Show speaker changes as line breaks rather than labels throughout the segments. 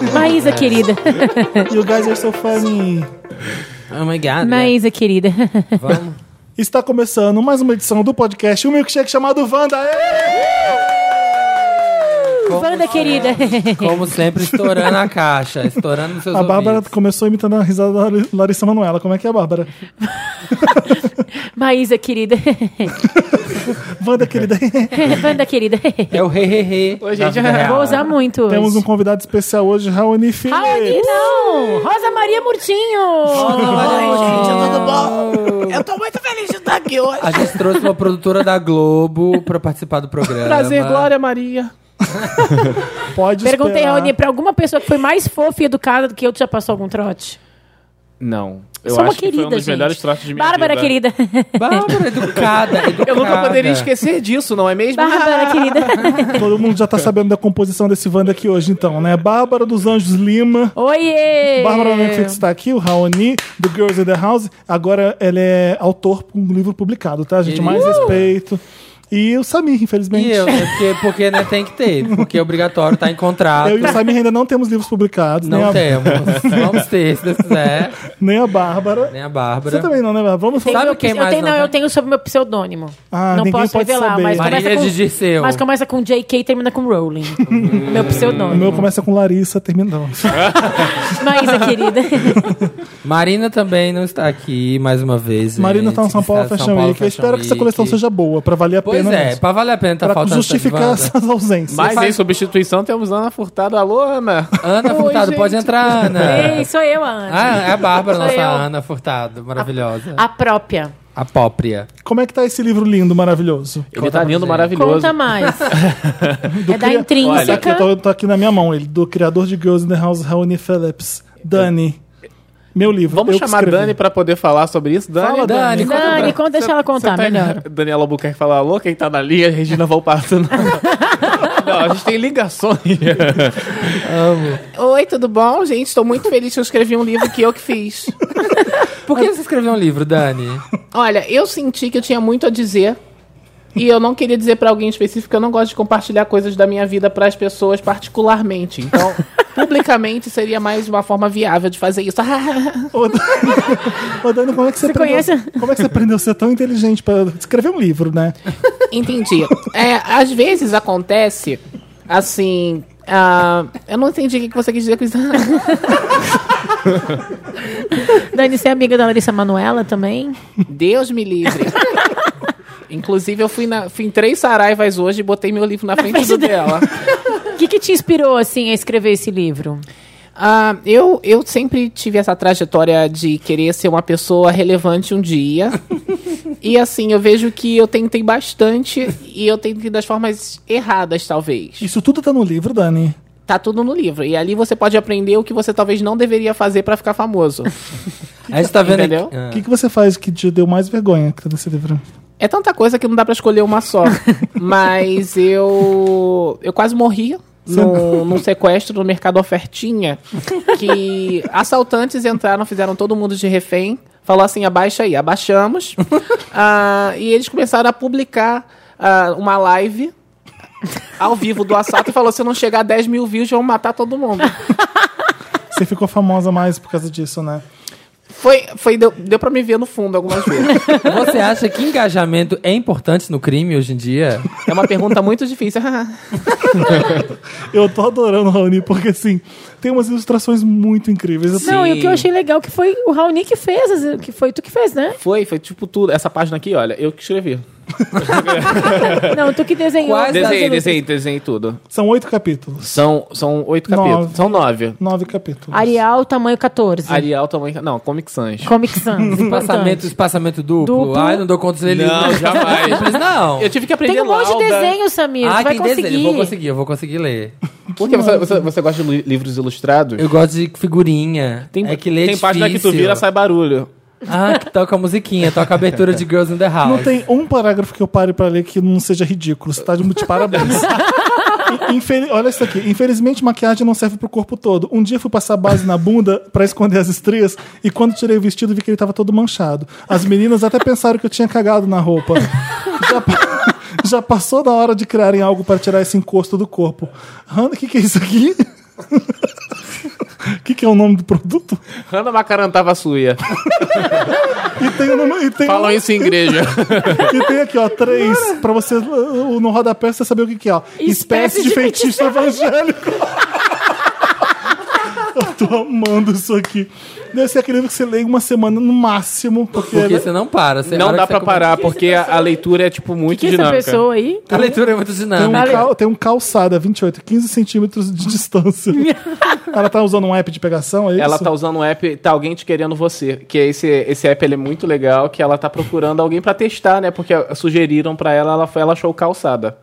É.
Maísa, querida.
You guys are so funny.
Oh my god. né?
Maísa, querida.
Vamos.
Está começando mais uma edição do podcast Um Milkshake chamado Wanda. Ê!
Como
Wanda, querida.
Como sempre, estourando a caixa, estourando nos seus
A Bárbara
ouvidos.
começou imitando a risada da Lari- Larissa Manoela. Como é que é, Bárbara?
Maísa, querida.
Wanda, querida.
Wanda, querida.
tá
É o re re re.
Ô, gente,
da vida real.
Vou usar muito. hoje.
Temos um convidado especial hoje, Raoni Fini.
Raoni, não! então. Rosa Maria Murtinho!
bom? Eu tô muito feliz de estar aqui hoje.
A gente trouxe uma produtora da Globo pra participar do programa.
Prazer, Glória Maria.
Pode
Perguntei,
esperar.
Raoni, pra alguma pessoa que foi mais fofa e educada do que eu, tu já passou algum trote?
Não. Eu
Sou uma
acho que foi um
querida,
dos
gente.
melhores tratos de minha
Bárbara,
vida.
querida.
Bárbara, educada, educada.
Eu nunca poderia esquecer disso, não é mesmo?
Bárbara, querida.
Todo mundo já tá sabendo da composição desse Wanda aqui hoje, então, né? Bárbara dos Anjos Lima.
Oiê!
Bárbara Netflix está aqui, o Raoni, do Girls in the House. Agora ele é autor com um livro publicado, tá, gente? Mais
é.
respeito. E o Samir, infelizmente.
E eu, né? porque, porque né, tem que ter, porque é obrigatório, tá em contrato.
Eu e o né? Samir ainda não temos livros publicados, nem,
Não
a,
temos. Vamos ter, se Deus quiser.
nem a Bárbara.
Nem a Bárbara.
Você também não, né, Bárbara? Vamos
Tem
falar.
Sabe
meu
quem
pse-
mais
eu tenho,
não,
não,
né?
eu tenho sob meu pseudônimo.
Ah,
não
ninguém
posso
pode
revelar,
saber.
mas começa,
Marília de
com,
Dirceu.
mas começa com JK e termina com Rowling. meu
O meu
pseudônimo.
começa com Larissa, terminando.
Maísa, querida.
Marina também não está aqui mais uma vez. gente.
Marina tá no São Paulo
Está no
Fashion Week. Eu espero que essa coleção
Week.
seja boa, pra valer a
Pois
pena.
é,
mesmo.
pra valer a pena tá
Pra
faltando
justificar
essa
essas ausências.
Mas
Você faz-
em substituição temos Ana Furtado. Alô, Ana.
Ana
Oi,
Furtado,
gente.
pode entrar, Ana.
Ei, sou eu, a Ana.
Ah, é a Bárbara,
Sou
nossa
eu.
Ana Furtado, maravilhosa. A,
A própria.
própria.
Como é que tá esse livro lindo, maravilhoso?
Ele tá lindo, maravilhoso.
Conta mais. é da
Olha, aqui,
intrínseca.
eu tô, eu tô aqui na minha mão, ele, do criador de Girls in the House, Raoni Phillips. Dani. Meu livro.
Vamos
eu que
chamar a
escrevi.
Dani pra poder falar sobre isso. Dani,
Fala,
Dani,
Dani.
conta pra-
Dani, conta, deixa ela contar,
tá-
melhor.
Daniela Albuquerque fala, alô, quem tá na linha? Regina Valpato. Não, Não, a gente tem ligações.
Oi, tudo bom, gente? Estou muito feliz que eu escrevi um livro que eu que fiz.
Por que você escreveu um livro, Dani?
Olha, eu senti que eu tinha muito a dizer. E eu não queria dizer pra alguém específico, eu não gosto de compartilhar coisas da minha vida pras pessoas particularmente. Então, publicamente seria mais uma forma viável de fazer isso.
Ô, Dani, Ô, Dani, como é que você,
Você
aprendeu,
conhece?
como é que você aprendeu a ser tão inteligente pra escrever um livro, né?
Entendi. É, às vezes acontece, assim. ah, eu não entendi o que que você quis dizer com isso.
Dani, você é amiga da Larissa Manuela também?
Deus me livre. Inclusive, eu fui, na, fui em três saraivas hoje e botei meu livro na, frente
frente
do dela.
O que, que te inspirou, assim, a escrever esse livro?
Ah, eu, eu sempre tive essa trajetória de querer ser uma pessoa relevante um dia. e assim, eu vejo que eu tentei bastante e eu tentei das formas erradas, talvez.
Isso tudo tá no livro, Dani.
Tá tudo no livro. E ali você pode aprender o que você talvez não deveria fazer pra ficar famoso.
A gente tá vendo aqui-
Entendeu?
Ah.
O que, que você faz que te deu mais vergonha que tá nesse livro?
É tanta coisa que não dá pra escolher uma só. Mas eu. Eu quase morri. Num, num sequestro no mercado ofertinha, que assaltantes entraram, fizeram todo mundo de refém, falou assim, abaixa aí, abaixamos. Ah, e eles começaram a publicar ah, uma live ao vivo do assalto e falou: se não tá chegar a 10 mil views, vão matar todo mundo.
Você ficou famosa mais por causa disso, né?
Foi, foi deu, deu pra me ver no fundo algumas vezes.
Ah. Você acha que engajamento é importante no crime hoje em dia?
É uma pergunta muito difícil.
Eu tô adorando, Raoni, porque assim, tem umas ilustrações muito incríveis. assim. Eu-
Não, e o que eu achei legal que foi o Raoni que fez, as- que foi tu que fez, né?
Foi, foi tipo tudo. Essa página aqui, olha, eu que escrevi.
Não, tu que desenhou.
Quase
as
Desenhei,
ilustra-
desenhei, desenhei tudo.
São oito capítulos.
São, são oito
Nove.
capítulos. São nove.
Nove capítulos.
Arial, tamanho 14.
Arial, tamanho... Não, Comic Sans.
Comic Sans,
Espaçamento,
importante.
espaçamento duplo.
Duplo.
Ai, não dou conta de ler livro.
Não, jamais.
Simples, não.
Eu tive que aprender
Tem um monte de
lauda.
desenho, Samir.
ah,
tu vai
quem
conseguir.
desenha? Eu vou conseguir, eu vou conseguir ler.
Por que você, você, você gosta de li- livros ilustrados?
Eu gosto de figurinha. Tem, é que ler é
Tem página que tu
difícil.
vira, sai barulho.
Ah, que toca a musiquinha, toca a abertura de Girls in the House.
Não tem um parágrafo que eu pare pra ler que não seja ridículo. Você tá de muito parabéns. I- infeli- Olha isso aqui. Infelizmente, maquiagem não serve pro corpo todo. Um dia fui passar base na bunda pra esconder as estrias e quando tirei o vestido vi que ele tava todo manchado. As meninas até pensaram que eu tinha cagado na roupa. Já, pa- já passou da hora de criarem algo pra tirar esse encosto do corpo. Hannah, o que, que é isso aqui? que é o nome do produto?
Hannah Macarantava Suia.
E tem o número. E tem,
Falam isso em igreja.
e tem aqui, ó, três, pra você uh, no rodapé você saber o que, que é, ó.
Espécie
Espécie,
de
de feitiço evangélico. Eu tô amando isso aqui. Deve ser aquele livro que você lê em uma semana no máximo, porque.
Porque você não para. Você
Não
hora
dá
que você
pra parar, porque a, a leitura é, tipo, muito
que é essa
dinâmica.
pessoa aí?
começa- A leitura é muito
Tem um,
dinâmica.
cal, tem um calçada, 28, 15 centímetros de distância. Ela tá usando um app de pegação, é isso?
Ela tá usando um app, tá alguém te querendo você. Que esse, esse app ele é muito legal, que ela tá procurando alguém pra testar, né? Porque sugeriram pra ela, ela, foi, ela achou calçada.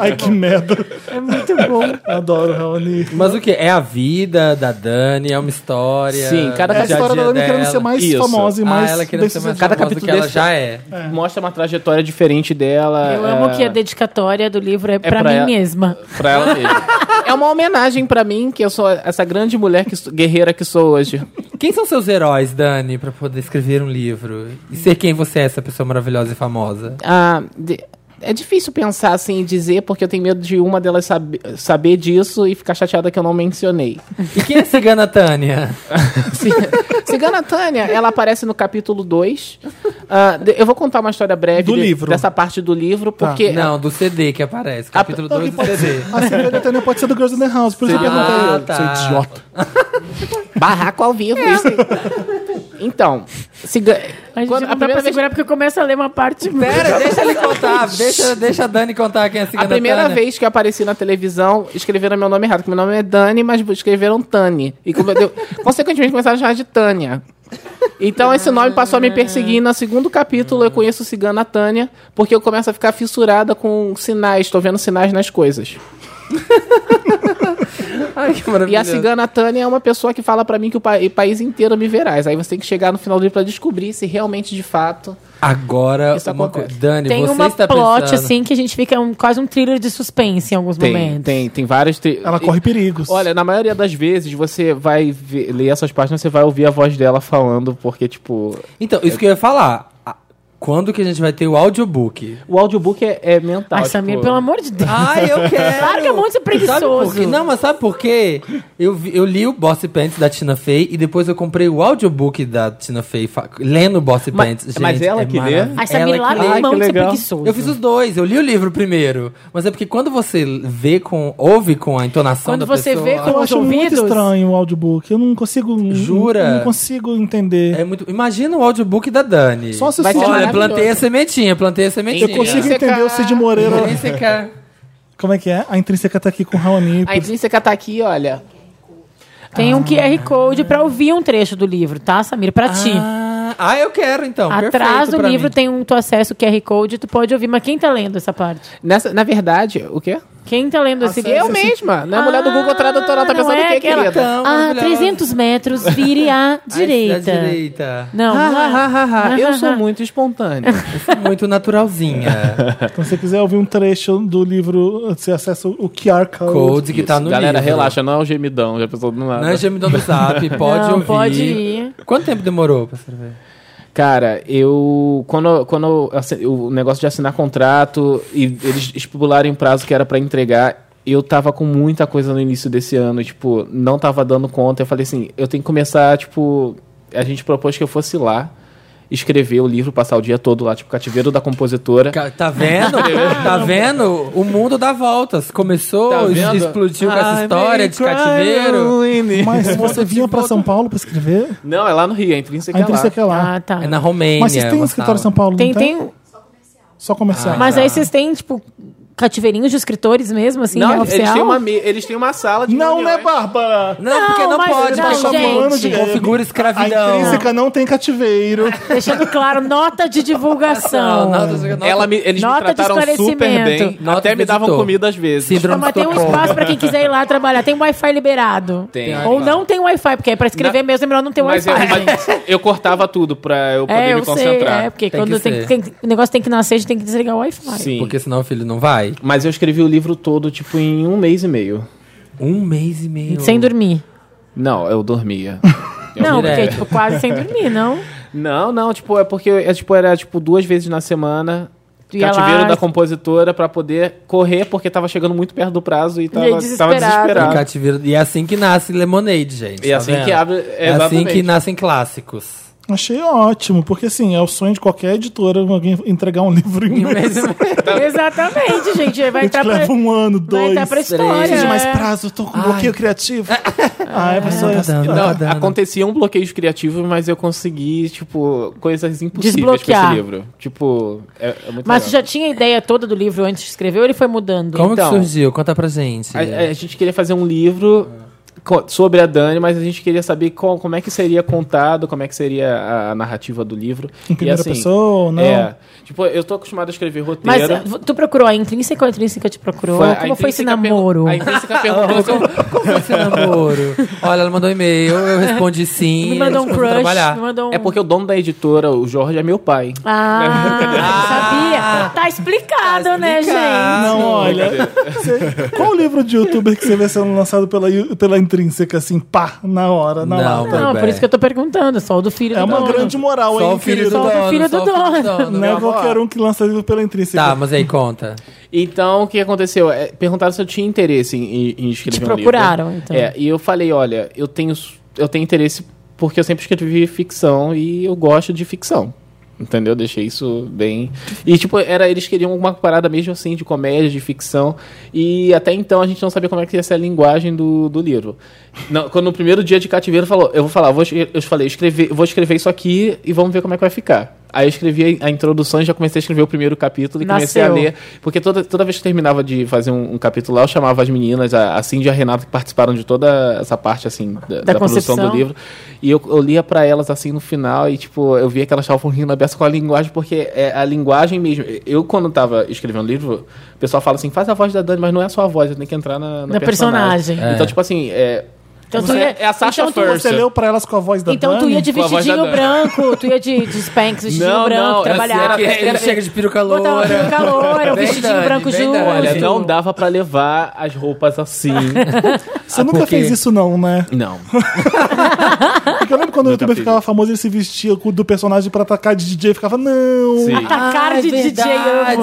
Ai, que merda.
É muito bom.
Adoro, Raoni.
Mas o que? É a vida da Dani, é uma história.
Sim, cada
é o
A
dia
história da
dia
Dani querendo
dela.
ser mais
Isso.
famosa e
Ah,
mais.
ela querendo ser mais
decisão.
cada
Cada capítulo
capítulo que ela
desse-
já é.
Mostra uma trajetória diferente dela.
Eu
é,
amo que a dedicatória do livro é, pra,
pra
mim
ela.
mesma.
Pra ela mesma.
É uma homenagem pra mim, que eu sou essa grande mulher que sou- guerreira que sou hoje.
Quem são seus heróis, Dani, pra poder escrever um livro? E ser quem você é, essa pessoa maravilhosa e famosa?
Ah, de- é difícil pensar assim e dizer, porque eu tenho medo de uma delas sab- saber disso e ficar chateada que eu não mencionei.
E quem é a cigana Tânia?
Ci- Cigana Tânia, ela aparece no capítulo 2. eu vou contar uma história breve
Do livro.
dessa parte do livro,
Tá.
porque.
Não, do CD que aparece. Capítulo
Então,
2
que
do
pode
CD.
A Cília da Tânia né? pode ser do Girls in the House, por isso eu
Seria-
perguntei.
Ah, tá.
Seu idiota.
Barraco ao vivo, isso. Então, ciga-
A gente
quando-
não dá pra segurar porque começa a ler uma parte.
Pera, deixa ele contar. Deixa, deixa a Dani contar quem é a
A
cigana
primeira
Tânia.
vez que eu apareci na televisão, escreveram meu nome errado, porque meu nome é Dani, mas escreveram Tani. E como eu deu- consequentemente começaram a chamar de Tânia. Então esse nome passou a me perseguir. No segundo capítulo eu conheço Cigana Tânia, porque eu começo a ficar fissurada com sinais, tô vendo sinais nas coisas.
Ai, que
E a
maravilhoso.
Cigana Tânia é uma pessoa que fala pra mim que o pa- país inteiro me verás. Aí você tem que chegar no final do livro pra descobrir se realmente, de fato...
Agora,
Isso
uma
acontece.
co- Dani,
Tem
você
uma
está
plot,
pensando...
assim, que a gente fica um- quase um thriller de suspense em alguns
Tem,
momentos.
tem, tem várias... tri-
Ela corre perigos.
Olha, na maioria das vezes você vai ver- ler essas páginas, você vai ouvir a voz dela falando, porque, tipo,
Então,
É.
isso que eu ia falar. A- Quando que a gente vai ter o audiobook?
o audiobook é, é mental.
Ai,
tipo,
Samir, pelo amor de Deus.
Ai, eu quero!
Larga a mão de ser preguiçoso.
Sabe por quê? Não, mas sabe por quê? Eu, vi- eu li o Bossy Pants da Tina Fey e depois eu comprei o audiobook da Tina Fey fa- lendo o Bossy Pants. Gente,
mas ela
é
que lê?
maravilhoso.
Ai, Samir,
Ela que
larga
lê.
a mão
que
de ser
legal.
preguiçoso.
Eu fiz os dois, eu li o livro primeiro. Mas é porque quando você vê com. ouve com a entonação
Quando
da
você
pessoa.
vê com-
eu
os
acho muito
ouvidos?
estranho o audiobook. Eu não consigo.
Jura?
Eu não consigo entender.
É muito... Imagina o audiobook da Dani.
Só se
Vai ser
Olha,
maravilhoso.
plantei a sementinha, plantei a sementinha.
eu consigo
Intrínseca.
entender o Cid Moreira.
Uhum. Intrínseca.
Como é que é? A intrínseca tá aqui com o Raoni.
A intrínseca tá aqui, olha.
Tem um QR Code pra ouvir um trecho do livro, tá, Samir? Pra ti.
Ah, ah, eu quero então.
Atrás
Perfeito
do
pra
livro
mim.
tem um tu acesso QR Code, tu pode ouvir, mas quem tá lendo essa parte?
Nessa, na verdade, o quê?
Quem tá lendo esse
Eu mesma, né? A mulher do Google Tradutor, ela tá
Ah, não
pensando o
é
quê,
aquela-
querida?
Então,
Ah,
maravilhosa.
300 metros, vire à
Ai,
direita.
Da direita.
Não,
Ha,
não é.
ha, ha, ha, ha. Eu sou muito espontânea.
é
Muito naturalzinha.
Então, se você quiser ouvir um trecho do livro, você acessa o QR Code.
Code que tá no
Galera,
livro.
relaxa, não é um gemidão, já pensou do nada.
Não é gemidão do zap, pode
Não,
ouvir.
pode ir.
Quanto tempo demorou pra escrever?
Cara, eu. Quando, quando eu assi- o negócio de assinar contrato e eles estipularem o prazo que era pra entregar, eu tava com muita coisa no início desse ano, tipo, não tava dando conta. Eu falei assim, eu tenho que começar, tipo. A gente propôs que eu fosse lá escrever o livro, passar o dia todo lá, tipo, cativeiro da compositora.
Ca- Tá vendo? tá vendo? O mundo dá voltas. Começou,
Tá vendo?
explodiu com essa história de cativeiro.
Mas você vinha pra São Paulo pra escrever?
Não, é lá no Rio, é intrínseca
A
lá.
intrínseca é lá.
Ah, tá.
É na Romênia.
Mas vocês têm
uma
escritório em São
sala.
Paulo? não
Tem, um tem.
Só comercial.
Mas aí vocês têm, tipo, cativeirinhos de escritores mesmo, assim,
Não,
é
eles
oficial? é
têm, uma, me- eles têm uma sala de
não, né,
reuniões.
Bárbara?
Não, porque não
mas-
pode.
não,
Mas
gente.
falando de
A
configura escravidão.
intrínseca não tem cativeiro.
Deixando claro, nota de divulgação.
Não, nada- nada-
Ela me, eles
Nota de
me trataram super
esclarecimento.
bem.
Nota
até
de
me davam
editor.
comida às vezes.
Não,
Síndrome
mas tem um
Estocolmo.
espaço pra quem quiser ir lá trabalhar. Tem Wi-Fi liberado.
Tem.
Ou não tem Wi-Fi, porque aí pra escrever
Na-
mesmo é melhor não ter
Mas, eu,
Wi-Fi. gente.
mas eu cortava tudo pra eu poder
É, eu
me
sei.
concentrar.
É, porque
Tem
quando
que
tem,
ser.
tem- o negócio tem que nascer, a gente tem que desligar o Wi-Fi.
Sim.
Porque senão o filho não vai.
Mas eu escrevi o livro todo, tipo, em um mês e meio.
Um mês e meio.
Sem dormir.
Não, eu dormia. Eu
não,
dormia.
porque,
direto.
tipo, quase sem dormir, não?
Não, não, tipo, é porque é, tipo, era tipo duas vezes na semana.
ia
cativeiro
lá,
da compositora pra poder correr, porque tava chegando muito perto do prazo e tava,
aí,
tava
desesperado.
Em
desesperado.
cativeiro. E é assim que nasce Lemonade, gente.
E
tá
assim
vendo?
que abre-
É assim
exatamente.
que nascem clássicos.
Achei ótimo, porque assim, é o sonho de qualquer editora alguém entregar um livro em um mês.
Tá.
Exatamente, gente.
A
Vai
gente
entrar pra,
leva um ano, dois.
vai entrar pra história.
Preciso de mais
é.
prazo, tô com um bloqueio criativo. ah, é, pessoal.
Não tá dando,
Não,
não tá dando.
aconteciam bloqueios criativos, mas eu consegui, tipo, coisas impossíveis com
Desbloquear.
esse livro. Tipo, é, é muito
Mas você
legal.
já tinha a ideia toda do livro antes de escrever ou ele foi mudando?
Como
Então.
que surgiu? Conta pra gente.
A, a gente queria fazer um livro co- sobre a Dani, mas a gente queria saber qual- como é que seria contado, como é que seria a, a narrativa do livro.
Em primeira
e, assim,
pessoa, não?
É. Tipo, eu tô acostumado a escrever
Mas
roteiro.
eh, tu procurou a intrínseca ou a intrínseca te procurou?
a
Como foi esse
Intrínseca pergun-
namoro?
A intrínseca perguntou se eu-
Como foi esse namoro? Olha, ela mandou e-mail, eu respondi sim.
Me mandou um
a gente começou a
crush,
trabalhar.
me mandou um...
É porque o dono da editora, o Jorge, é meu pai.
Ah, sabia? Tá explicado, né,
explicado.
gente?
Não, olha. você- qual o livro de youtuber que você vê sendo lançado pela, pela intrínseca, assim, pá, na hora, na lata?
Não.
Não,
Tudo
por
bem.
isso que eu tô perguntando, só o do filho
É
do
uma
dono.
grande moral,
Só
hein,
o filho do
querido?
um Só o
dono.
filho
só
do
o filho do
dono.
dono.
Não é qualquer um que lança livro pela intrínseca.
Tá, mas aí conta.
Então, o que aconteceu? É, perguntaram se eu tinha interesse em, em- em escrever
Te
um livro.
procuraram, então.
É, e eu falei, olha, eu tenho, eu tenho interesse porque eu sempre escrevi ficção e eu gosto de ficção. Entendeu? Deixei isso bem. E, tipo, era, eles queriam alguma parada mesmo assim, de comédia, de ficção. E até então a gente não sabia como é que ia ser a linguagem do, do livro. Não, quando no primeiro dia de cativeiro falou, eu vou falar, vou, es- eu falei, escrever, vou escrever isso aqui e vamos ver como é que vai ficar. Aí eu escrevi a a introdução e já comecei a escrever o primeiro capítulo e comecei a
Nasceu.
ler. Porque toda, toda vez que eu terminava de fazer um, um capítulo lá, eu chamava as meninas, a, a Cindy e a Renata, que participaram de toda essa parte, assim, da, da produção
concepção.
do livro. E eu, eu lia pra elas, assim, no final, e, tipo, eu via que elas estavam rindo aberto com a linguagem, porque é a linguagem mesmo. Eu, quando tava escrevendo livro, o pessoal fala assim, faz a voz da Dani, mas não é a sua voz, eu tenho que entrar na, na
Na personagem.
Então, tipo assim, é...
Então tu
você
ia-
é a Sasha
então tu-
Fierce.
Você leu pra elas com a voz da
Então tu
Dani?
ia de
Com a voz da
vestidinho
Dani.
branco, tu ia de, de Spanx, vestidinho
Não,
branco,
não, era
trabalhar.
assim, era-
é Ele chega de peruca
Botar uma
loura.
peruca loura, um
Bem
vestidinho
Dani,
branco
bem
junto.
Dani.
Olha, não dava pra levar as roupas assim.
Você nunca
porque-
fez isso, não, né?
não.
Porque eu lembro quando o
Nunca
youtuber
fiz.
ficava famoso, ele se vestia com- do personagem pra atacar de DJ e ficava, não.
Sim.
Atacar
Ah,
Tá de
é
DJ, eu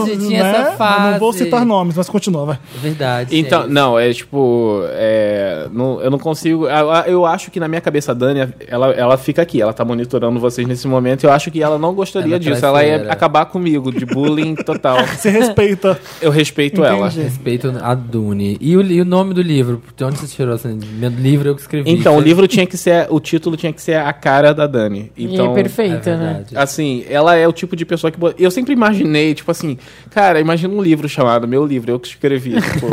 verdade.
amo.
Tinha
né?
essa fase.
Não vou citar nomes, mas continua, vai.
Verdade.
Então,
gente.
não, é tipo. é, não- eu não consigo. a- a- Eu acho que na minha cabeça a Dani, ela, ela fica aqui, ela tá monitorando vocês nesse momento. Eu acho que ela não gostaria
Ela é
disso. Ela ia
traiçoeira.
acabar comigo, de bullying total.
Se respeita.
Eu respeito ela.
Respeito a Dune. E o, e o nome do livro? De onde você tirou esse meu livro? Eu que escrevi.
Então, o
Você-
livro tinha que ser. O título tinha que ser a cara da Dani. Então,
e
É
perfeito, né?
verdade.
Assim, ela é o tipo de pessoa que. bo- Eu sempre imaginei, tipo assim, cara, imagina um livro chamado Meu Livro, eu que escrevi. tipo,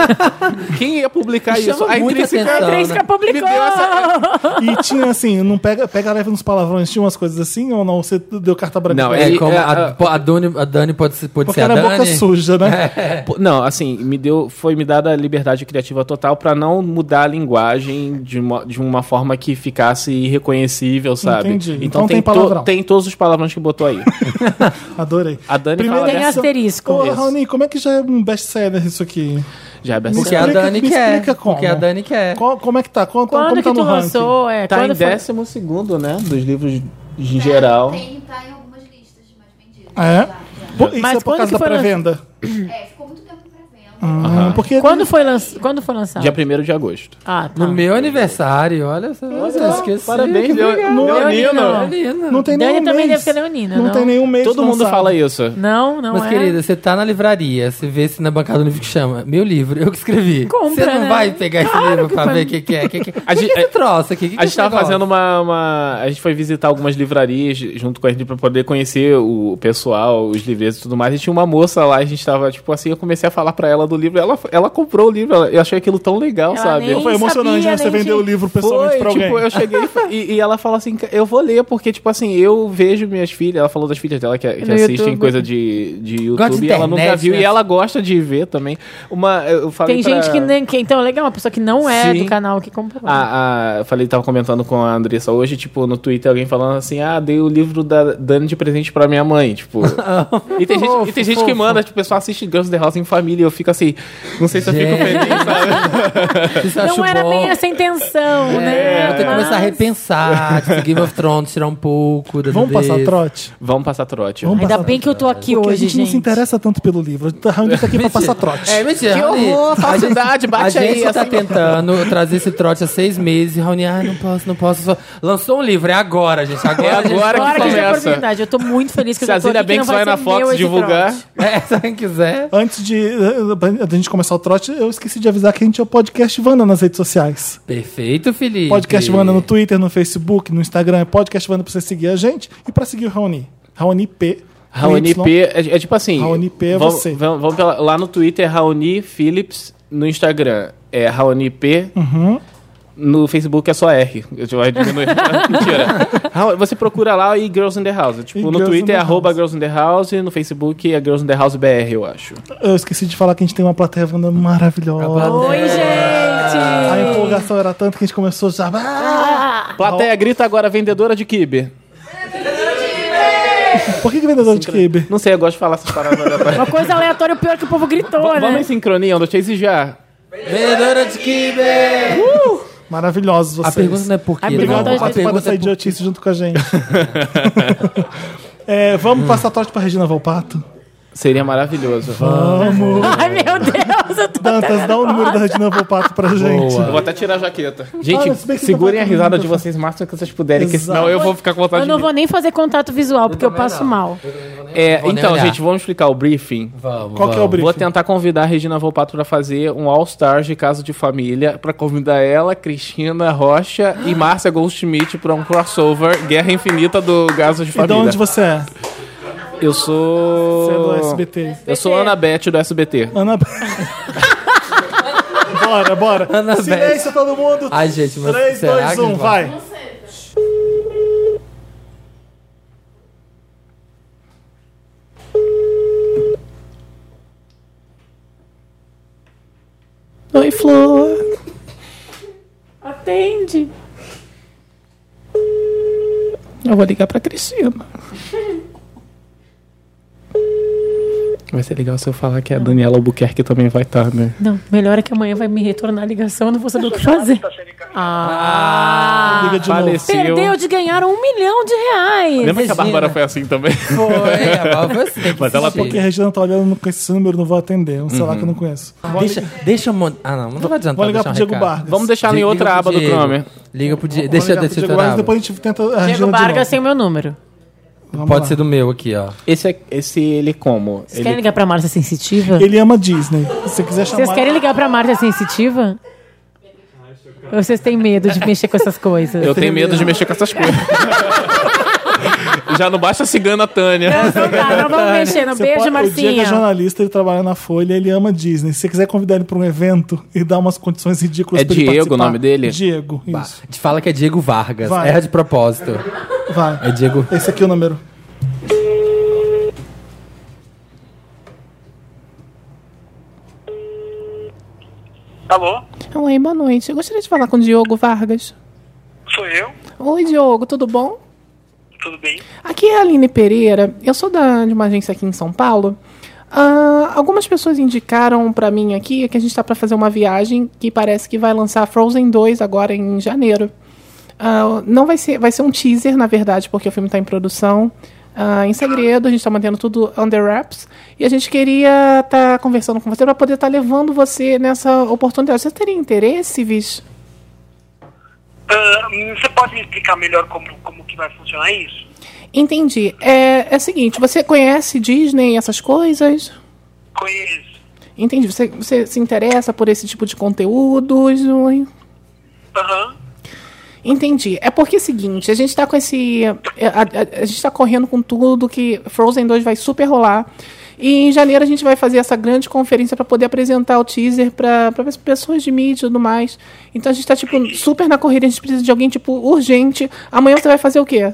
quem ia publicar
Me
isso?
chama
A
muita
intrínseca
A
atenção,
Três
né?
que é publicou!
deu
E tinha assim, não pega, pega leve nos palavrões, tinha umas coisas assim ou não? Você deu carta branca?
Não,
pra
É,
ele?
E-
como
é, assim,
a,
a-
po- a Dune, a Dani pode, ser- pode
Porque
ser a
era
Dani.
boca suja, né?
Pô, Não, assim, me deu, foi me dada a liberdade criativa total pra não mudar a linguagem de uma, de uma forma que ficasse irreconhecível, sabe?
Entendi. Então tem
to-
palavrão.
tem todos os palavrões que botou aí.
Adorei.
A Dani
Primeiro
fala
Tem
dessa,
asterisco.
Ô,
Isso.
Raoni, como é que já é um best-seller isso aqui?
já é
Porque a
Me explica-
Dani
me
quer.
explica como.
Porque a Dani quer.
Qual- como é que tá? Qual-
Quando
como
que
tá
tu
no ranking?
lançou? É,
Tá em
quando foi?
décimo segundo, né, dos livros em geral.
Tem, tá em algumas listas de mais vendidas.
É?
Já, já.
Pô, isso
Mas
é por
quando
causa da
que foi lanç-
pré-venda.
É, ficou muito tempo pra venda.
Ah, Porque
Quando foi, lanç... quando foi lançado?
Dia 1 de agosto.
Ah, tá.
No meu aniversário, olha, você eu esqueci.
Parabéns,
Que
Leo-
legal.
Leonino.
Leonino.
não tem
Dani
nenhum
também
mês.
deve ser leonina,
Não,
não?
tem nenhum mês
Todo mundo
lançado.
fala isso.
Não, não
Mas,
é.
querida, você tá na livraria, você vê se na bancada do livro que chama. Meu livro, eu que escrevi.
Compra,
você não
né?
vai pegar esse
Claro
livro
que
pra
vai.
ver o que, que é. O que, que,
A
que,
gente-
que é esse troço aqui? Que que
A
é
gente
esse
tava
negócio?
fazendo uma, uma- A gente foi visitar algumas livrarias junto com a gente pra poder conhecer o pessoal, os livreiros e tudo mais. E tinha uma moça lá, a gente tava, tipo assim, eu comecei a falar pra ela do livro. Ela, ela comprou o livro, ela- eu achei aquilo tão legal,
Ela
sabe?
nem
Foi emocionante,
sabia,
né? Você
nem
vendeu o
tinha-
livro pessoalmente
Foi,
pra alguém.
tipo, eu cheguei e fa- e, e ela fala assim, eu vou ler, porque, tipo assim, eu vejo minhas filhas, ela falou das filhas dela que, que
No
assistem
YouTube.
coisa de, de
Gosta de
YouTube, e ela
internet,
nunca viu,
né?
e ela gosta de ver também. Uma, eu falei
Tem
pra-
gente que nem. Que, então, é legal, uma pessoa que não é
Sim.
do canal que comprou.
A, a- Ah, eu falei, tava comentando com a Andressa hoje, tipo, no Twitter, alguém falando assim, ah, dei o livro da Dani de presente pra minha mãe, tipo. e tem gente, e tem gente que manda, tipo, o pessoal assiste Guns N' the House em família, e eu fico assim, Não sei se eu fico
Gente.
feliz, sabe?
Isso eu acho
Não era
bom.
bem essa a intenção, né?
É, tem que começar a
Mas-
repensar, tipo, Game of Thrones, tirar um pouco. da
Vamos
cabeça.
passar trote?
Vamos passar trote.
Vamos
Ainda
passar
bem que eu tô aqui
Porque
hoje,
a gente, não se interessa tanto pelo livro. A Raoni tá aqui pra passar trote.
É, mentira.
Que
Raoni.
horror, falsidade,
a
bate
gente
aí.
tá
assim.
tentando trazer esse trote há seis meses. e Raoni, ai, não posso, não posso. só- Lançou um livro, é agora, gente. Agora,
É
a gente
agora
vai-
Agora que tem a
começa.
oportunidade. Eu tô muito feliz que
Se a
eu já tô
Zilia
aqui, que não
Banks
vai
vai na
ser meu
Fox
esse
divulgar,
trote.
É, se alguém quiser.
Antes de eh, da gente começar o trote, eu esqueci de avisar que a gente é o Podcast Vanda nas redes sociais.
Perfeito, Felipe.
Podcast Vanda no Twitter, no Facebook, no Instagram. É Podcast Vanda pra você seguir a gente. E pra seguir o Raoni. Raoni P.
Raoni
com Y.
P, é, é tipo assim.
Raoni P é
vamos,
você.
Vamos, vamos pela- lá no Twitter, Raoni Phillips. No Instagram é Raoni P. No Facebook é só R. Eu te vai diminuir. Mentira. Raoni- Você procura lá e Girls in the House. Tipo,
E
no
Girls in
Twitter é
the
arroba
House.
Girls in the House. No Facebook é Girls in the House BR, eu acho.
Eu esqueci de falar que a gente tem uma plateia Vanda maravilhosa.
Oi,
A
gente!
empolgação era tanto que a gente começou já. Ah!
Plateia grita agora, vendedora de kibe.
Por que, que vendedor de Kibe?
Não sei, eu gosto de falar essas paradas. aleatórias.
Uma coisa aleatória, o pior é que o povo gritou,
V- Vamos
né?
em sincronia, um, dois, três e já.
Vendedora de Kibe!
Maravilhosos
A
vocês.
pergunta não é por quê,
A
Obrigado
Não,
por
a
participar dessa idiotice junto com a gente. É, vamos passar trote pra Regina Valpato?
Seria maravilhoso.
Vamos.
Ai, meu Deus, eu tô...
Dantas, dá o número da Regina Volpato pra gente.
Eu vou até tirar a jaqueta.
Olha,
Gente,
se bem que
segurem
você
a
tá
risada
falando
de
pra-
vocês o máximo que vocês puderem, que
Exato.
senão eu vou ficar com vontade
Eu não
de
vou nem fazer contato visual, porque eu passo mal.
É,
Vou nem
então,
olhar.
gente, vamos explicar o briefing.
Vamos,
Qual que é o
vamos.
briefing?
Vou tentar convidar a Regina Volpato pra fazer um All Stars de Casa de Família, pra convidar ela, Cristina Rocha e Márcia Goldschmidt pra um crossover Guerra Infinita do Casa de
E de
Família.
onde você é?
Eu
Você é do
sou
SBT.
Eu sou Ana Beth do SBT.
Ana... bora, bora.
Ana
Silêncio todo mundo.
Ai, gente, mas
3, 2,
será que
1, vai.
Oi, Flor.
Atende.
Eu vou ligar pra Cristina.
Vai ser legal se eu falar que a Daniela Albuquerque também vai estar, né?
Não, melhor é que amanhã vai me retornar a ligação, eu não vou saber o que fazer.
tá
Ah,
Liga de novo.
Ah, Faleceu.
perdeu de ganhar um milhão de reais.
Lembra que a Bárbara
Regina.
foi assim também?
Foi, a Bárbara você tem que
Mas ela-
assistir.
Porque a Regina tá olhando com esse número, não vou atender. É Um celular que eu não conheço.
Deixa, deixa eu mon- Ah, não, não vai adiantar.
Vou ligar pro
deixar um
Diego
recado.
Vargas.
Vamos deixar em
Liga
outra
pro
aba do
Diego.
Chrome.
Liga pro Diego.
Vamos ligar
Deixa,
pro
deixa eu
Diego
tirar a
Vargas,
aba.
depois a gente tenta a Regina
Diego
de
Vargas assim.
novo.
tem o meu número.
Vamos
Pode
lá.
ser do meu aqui, ó.
Esse, é- esse ele como?
Vocês querem
Ele-
ligar pra Márcia Sensitiva?
Ele ama Disney. Se você quiser chamar...
Vocês querem ligar pra Márcia Sensitiva? Ou vocês têm medo de mexer com essas coisas?
Eu tenho medo de mexer com essas coisas. Já não baixa a cigana Tânia.
Então tá, não vamos mexer. Não.
Você
Beijo,
pode- O Diego é
Marcinha.
jornalista, ele trabalha na Folha, ele ama Disney. Se você quiser convidar ele pra um evento e dar umas condições ridículas
É
pra ele
Diego o
participar,
nome dele?
Diego, isso.
Te fala que é Diego Vargas.
Vai.
Erra de propósito.
Vai.
É Diego.
Esse aqui é o número.
Alô?
Oi, Então, boa noite. Eu gostaria de falar com o Diogo Vargas.
Sou eu?
Oi, Diogo, tudo bom?
Tudo bem?
Aqui é a Aline Pereira. Eu sou da, de uma agência aqui em São Paulo. Ah, algumas pessoas indicaram pra mim aqui que a gente tá pra fazer uma viagem que parece que vai lançar Frozen 2 agora em janeiro. Ah, não vai ser, vai ser um teaser, na verdade, porque o filme tá em produção. ah, em segredo, a gente tá mantendo tudo under wraps. E a gente queria estar conversando com você pra poder estar levando você nessa oportunidade. Você teria interesse, Viz?
Ah, você pode me explicar melhor como, como que vai funcionar isso?
Entendi. É, é o seguinte, você conhece Disney, essas coisas?
Conheço.
Entendi. Você, você se interessa por esse tipo de conteúdos? Oi.
Aham.
Entendi. É porque é o seguinte, a gente tá com esse. A, a- a gente tá correndo com tudo que Frozen 2 vai super rolar. E em janeiro a gente vai fazer essa grande conferência para poder apresentar o teaser para pessoas de mídia e tudo mais. Então a gente tá, tipo, super na corrida, a gente precisa de alguém, tipo, urgente. Amanhã você vai fazer o quê?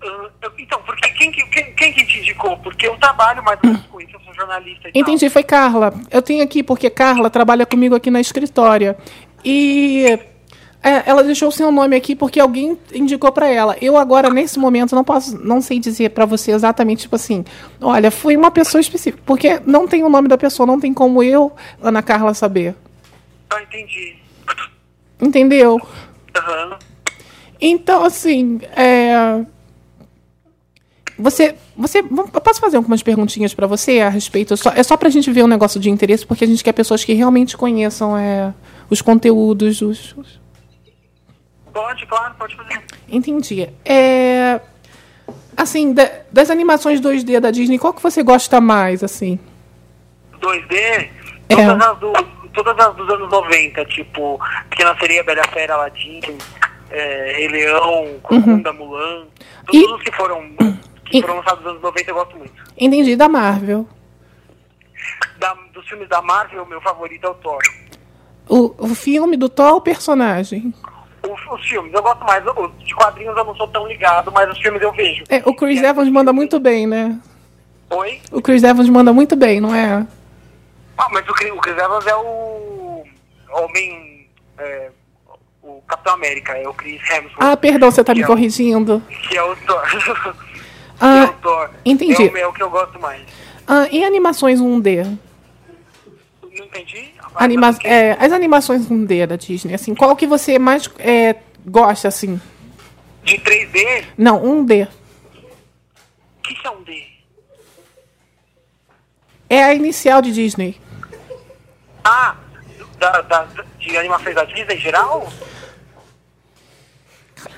Ah, eu- então, porque quem, que- quem, quem que te indicou? Porque eu trabalho mais ou menos com isso, eu sou jornalista e tal.
Entendi, foi Carla. Eu tenho aqui porque Carla trabalha comigo aqui na escritória. E É, ela deixou o seu nome aqui porque alguém indicou pra ela. Eu agora, nesse momento, não posso, não sei dizer pra você exatamente, tipo assim, olha, foi uma pessoa específica. Porque não tem o nome da pessoa, não tem como eu, Ana Carla, saber.
Ah, entendi.
Entendeu?
Aham.
Então, assim, é... Você, você, vamos- eu posso fazer algumas perguntinhas pra você a respeito? Só- é só pra gente ver um negócio de interesse, porque a gente quer pessoas que realmente conheçam é, os conteúdos, os, os-
Pode, claro, pode fazer.
Entendi. É, assim, da- das animações 2D da Disney, qual que você gosta mais, assim?
2D,
É.
todas, as do, todas as dos anos 90, tipo Pequena Sereia, Bela Fera, Aladdin, é, Rei Leão, Corcunda, Mulan.
Uhum. E-
Todos os que foram, que
e-
foram lançados nos anos 90 eu gosto muito.
Entendi, da Marvel.
Da- dos filmes da Marvel, meu favorito é o Thor.
O, o filme do Thor, o personagem.
Os, os filmes, eu gosto mais. Os de quadrinhos eu não sou tão ligado, mas os filmes eu vejo.
É, o Chris Evans manda muito bem, né?
Oi?
O Chris Evans manda muito bem, não é?
Ah, mas o, Chris- o Chris Evans é o homem... é, o Capitão América, é o Chris Hemsworth.
Ah, perdão, você tá me
que é o-
corrigindo.
Que é o Thor. que é
Ah,
o Thor.
entendi.
É o, é o que eu gosto mais.
Ah, e animações 1D?
Não entendi?
Anima
Mas-
é, as animações 1D da Disney, assim, qual que você mais é, gosta, assim?
De 3D,
Não, 1D.
o que que é um D?
É a inicial de Disney.
Ah, da, da, de animações da Disney em geral?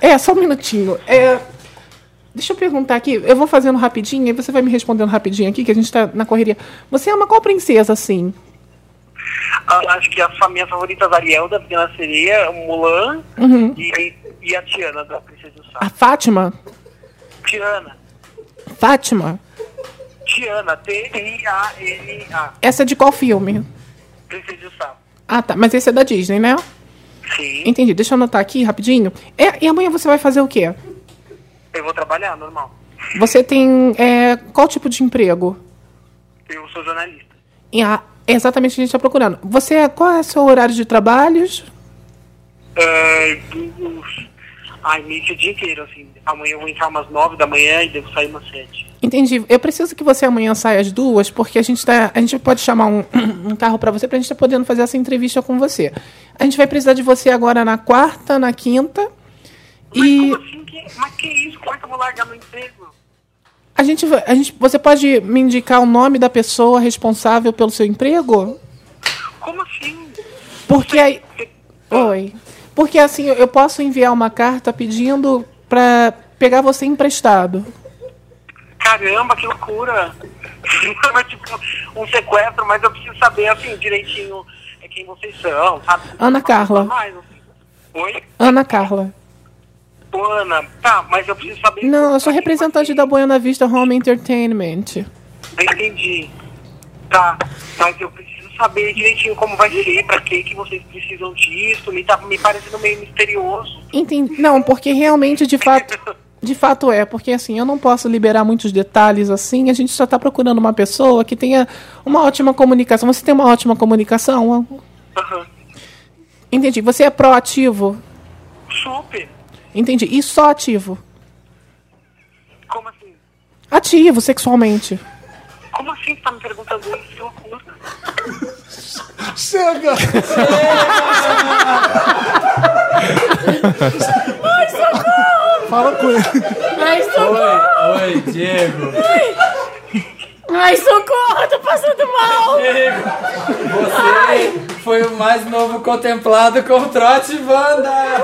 É, só um minutinho. É, deixa eu perguntar aqui. Eu vou fazendo rapidinho e você vai me respondendo rapidinho aqui, que a gente tá na correria. Você ama qual princesa, assim?
Ah, acho que as fa- minhas favoritas, Ariel, da Pequena Sereia, Mulan
Uhum.
e, e a Tiana, da Princesa do
A
Sapo.
Fátima?
Tiana.
Fátima?
Tiana, T-I-A-N-A.
Essa é de qual filme?
Princesa do Sapo.
Ah, tá. Mas esse é da Disney, né?
Sim,
Entendi. Deixa eu anotar aqui rapidinho. É, e amanhã você vai fazer o quê?
eu vou trabalhar, normal.
Você tem é, qual tipo de emprego?
Eu sou jornalista.
E a- é exatamente o que a gente está procurando. Você, qual é o seu horário de trabalhos?
É, dos- Ai, meio que o dia inteiro, assim. Amanhã eu vou entrar umas nove da manhã e devo sair umas sete.
Entendi. Eu preciso que você amanhã saia às duas, porque a gente tá, a gente pode chamar um, um carro para você, para a gente estar podendo fazer essa entrevista com você. A gente vai precisar de você agora na quarta, na quinta. E
Como assim? Que... Mas que isso? Como é que eu vou largar meu emprego?
a gente, vai- a gente, você pode me indicar o nome da pessoa responsável pelo seu emprego?
Como assim?
Porque aí, Oi. Porque assim, eu- eu posso enviar uma carta pedindo para pegar você emprestado.
Caramba, que loucura! Mas, tipo, um sequestro, mas eu preciso saber, assim, direitinho é quem vocês são, sabe?
Ana
Uma
Carla.
pessoa mais, assim. Oi?
Ana Carla.
Ô, Ana, tá, mas eu preciso saber... tá, tipo,
Não, eu
pra
sou
quem
representante
vocês-
da Buena Vista Home Entertainment.
Entendi. Tá, mas eu preciso saber direitinho como vai ser, pra que que vocês precisam disso, me tá me parecendo meio misterioso.
Entendi. Não, porque realmente, de fato. De fato é, porque assim, eu não posso liberar muitos detalhes assim, a gente só está procurando uma pessoa que tenha uma ótima comunicação. Você tem uma ótima comunicação?
Aham.
Entendi. Você é proativo?
Super.
Entendi. E só ativo?
Como assim?
Ativo, sexualmente.
Como assim você tá me perguntando isso? Que loucura.
Chega! Fala com ele.
Ai, socorro!
Oi, oi, Diego.
Ai, socorro! Eu tô passando mal!
Você foi o mais novo contemplado com Trote Wanda.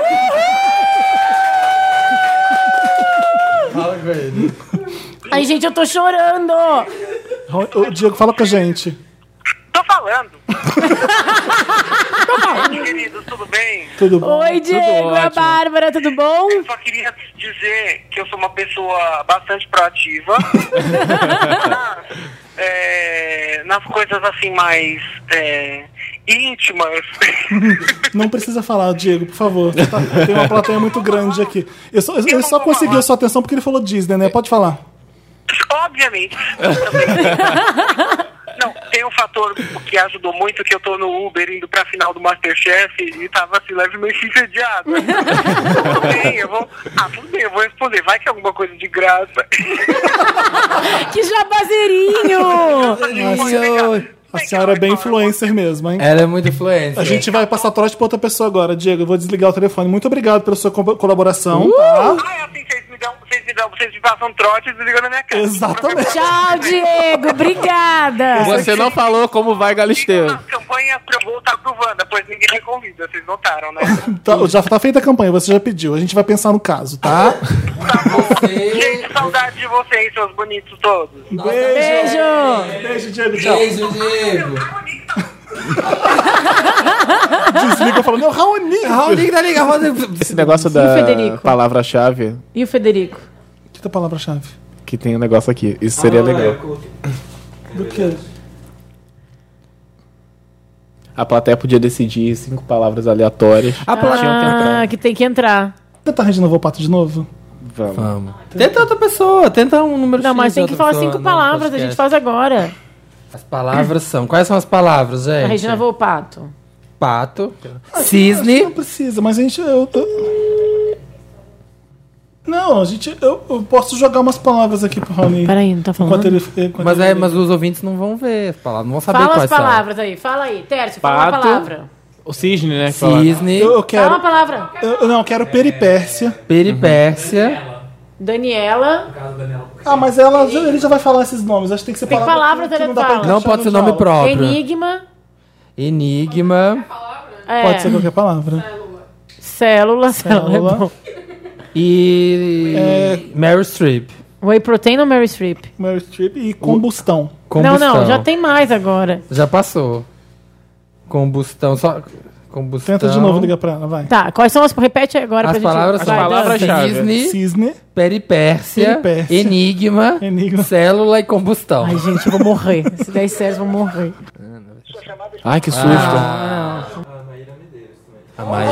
Fala com ele.
Ai, gente, eu tô chorando!
Ô, Diego, fala com a gente.
Tô falando. Oi, queridos, tudo bem?
Tudo bom?
Oi, Diego, é a Bárbara, tudo bom?
Eu só queria dizer que eu sou uma pessoa bastante proativa. É, nas coisas assim mais é, íntimas.
Não precisa falar, Diego, por favor. Você tá- tem uma plateia muito grande aqui. Eu só, ele só conseguiu sua atenção porque ele falou Disney, né? Pode falar.
Obviamente. Também. Não, tem um fator que ajudou muito que eu tô no Uber indo pra final do Masterchef e tava assim, levemente entediado. tudo bem, eu vou. Ah, tudo bem, eu vou responder. Vai que é alguma coisa de graça.
Que jabazeirinho!
A senhora é bem influencer mesmo, hein?
Ela é muito influente.
A gente vai passar trote pra outra pessoa agora, Diego. Eu vou desligar o telefone. Muito obrigado pela sua co- colaboração, tá?
Uh!
Ah, é assim, vocês me dão, vocês me dão, vocês me passam trote e desligam na minha cara.
Exatamente.
Tchau, Diego. Obrigada.
Você não falou como vai,
Fica
Galisteu.
na campanha pra eu voltar pro Wanda, pois ninguém me convida, vocês notaram, né?
Tá, já tá feita a campanha, você já pediu. A gente vai pensar no caso, tá?
Gente, saudade de vocês, seus bonitos todos.
Beijo.
Beijo, Diego. Tchau.
Beijo, Diego.
Desliga falando, não, Raoni, Raoni.
Raoni tá ligado.
Esse negócio
E o Federico?
da palavra-chave,
E o Federico?
Que tá a palavra-chave?
que tem um negócio aqui. Isso seria
Ah,
legal.
Do quê?
A plateia podia decidir cinco palavras aleatórias.
A plateia.
Ah, que tem que entrar.
Tentar Regina Volpato de novo?
Vamos.
Tenta outra pessoa, tenta um número
Não,
X
mas
de
tem que
outra
falar
pessoa
cinco
no
palavras, a
podcast.
gente faz agora.
As palavras são. Quais são as palavras, gente?
A Regina Ah, Volpato.
Pato.
Não
Cisne.
precisa, mas a gente. Eu, eu- Não, a gente. Eu, eu posso jogar umas palavras aqui pro Raoni.
Peraí, não tá falando?
Enquanto ele, enquanto
Mas,
ele-
é, mas os ouvintes não vão ver as palavras, não vão saber
Fala
quais
as palavras aí. Fala aí. Tércio, fala uma
Pato.
palavra.
O cisne, né? que
são.
fala-
Cisne,
Eu, eu
Fala uma
quero.
palavra.
Eu, eu não, eu quero peripécia.
peripécia.
Daniela.
Ah, mas ela, já- ele já vai falar esses nomes. Acho que tem que ser
Tem
palavra
palavras, ele
dá pra
fala.
encaixar
Não pode
no
ser nome
diálogo.
próprio.
Enigma.
Enigma.
É,
Pode ser qualquer palavra.
Célula. Célula. é
Célula.
bom.
E. Meryl Streep.
Whey protein ou Mary Streep?
Meryl Streep e combustão.
Não,
Combustão.
não, já tem mais agora.
Já passou. Combustão. Só. Combustão.
Tenta de novo ligar pra ela, vai.
Tá, quais são as. Repete agora
As
pra
palavras
gente.
são
Vai, dança.
palavras-chave.
cisne,
Cisne.
peripécia,
Peripécia.
enigma,
Enigma.
célula e combustão.
Ai, gente, eu vou morrer. Se der certo, eu vou morrer.
Ai,
Ah.
que susto.
A Maíra.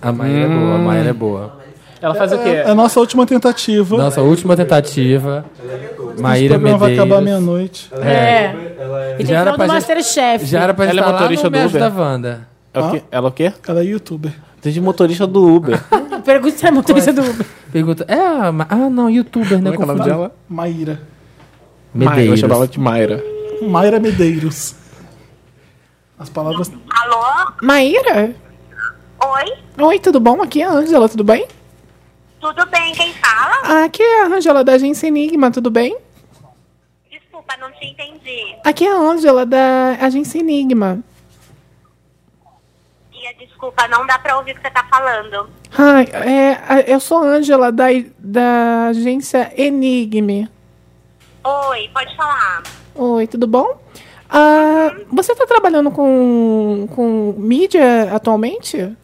A Maíra é boa, a Maíra é boa.
Ela faz o quê?
É a nossa última tentativa.
Nossa, última tentativa.
é
Esse
Maíra
programa vai acabar
Medeiros.
meia-noite.
É. E tem
Já
final
era pra
do
gente-
Masterchef.
Já era pra
Ela
gente
é
estar lá
motorista
no
do
Me Ajuda
Uber?
Wanda.
É o quê? Ela é o quê?
Ela é youtuber.
Tem de motorista do Uber.
Pergunta se é motorista do Uber.
Pergunta, é a Ma- Ah, não, youtuber, né?
Como é que é o nome
Confundi.
dela?
Maíra.
Mayra, eu chamava
Medeiros.
de Mayra.
Mayra Medeiros. As palavras.
Alô?
Maíra?
Oi?
Oi, tudo bom? Aqui é a Ângela, tudo bem?
Tudo bem, quem fala?
Ah, Aqui é a Ângela da agência Enigma, tudo bem?
Desculpa, não te entendi.
Aqui é a Ângela da agência Enigma.
Tia, desculpa, não dá pra ouvir o que você tá falando.
Ai, é, a- eu sou a Ângela da, da agência Enigme.
Oi, pode falar.
Oi, tudo bom? Ah, você tá trabalhando com, com mídia atualmente?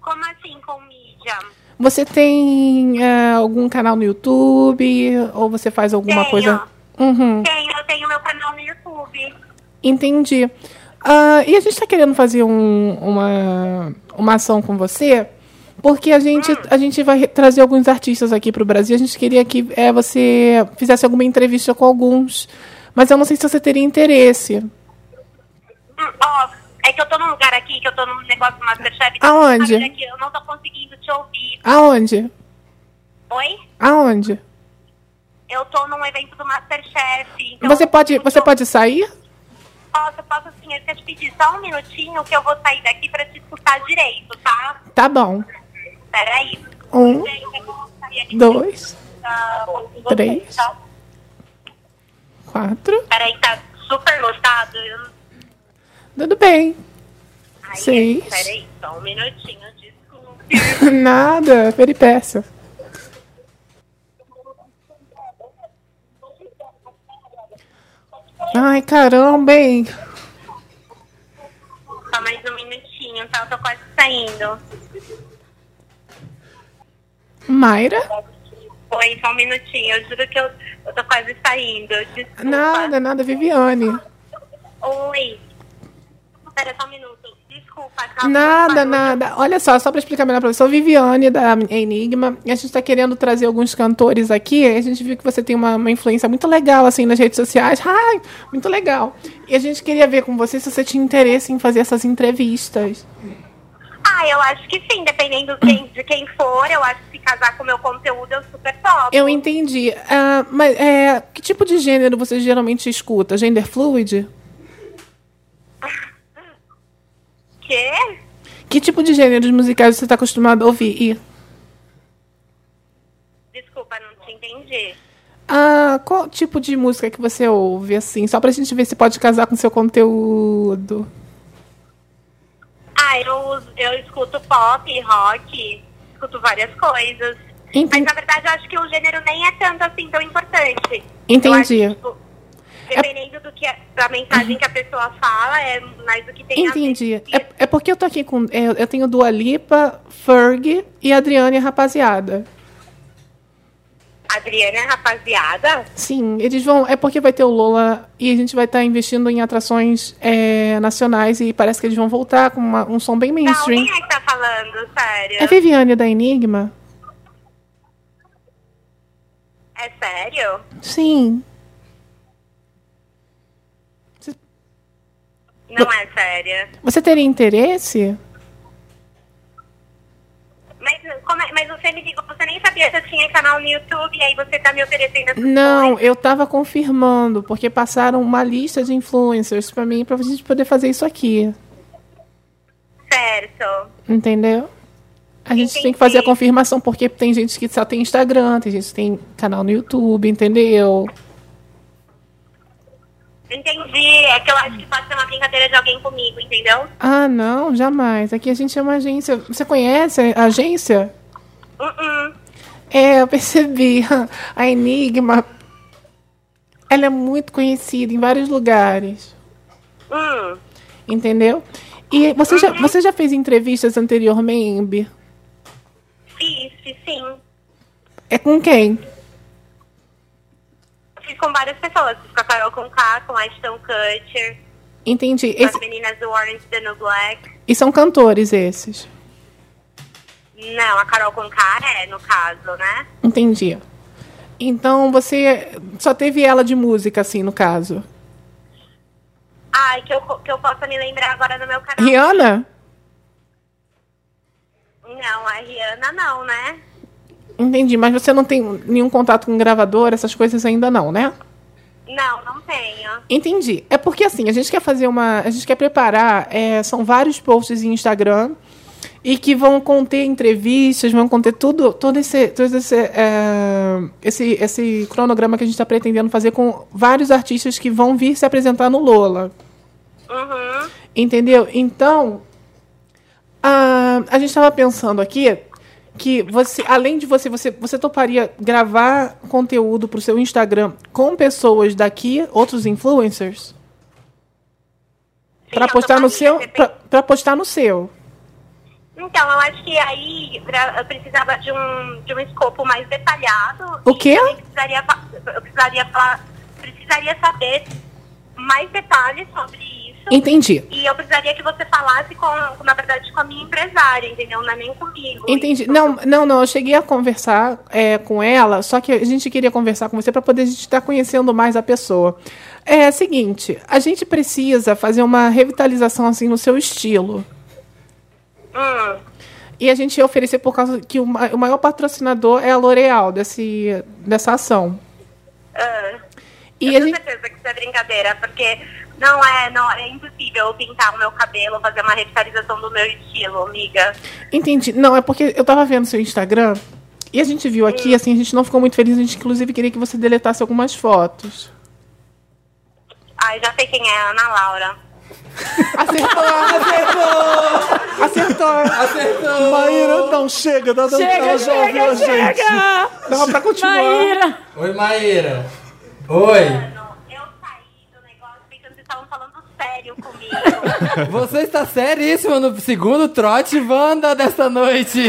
Como assim com mídia?
Você tem é, algum canal no YouTube? Ou você faz alguma
Tenho.
coisa? Uhum,
Tenho, eu tenho meu canal no YouTube.
entendi. Ah, e a gente tá querendo fazer um- uma, uma ação com você? Porque a gente, a gente vai re- trazer alguns artistas aqui pro Brasil. A gente queria que é, você fizesse alguma entrevista com alguns. Mas eu não sei se você teria interesse.
Hum, Ó, é que eu tô num lugar aqui, que eu tô num negócio do Masterchef. então,
Aonde?
sabe daqui, Eu não tô conseguindo te ouvir.
Aonde?
Oi?
Aonde?
Eu tô num evento do Masterchef. então
Você
eu não
pode,
consigo
você
te
pode sair?
Posso, posso sim. Eu queria te pedir só um minutinho que eu vou sair daqui pra te escutar direito, tá?
Tá bom.
Peraí.
Um, dois, três.
Tá?
quatro.
Peraí, tá super lotado. Eu-
Tudo bem.
Ai,
Seis.
Peraí, só um minutinho, desculpa.
Nada, peripécia. Ai, caramba, hein?
Só mais um minutinho, tá? Eu tô quase saindo.
Mayra?
Oi, só um minutinho. Eu juro que eu, eu tô quase saindo. Desculpa.
Nada, nada, Viviane.
Oi. Pera só um minuto. Desculpa.
desculpa. acabou.
Nada,
Parou.
nada. Olha só, só pra explicar melhor pra você, eu sou Viviane da Enigma. E a gente tá querendo trazer alguns cantores aqui. E a gente viu que você tem uma, uma influência muito legal, assim, nas redes sociais. Ai, muito legal. E a gente queria ver com você se você tinha interesse em fazer essas entrevistas.
Ah, eu acho que sim, dependendo quem- de quem for, eu acho que se casar com o meu conteúdo eu super topo.
Eu entendi. Ah, mas é, que tipo de gênero você geralmente escuta? Gender fluid?
Quê?
Que tipo de gêneros musicais você tá acostumado a ouvir? E,
Desculpa, não te entendi.
ah, qual tipo de música que você ouve, assim? Só pra gente ver se pode casar com seu conteúdo.
Ah, eu, uso- eu escuto pop, rock, escuto várias coisas. Mas
Entendi.
na verdade eu acho que o gênero nem é tanto assim tão importante. Eu acho
Entendi.
que, tipo, dependendo do que a- da mensagem que a pessoa fala, é mais do que tem
Entendi.
a ver.
É, é porque eu tô aqui com. é, eu tenho Dua Lipa, Ferg e Adriane Rapaziada.
Adriana, é rapaziada,
Sim, eles vão. É porque vai ter o Lola e a gente vai estar investindo em atrações é, nacionais e parece que eles vão voltar com uma- um som bem
não,
mainstream.
quem é que tá falando, sério?
É Viviane da Enigma?
É sério?
Sim.
Não é sério.
Você teria interesse?
Mas, como é- mas você me ligou, você nem sabia que eu tinha canal no YouTube e aí você tá me oferecendo essas
Não,
coisas.
eu tava confirmando, porque passaram uma lista de influencers pra mim, pra gente poder fazer isso aqui.
Certo.
Entendeu? A gente tem que fazer a confirmação, porque tem gente que só tem Instagram, tem gente que tem canal no YouTube, entendeu?
Entendi. É que eu acho que pode ser uma brincadeira de alguém comigo, entendeu?
Ah, não, jamais. Aqui a gente é uma agência. Você conhece a agência?
Uh-uh.
É, eu percebi. A Enigma. Ela é muito conhecida em vários lugares,
Hum.
entendeu? E você já, você já fez entrevistas anteriormente?
Fiz, fiz sim.
É com quem?
Fiz com várias pessoas. Fiz com a Carol Conká, com a Ashton Kutcher,
Entendi.
com as
Esse-
meninas do Orange is the New Black.
e são cantores esses.
Não, a Carol Conká é, no caso, né?
Entendi. Então você só teve ela de música, assim, no caso.
Ai, que eu, co- que eu possa me lembrar agora no meu canal.
Rihanna?
Não, a Rihanna não, né?
Entendi, mas você não tem nenhum contato com gravador, essas coisas ainda não, né?
Não, não tenho.
Entendi. É porque assim, a gente quer fazer uma. A gente quer preparar. é, são vários posts em Instagram e que vão conter entrevistas, vão conter tudo, todo esse, todo esse, é, esse, esse cronograma que a gente está pretendendo fazer com vários artistas que vão vir se apresentar no Lola.
Uhum.
Entendeu? Então, a, Ah, a gente estava pensando aqui que você, além de você, você, você toparia gravar conteúdo para o seu Instagram com pessoas daqui, outros influencers,
Sim,
para
eu
postar no
toparia,
seu,
depen-
para postar no seu.
Então, eu acho que aí pra- eu precisava de um, de um escopo mais detalhado.
O
E
quê?
também precisaria, fa- eu precisaria falar, precisaria saber mais detalhes sobre isso.
Entendi.
E eu precisaria que você falasse com, com, na verdade, com a minha empresária, entendeu? Não é nem comigo. Então,
Entendi.
Isso.
Não, não, não. Eu cheguei a conversar é, com ela, só que a gente queria conversar com você para poder a gente estar conhecendo mais a pessoa. É seguinte, a gente precisa fazer uma revitalização assim no seu estilo.
Hum,
E a gente ia oferecer por causa que o, ma- o maior patrocinador é a L'Oréal desse, dessa ação.
ah.
E
eu
a
tenho
gente.
certeza que isso é brincadeira, porque não é, não é impossível eu pintar o meu cabelo, fazer uma revitalização do meu estilo, amiga.
Entendi. Não, é porque eu tava vendo seu Instagram e a gente viu aqui, assim, a gente não ficou muito feliz. A gente, inclusive, queria que você deletasse algumas fotos.
Ai, já sei quem é, Ana Laura.
Acertou! Acertou! Acertou!
Acertou!
Maíra, não, chega, dá dá- ela
Chega,
já ouviu a
chega,
gente.
chega!
Dava pra continuar.
Maíra!
Oi, Maíra. Oi.
Mano, eu saí do negócio pensando que vocês estavam falando sério comigo.
Você está seríssima no segundo trote Wanda desta noite.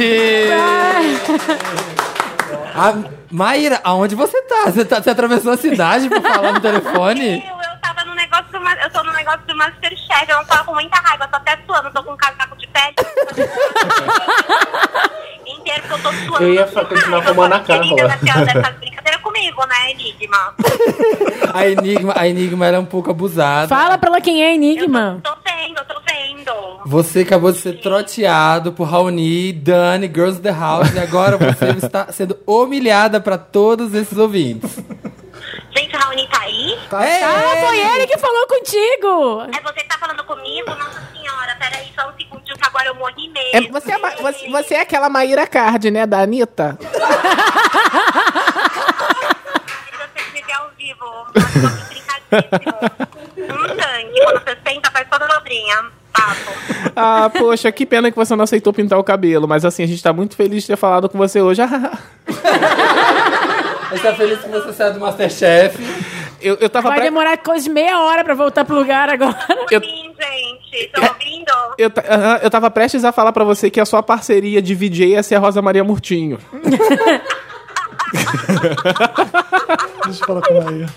A- Maíra, aonde você tá? Você, tá? você atravessou a cidade pra falar no telefone?
eu, eu tava num negócio negócio do, ma- eu tô no negócio do Masterchef, eu não tava com muita raiva, eu tô até suando, eu tô com um casaco de pele. inteiro, porque eu tô suando.
Eu ia
tô com
continuar
raiva,
com a
eu tô
Ana
muito
Carla.
querida nessa- nessa brincadeira comigo, né, Enigma?
A Enigma, a Enigma ela é um pouco abusada.
Fala pra ela quem é Enigma.
Eu tô, tô vendo, eu tô vendo.
Você acabou de ser troteado por Raoni, Dani, Girls the House, e agora você está sendo humilhada pra todos esses ouvintes.
Gente, o Raoni tá aí?
É,
Ah, foi ele que falou contigo.
É você que tá falando comigo? Nossa senhora, peraí, só um segundinho que agora eu morri mesmo.
É, você, é, ma- você, você é aquela Maíra Card, né? Da Anitta.
Se você estiver ao vivo, eu acho que eu tô brincadíssimo. Um tanque, quando você senta, faz toda dobrinha. Papo.
Ah, poxa, que pena que você não aceitou pintar o cabelo. Mas assim, a gente tá muito feliz de ter falado com você hoje.
A gente tá feliz que você saiu do Masterchef.
eu, eu tava
Vai
pra-
demorar coisa de meia hora pra voltar pro lugar agora.
Por
Eu-
mim, gente. Estão ouvindo?
Eu, ta- aham, eu tava prestes a falar pra você que a sua parceria de VJ ia ser a Rosa Maria Murtinho.
Deixa eu falar com a Maíra.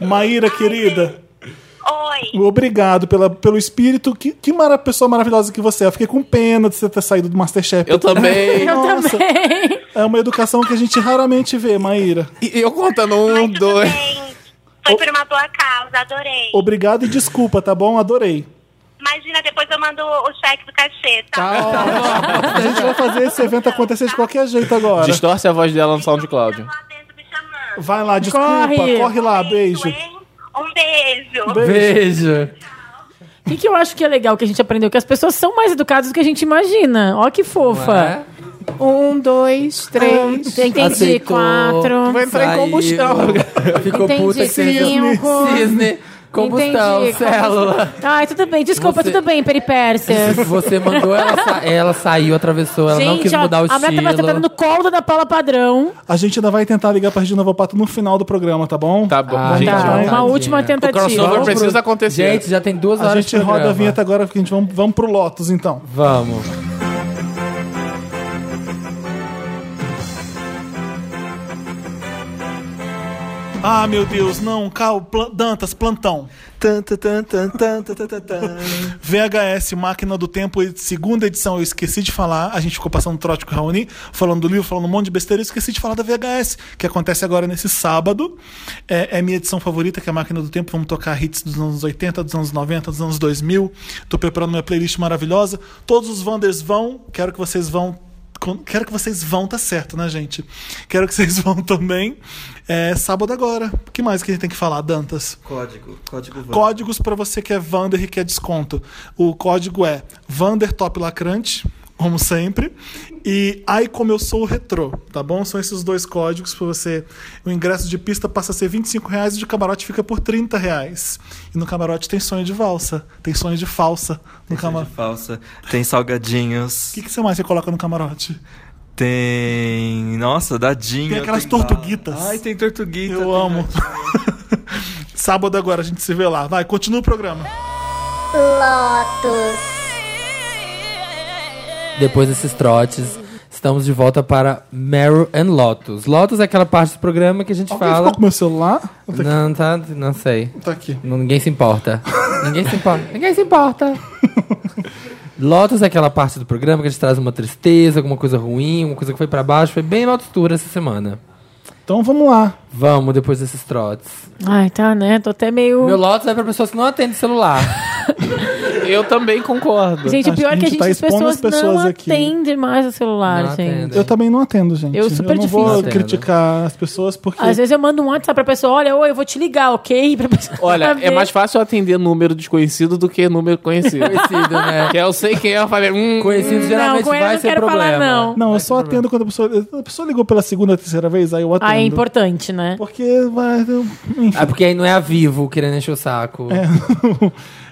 Maíra, querida,
Oi.
obrigado pela, pelo espírito. Que, que mara- pessoa maravilhosa que você é. Eu fiquei com pena de você ter saído do Masterchef.
Eu também.
Eu
Nossa.
também.
É uma educação que a gente raramente vê, Maíra.
E eu contando um,
Mas tudo
dois.
bem. Foi por uma boa causa, adorei.
Obrigado e desculpa, tá bom? Adorei.
Imagina, depois eu mando o cheque do cachê, tá?
A gente vai fazer esse evento acontecer de qualquer jeito agora.
Distorce a voz dela no
Tá
SoundCloud.
lá dentro me chamando.
Vai lá, desculpa.
Corre.
Corre, lá, beijo.
hein? Um beijo.
Beijo.
O que, que eu acho que é legal que a gente aprendeu? Que as pessoas são mais educadas do que a gente imagina. Ó que fofa.
Ué.
Um, dois, três.
Entendi.
Aceitou.
Quatro.
Vou entrar em
Saiu.
combustão.
Ficou
Entendi,
puta que
cinco.
Cisne, combustão,
Entendi.
célula.
Ai, tudo bem. Desculpa,
Você-
tudo bem, peripécias.
Você mandou ela, sa- ela saiu, atravessou, ela não quis
ó,
mudar o
a
estilo.
Meta tá dando colda da Paula Padrão.
A gente ainda vai tentar ligar pra Regina Valpato no final do programa, tá bom?
Tá bom,
Ah,
gente.
tá,
vai,
uma
tadinha.
última
crossover
tentativa.
Não precisa acontecer.
Gente, já tem duas
A
horas
gente
de
roda a
programa.
vinheta agora, porque a gente vamos, vamos pro Lotus, então.
Vamos.
Ah, meu Deus, não, Cal, plan- Dantas, plantão.
Tan, tan, tan, tan, tan, tan, tan, tan.
VHS, Máquina do Tempo, ed- segunda edição, eu esqueci de falar. A gente ficou passando trote com o Raoni, falando do livro, falando um monte de besteira, eu esqueci de falar da VHS, que acontece agora nesse sábado. É, é minha edição favorita, que é a Máquina do Tempo. Vamos tocar hits dos anos 80, dos anos 90, dos anos 2000. Tô preparando minha playlist maravilhosa. Todos os Wanders vão, quero que vocês vão Con- Quero que vocês vão, tá certo, né, gente? Quero que vocês vão também. É sábado agora. O que mais que a gente tem que falar, Dantas?
Código, código Van.
Códigos pra você que é Vander e quer desconto. O código é Vander Top Lacrante, como sempre. E ai como eu sou o retrô, tá bom? São esses dois códigos pra você. O ingresso de pista passa a ser 25 reais e de camarote fica por 30 reais. E no camarote tem sonho de valsa, tem sonho de falsa no
Tem cheio de
camarote.
falsa. Tem salgadinhos.
O que, que você mais você coloca no camarote?
Tem. Nossa, dadinho.
Tem aquelas tortuguitas.
Ai, tem tortuguita.
Eu
tem
amo.
dadinho.
Sábado agora a gente se vê lá. Vai, continua o programa.
Depois desses trotes, estamos de volta para Meryl and Lotus. Lotus é aquela parte do programa que a gente
Alguém
fala.
ficou com meu celular? Ou Tá aqui.
Não, tá, não sei.
Tá aqui.
Não- Ninguém se importa. Ninguém se importa. Ninguém se importa. Lotus é aquela parte do programa que a gente traz uma tristeza, alguma coisa ruim, uma coisa que foi pra baixo. Foi bem Lotus Tour essa semana.
Então vamos lá.
Vamos depois desses trotes.
Ai, tá, né? Tô até meio.
Meu Lotus é pra pessoas que não atendem celular.
Eu também concordo.
Gente, o
Acho
pior é que a gente,
tá
as
expondo
pessoas,
as pessoas
não
aqui.
atendem mais o celular,
Não
Ah, gente.
atendem.
Eu também não atendo, gente.
Eu super
não
difícil.
vou
Atendo.
criticar as pessoas porque
Às vezes eu mando um WhatsApp pra pessoa, olha, oi, eu vou te ligar, ok? Pra pessoa
Olha, é
ver.
mais fácil eu atender número desconhecido do que número conhecido.
Conhecido, né?
que eu sei quem é, eu falei, hum,
Conhecido
Não,
geralmente
com ela eu
"Ah, vai
não
ser
quero
problema.
falar, não.
não, eu só atendo quando a pessoa a pessoa ligou pela segunda, terceira vez, aí eu atendo.
Ah, é importante, né?
Porque vai, eu- enfim.
Ah, porque aí não é a vivo querendo encher o saco.
É.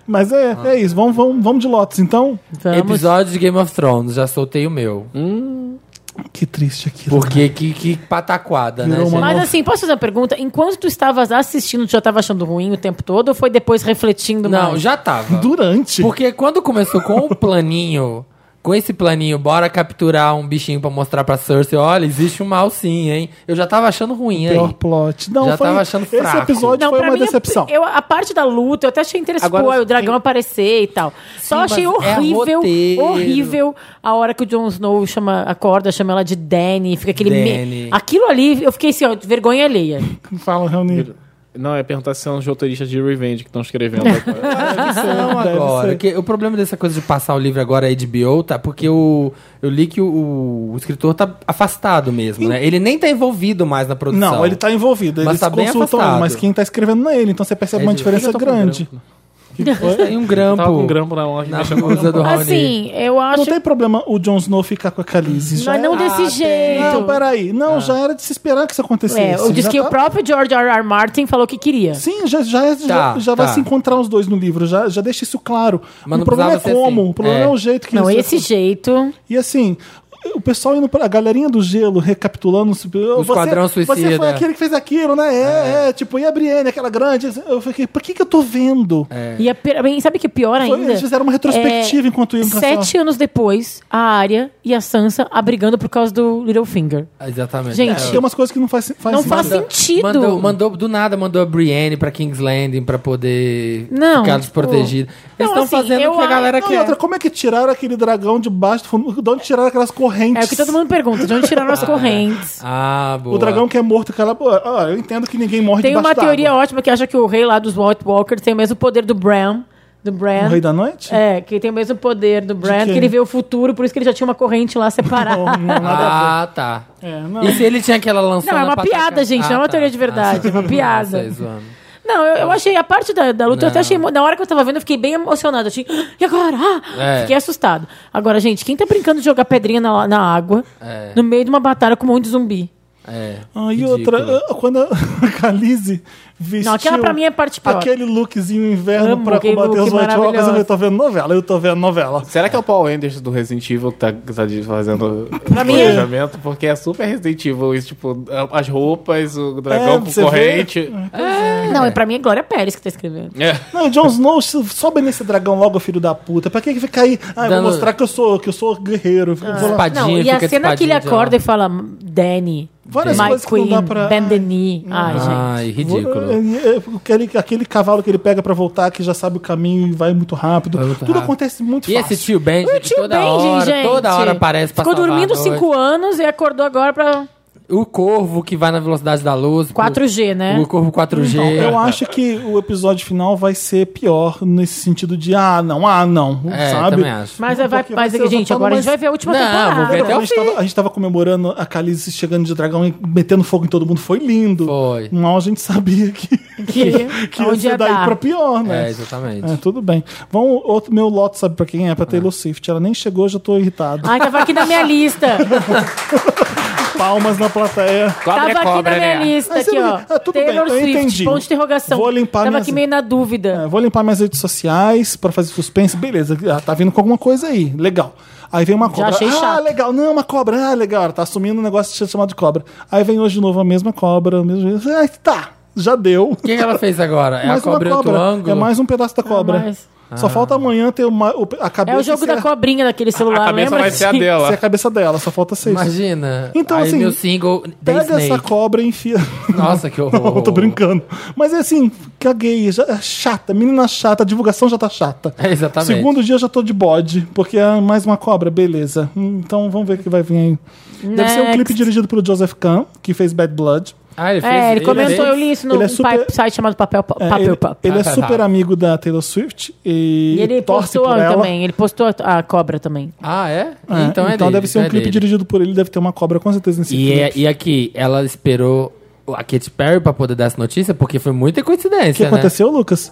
Mas é,
Ah.
é isso. Vamos, vamos, vamos de Lotus então.
Vamos.
Episódio de Game of Thrones, já soltei o meu.
Uhum. Que triste aquilo.
Porque que, que pataquada, né?
Virou uma
gente?
Mas
Nossa.
assim, posso fazer uma pergunta? Enquanto tu estavas assistindo, tu já tava achando ruim o tempo todo ou foi depois refletindo
Não,
mais?
já tava.
Durante.
Porque quando começou com o planinho com esse planinho, bora capturar um bichinho pra mostrar pra Cersei, olha, existe um mal sim, hein? Eu já tava achando ruim aí.
Pior plot. Não,
Já
foi,
tava achando
esse
fraco.
episódio foi
pra
uma
mim, é
decepção.
Eu, a parte da luta, eu até achei interessante,
Agora,
pô, o
tem-
dragão aparecer e tal. Só
Sim,
achei
mas é
horrível,
roteiro.
horrível a hora que o Jon Snow chama, acorda, chama ela de Danny, fica aquele... me-
Dany.
Aquilo ali, eu fiquei assim, ó, de vergonha alheia.
Fala, Reuni.
Não, é perguntar se são os roteiristas de Revenge que estão escrevendo agora.
Não
Deve
agora.
ser.
que o problema dessa coisa de passar o livro agora é HBO, tá? Porque o, eu li que o, o escritor tá afastado mesmo, né? Ele nem tá envolvido mais na produção.
Não, ele tá envolvido.
Mas
Eles
tá bem
consultam,
afastado.
mas quem tá escrevendo não é ele, então você percebe
É
uma
ele.
diferença
Eu tô com um
grande.
grampo.
Que foi?
Tem um grampo.
Tava com um grampo na mão, a gente
na
mexeu com o
blusa do Rony.
Assim, eu
Não
acho...
tem problema o Jon Snow ficar com a Khaleesi. já
Mas não
era-
desse jeito.
Não, peraí.
Ah.
Não, já era de se esperar que isso acontecesse.
É, eu disse
Já
que
tá-
o próprio George R. R. Martin falou que queria.
Sim, já, já, é- já,
Tá,
já vai
tá.
se encontrar os dois no livro, já, já deixa isso claro.
Mas
o
não
problema é
precisava ser
como,
assim.
o problema é.
É.
o jeito que
Não,
eles-
esse jeito...
E assim, o pessoal indo pra. A galerinha do gelo recapitulando. O
Esquadrão
Você foi
Suicida.
aquele que fez aquilo, né? É, é. tipo, e a Brienne, aquela grande. Eu fiquei, por que, que eu tô vendo?
É.
E a pi- bem, sabe que pior
Foi-
ainda? É,
eles fizeram uma retrospectiva enquanto iam pra
Sete anos depois, a Arya e a Sansa abrigando por causa do Littlefinger.
Exatamente. É.
Gente,
Tem umas coisas que não faz, faz
não
sentido.
faz sentido.
Mandou, mandou- do nada, mandou a Brienne pra King's Landing pra poder
Não, tipo,
ficar desprotegida.
não,
Eles estão
assim,
fazendo
eu
o que a
a-
galera
Não, e
quer.
outra, como é que tiraram aquele dragão de baixo do fundo? De onde tiraram aquelas correntes?
É o que todo mundo pergunta, de onde tiraram
É.
as correntes?
Ah, boa.
O dragão que é morto, aquela. Ah, eu entendo que ninguém morre
Tem
debaixo
uma teoria
d'água.
ótima que acha que o rei lá dos White Walkers tem o mesmo poder do Bran. Do
O
Bran.
Rei da Noite?
É, que tem o mesmo poder do Bran,
quem?
que ele vê o futuro, por isso que ele já tinha uma corrente lá separada.
Não, não, nada a ver.
Ah, tá.
É, não.
E se ele tinha aquela lançada?
Não, é uma piada, gente,
Ah,
não é
tá.
uma teoria de verdade, é uma piada. Não, eu, eu achei a parte da, da luta, eu até
Não.
achei. mo- Na hora que eu tava vendo, eu fiquei bem emocionada. Achei, "Ah, e agora? Ah!
É.
Fiquei assustado. Agora, gente, quem tá brincando de jogar pedrinha na, na água,
É.
no meio de uma batalha com um monte de zumbi?
É.
Ah, e
ridículo.
outra, ah, quando a Khaleesi vestiu...
Não, aquela pra mim é a parte pior.
Aquele lookzinho inverno
Amo
pra
aquele
combater
look
os White Walkers, eu falei,
maravilhoso.
tô vendo novela, eu tô vendo novela.
Será que é o Paul Anderson do Resident Evil que tá, tá de- fazendo
mim é.
planejamento? Porque é super Resident Evil isso, tipo, a- as roupas, o dragão
É,
com
você vê?
corrente.
Não, é pra mim é Glória Pérez que tá escrevendo.
É.
Não, o Jon Snow, sobe nesse dragão logo, filho da puta. Pra que que fica aí? Ah, eu vou
Dando-
mostrar que eu sou, que eu sou guerreiro. Eu
Ah.
vou lá.
Espadinha,
não, e a
fica
cena que ele
espadinha de
acorda
lá.
e fala, Danny,
Várias
My
coisas que não
Queen,
dá pra- Hum.
Bend the Knee. Ai, gente.
Ai, ridículo.
É, é, Aquele, aquele cavalo que ele pega pra voltar, que já sabe o caminho e vai muito rápido.
Vai muito
Tudo
rápido.
acontece muito
E
fácil.
esse tio Benji,
E o
que
tio
toda
Benji,
hora,
gente.
toda hora aparece pra
Ficou
salvar a
dormindo
noite.
cinco anos e acordou agora pra
O corvo que vai na velocidade da luz.
4G, né?
O corvo 4G.
Então, eu acho que o episódio final vai ser pior nesse sentido de ah, não, ah, não,
É,
sabe?
também acho.
Mas, vai,
Porque tá
mas é
vai ser
gente,
voltando
agora a
mais-
gente vai ver a última
Não, vou ver
temporada.
até o
a, gente tava, a gente tava comemorando a Khaleesi chegando de dragão e metendo fogo em todo mundo. Foi lindo.
Foi.
Mal a gente sabia que,
Que-
que ia
onde
ser
ia
daí
dar.
pra pior,
É,
né?
exatamente.
É, tudo bem. Vamos, outro meu lote, sabe pra quem é? Pra Taylor Swift. Ela nem chegou, já tô irritado.
Ai, tava aqui na minha lista.
é
Palmas na plateia.
Cobra é
Tava aqui
cobra,
na minha
né?
lista,
Ah,
aqui,
você não-
ó.
ah, tudo bem,
Taylor
eu
Swift,
entendi.
ponto de interrogação.
Vou limpar
Tava
minhas-
aqui meio na
É,
dúvida.
vou limpar minhas redes sociais pra fazer suspense. Beleza, ela tá vindo com alguma coisa aí. Legal. Aí vem uma cobra.
achei
ah,
chato.
legal. Não, uma cobra. Ah, legal. Ela tá assumindo um negócio chamado de cobra. Aí vem hoje de novo a mesma cobra. O mesmo... Ah, tá. Já deu.
O que, que ela fez agora? É a cobra em outro ângulo? Ah.
É mais um pedaço da cobra.
mais.
Só falta amanhã ter uma, o- a
É,
cabeça.
o jogo
ser
da cobrinha daquele celular,
A cabeça
lembra?
vai ser a
gente?
ser
dela.
a cabeça dela, só falta seis.
Imagina.
Então,
Aí
assim,
meu single, The
Pega
Snake.
essa cobra e enfia.
Nossa, que horror.
Não, tô brincando. Mas é assim, caguei. Já, é chata, menina chata, a divulgação já tá chata.
É, exatamente.
Segundo dia eu já tô de bode, porque é mais uma cobra, beleza. Hum, Então vamos ver o que vai vir aí. Deve ser um
Next.
clipe dirigido pelo Joseph Kahn, que fez Bad Blood.
Ah, ele fez,
É, ele comentou,
fez?
eu li isso no
ele é super-
pa- site chamado Papel Pop.
É,
Papel
ele,
Pop.
ele é
Tá, tá,
super
tá.
amigo da Taylor Swift e,
E ele
torce
postou
por ela.
também, ele postou a a cobra também.
Ah, é?
É,
Então é dele,
deve ser um
é
clipe
dele.
dirigido por ele, deve ter uma cobra com certeza nesse
E,
clipe.
é- e aqui, ela esperou a Katy Perry pra poder dar essa notícia, porque foi muita
O que
coincidência, né?
aconteceu, Lucas?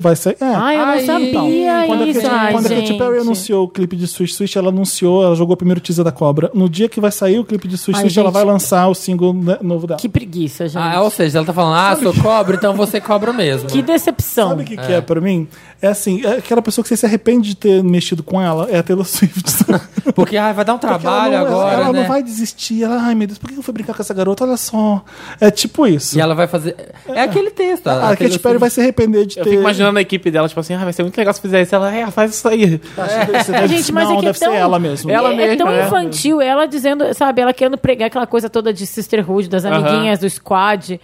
Vai sair. É.
Ai, Ah, eu não
Ai,
sabia
quando,
isso,
a, Katy-
ai,
quando a Katy
gente.
Perry anunciou o clipe de Swish Swish, ela anunciou, ela jogou o primeiro teaser da cobra. No dia que vai sair o clipe de Swish
Ai,
Swish, ela
gente.
vai lançar o single né, novo dela.
Que preguiça, gente.
Ah, ou seja, ela tá falando, ah, sou cobra, então você cobra mesmo.
Que decepção.
Sabe o que, que é pra mim? É assim, é aquela pessoa que você se arrepende de ter mexido com ela, é a Taylor Swift.
Porque ah, vai dar um
Porque ela
trabalho
não- ela-
agora,
Ela
né?
não vai desistir. Ela, ai meu Deus, por que eu fui brincar com essa garota? Olha só. É tipo isso.
E ela vai fazer... É aquele texto.
a Katy
aquele
Perry vai se arrepender de
Eu
ter
fico imaginando imaginando a equipe dela, tipo assim, ah, vai ser muito legal se fizer isso. Ela, é, faz isso aí.
É, gente, mas
não,
é que é
deve
tão-
ser ela mesmo.
Ela
é
mesma,
tão
né?
infantil, ela dizendo, sabe, ela querendo pregar aquela coisa toda de sisterhood, das amiguinhas, do squad.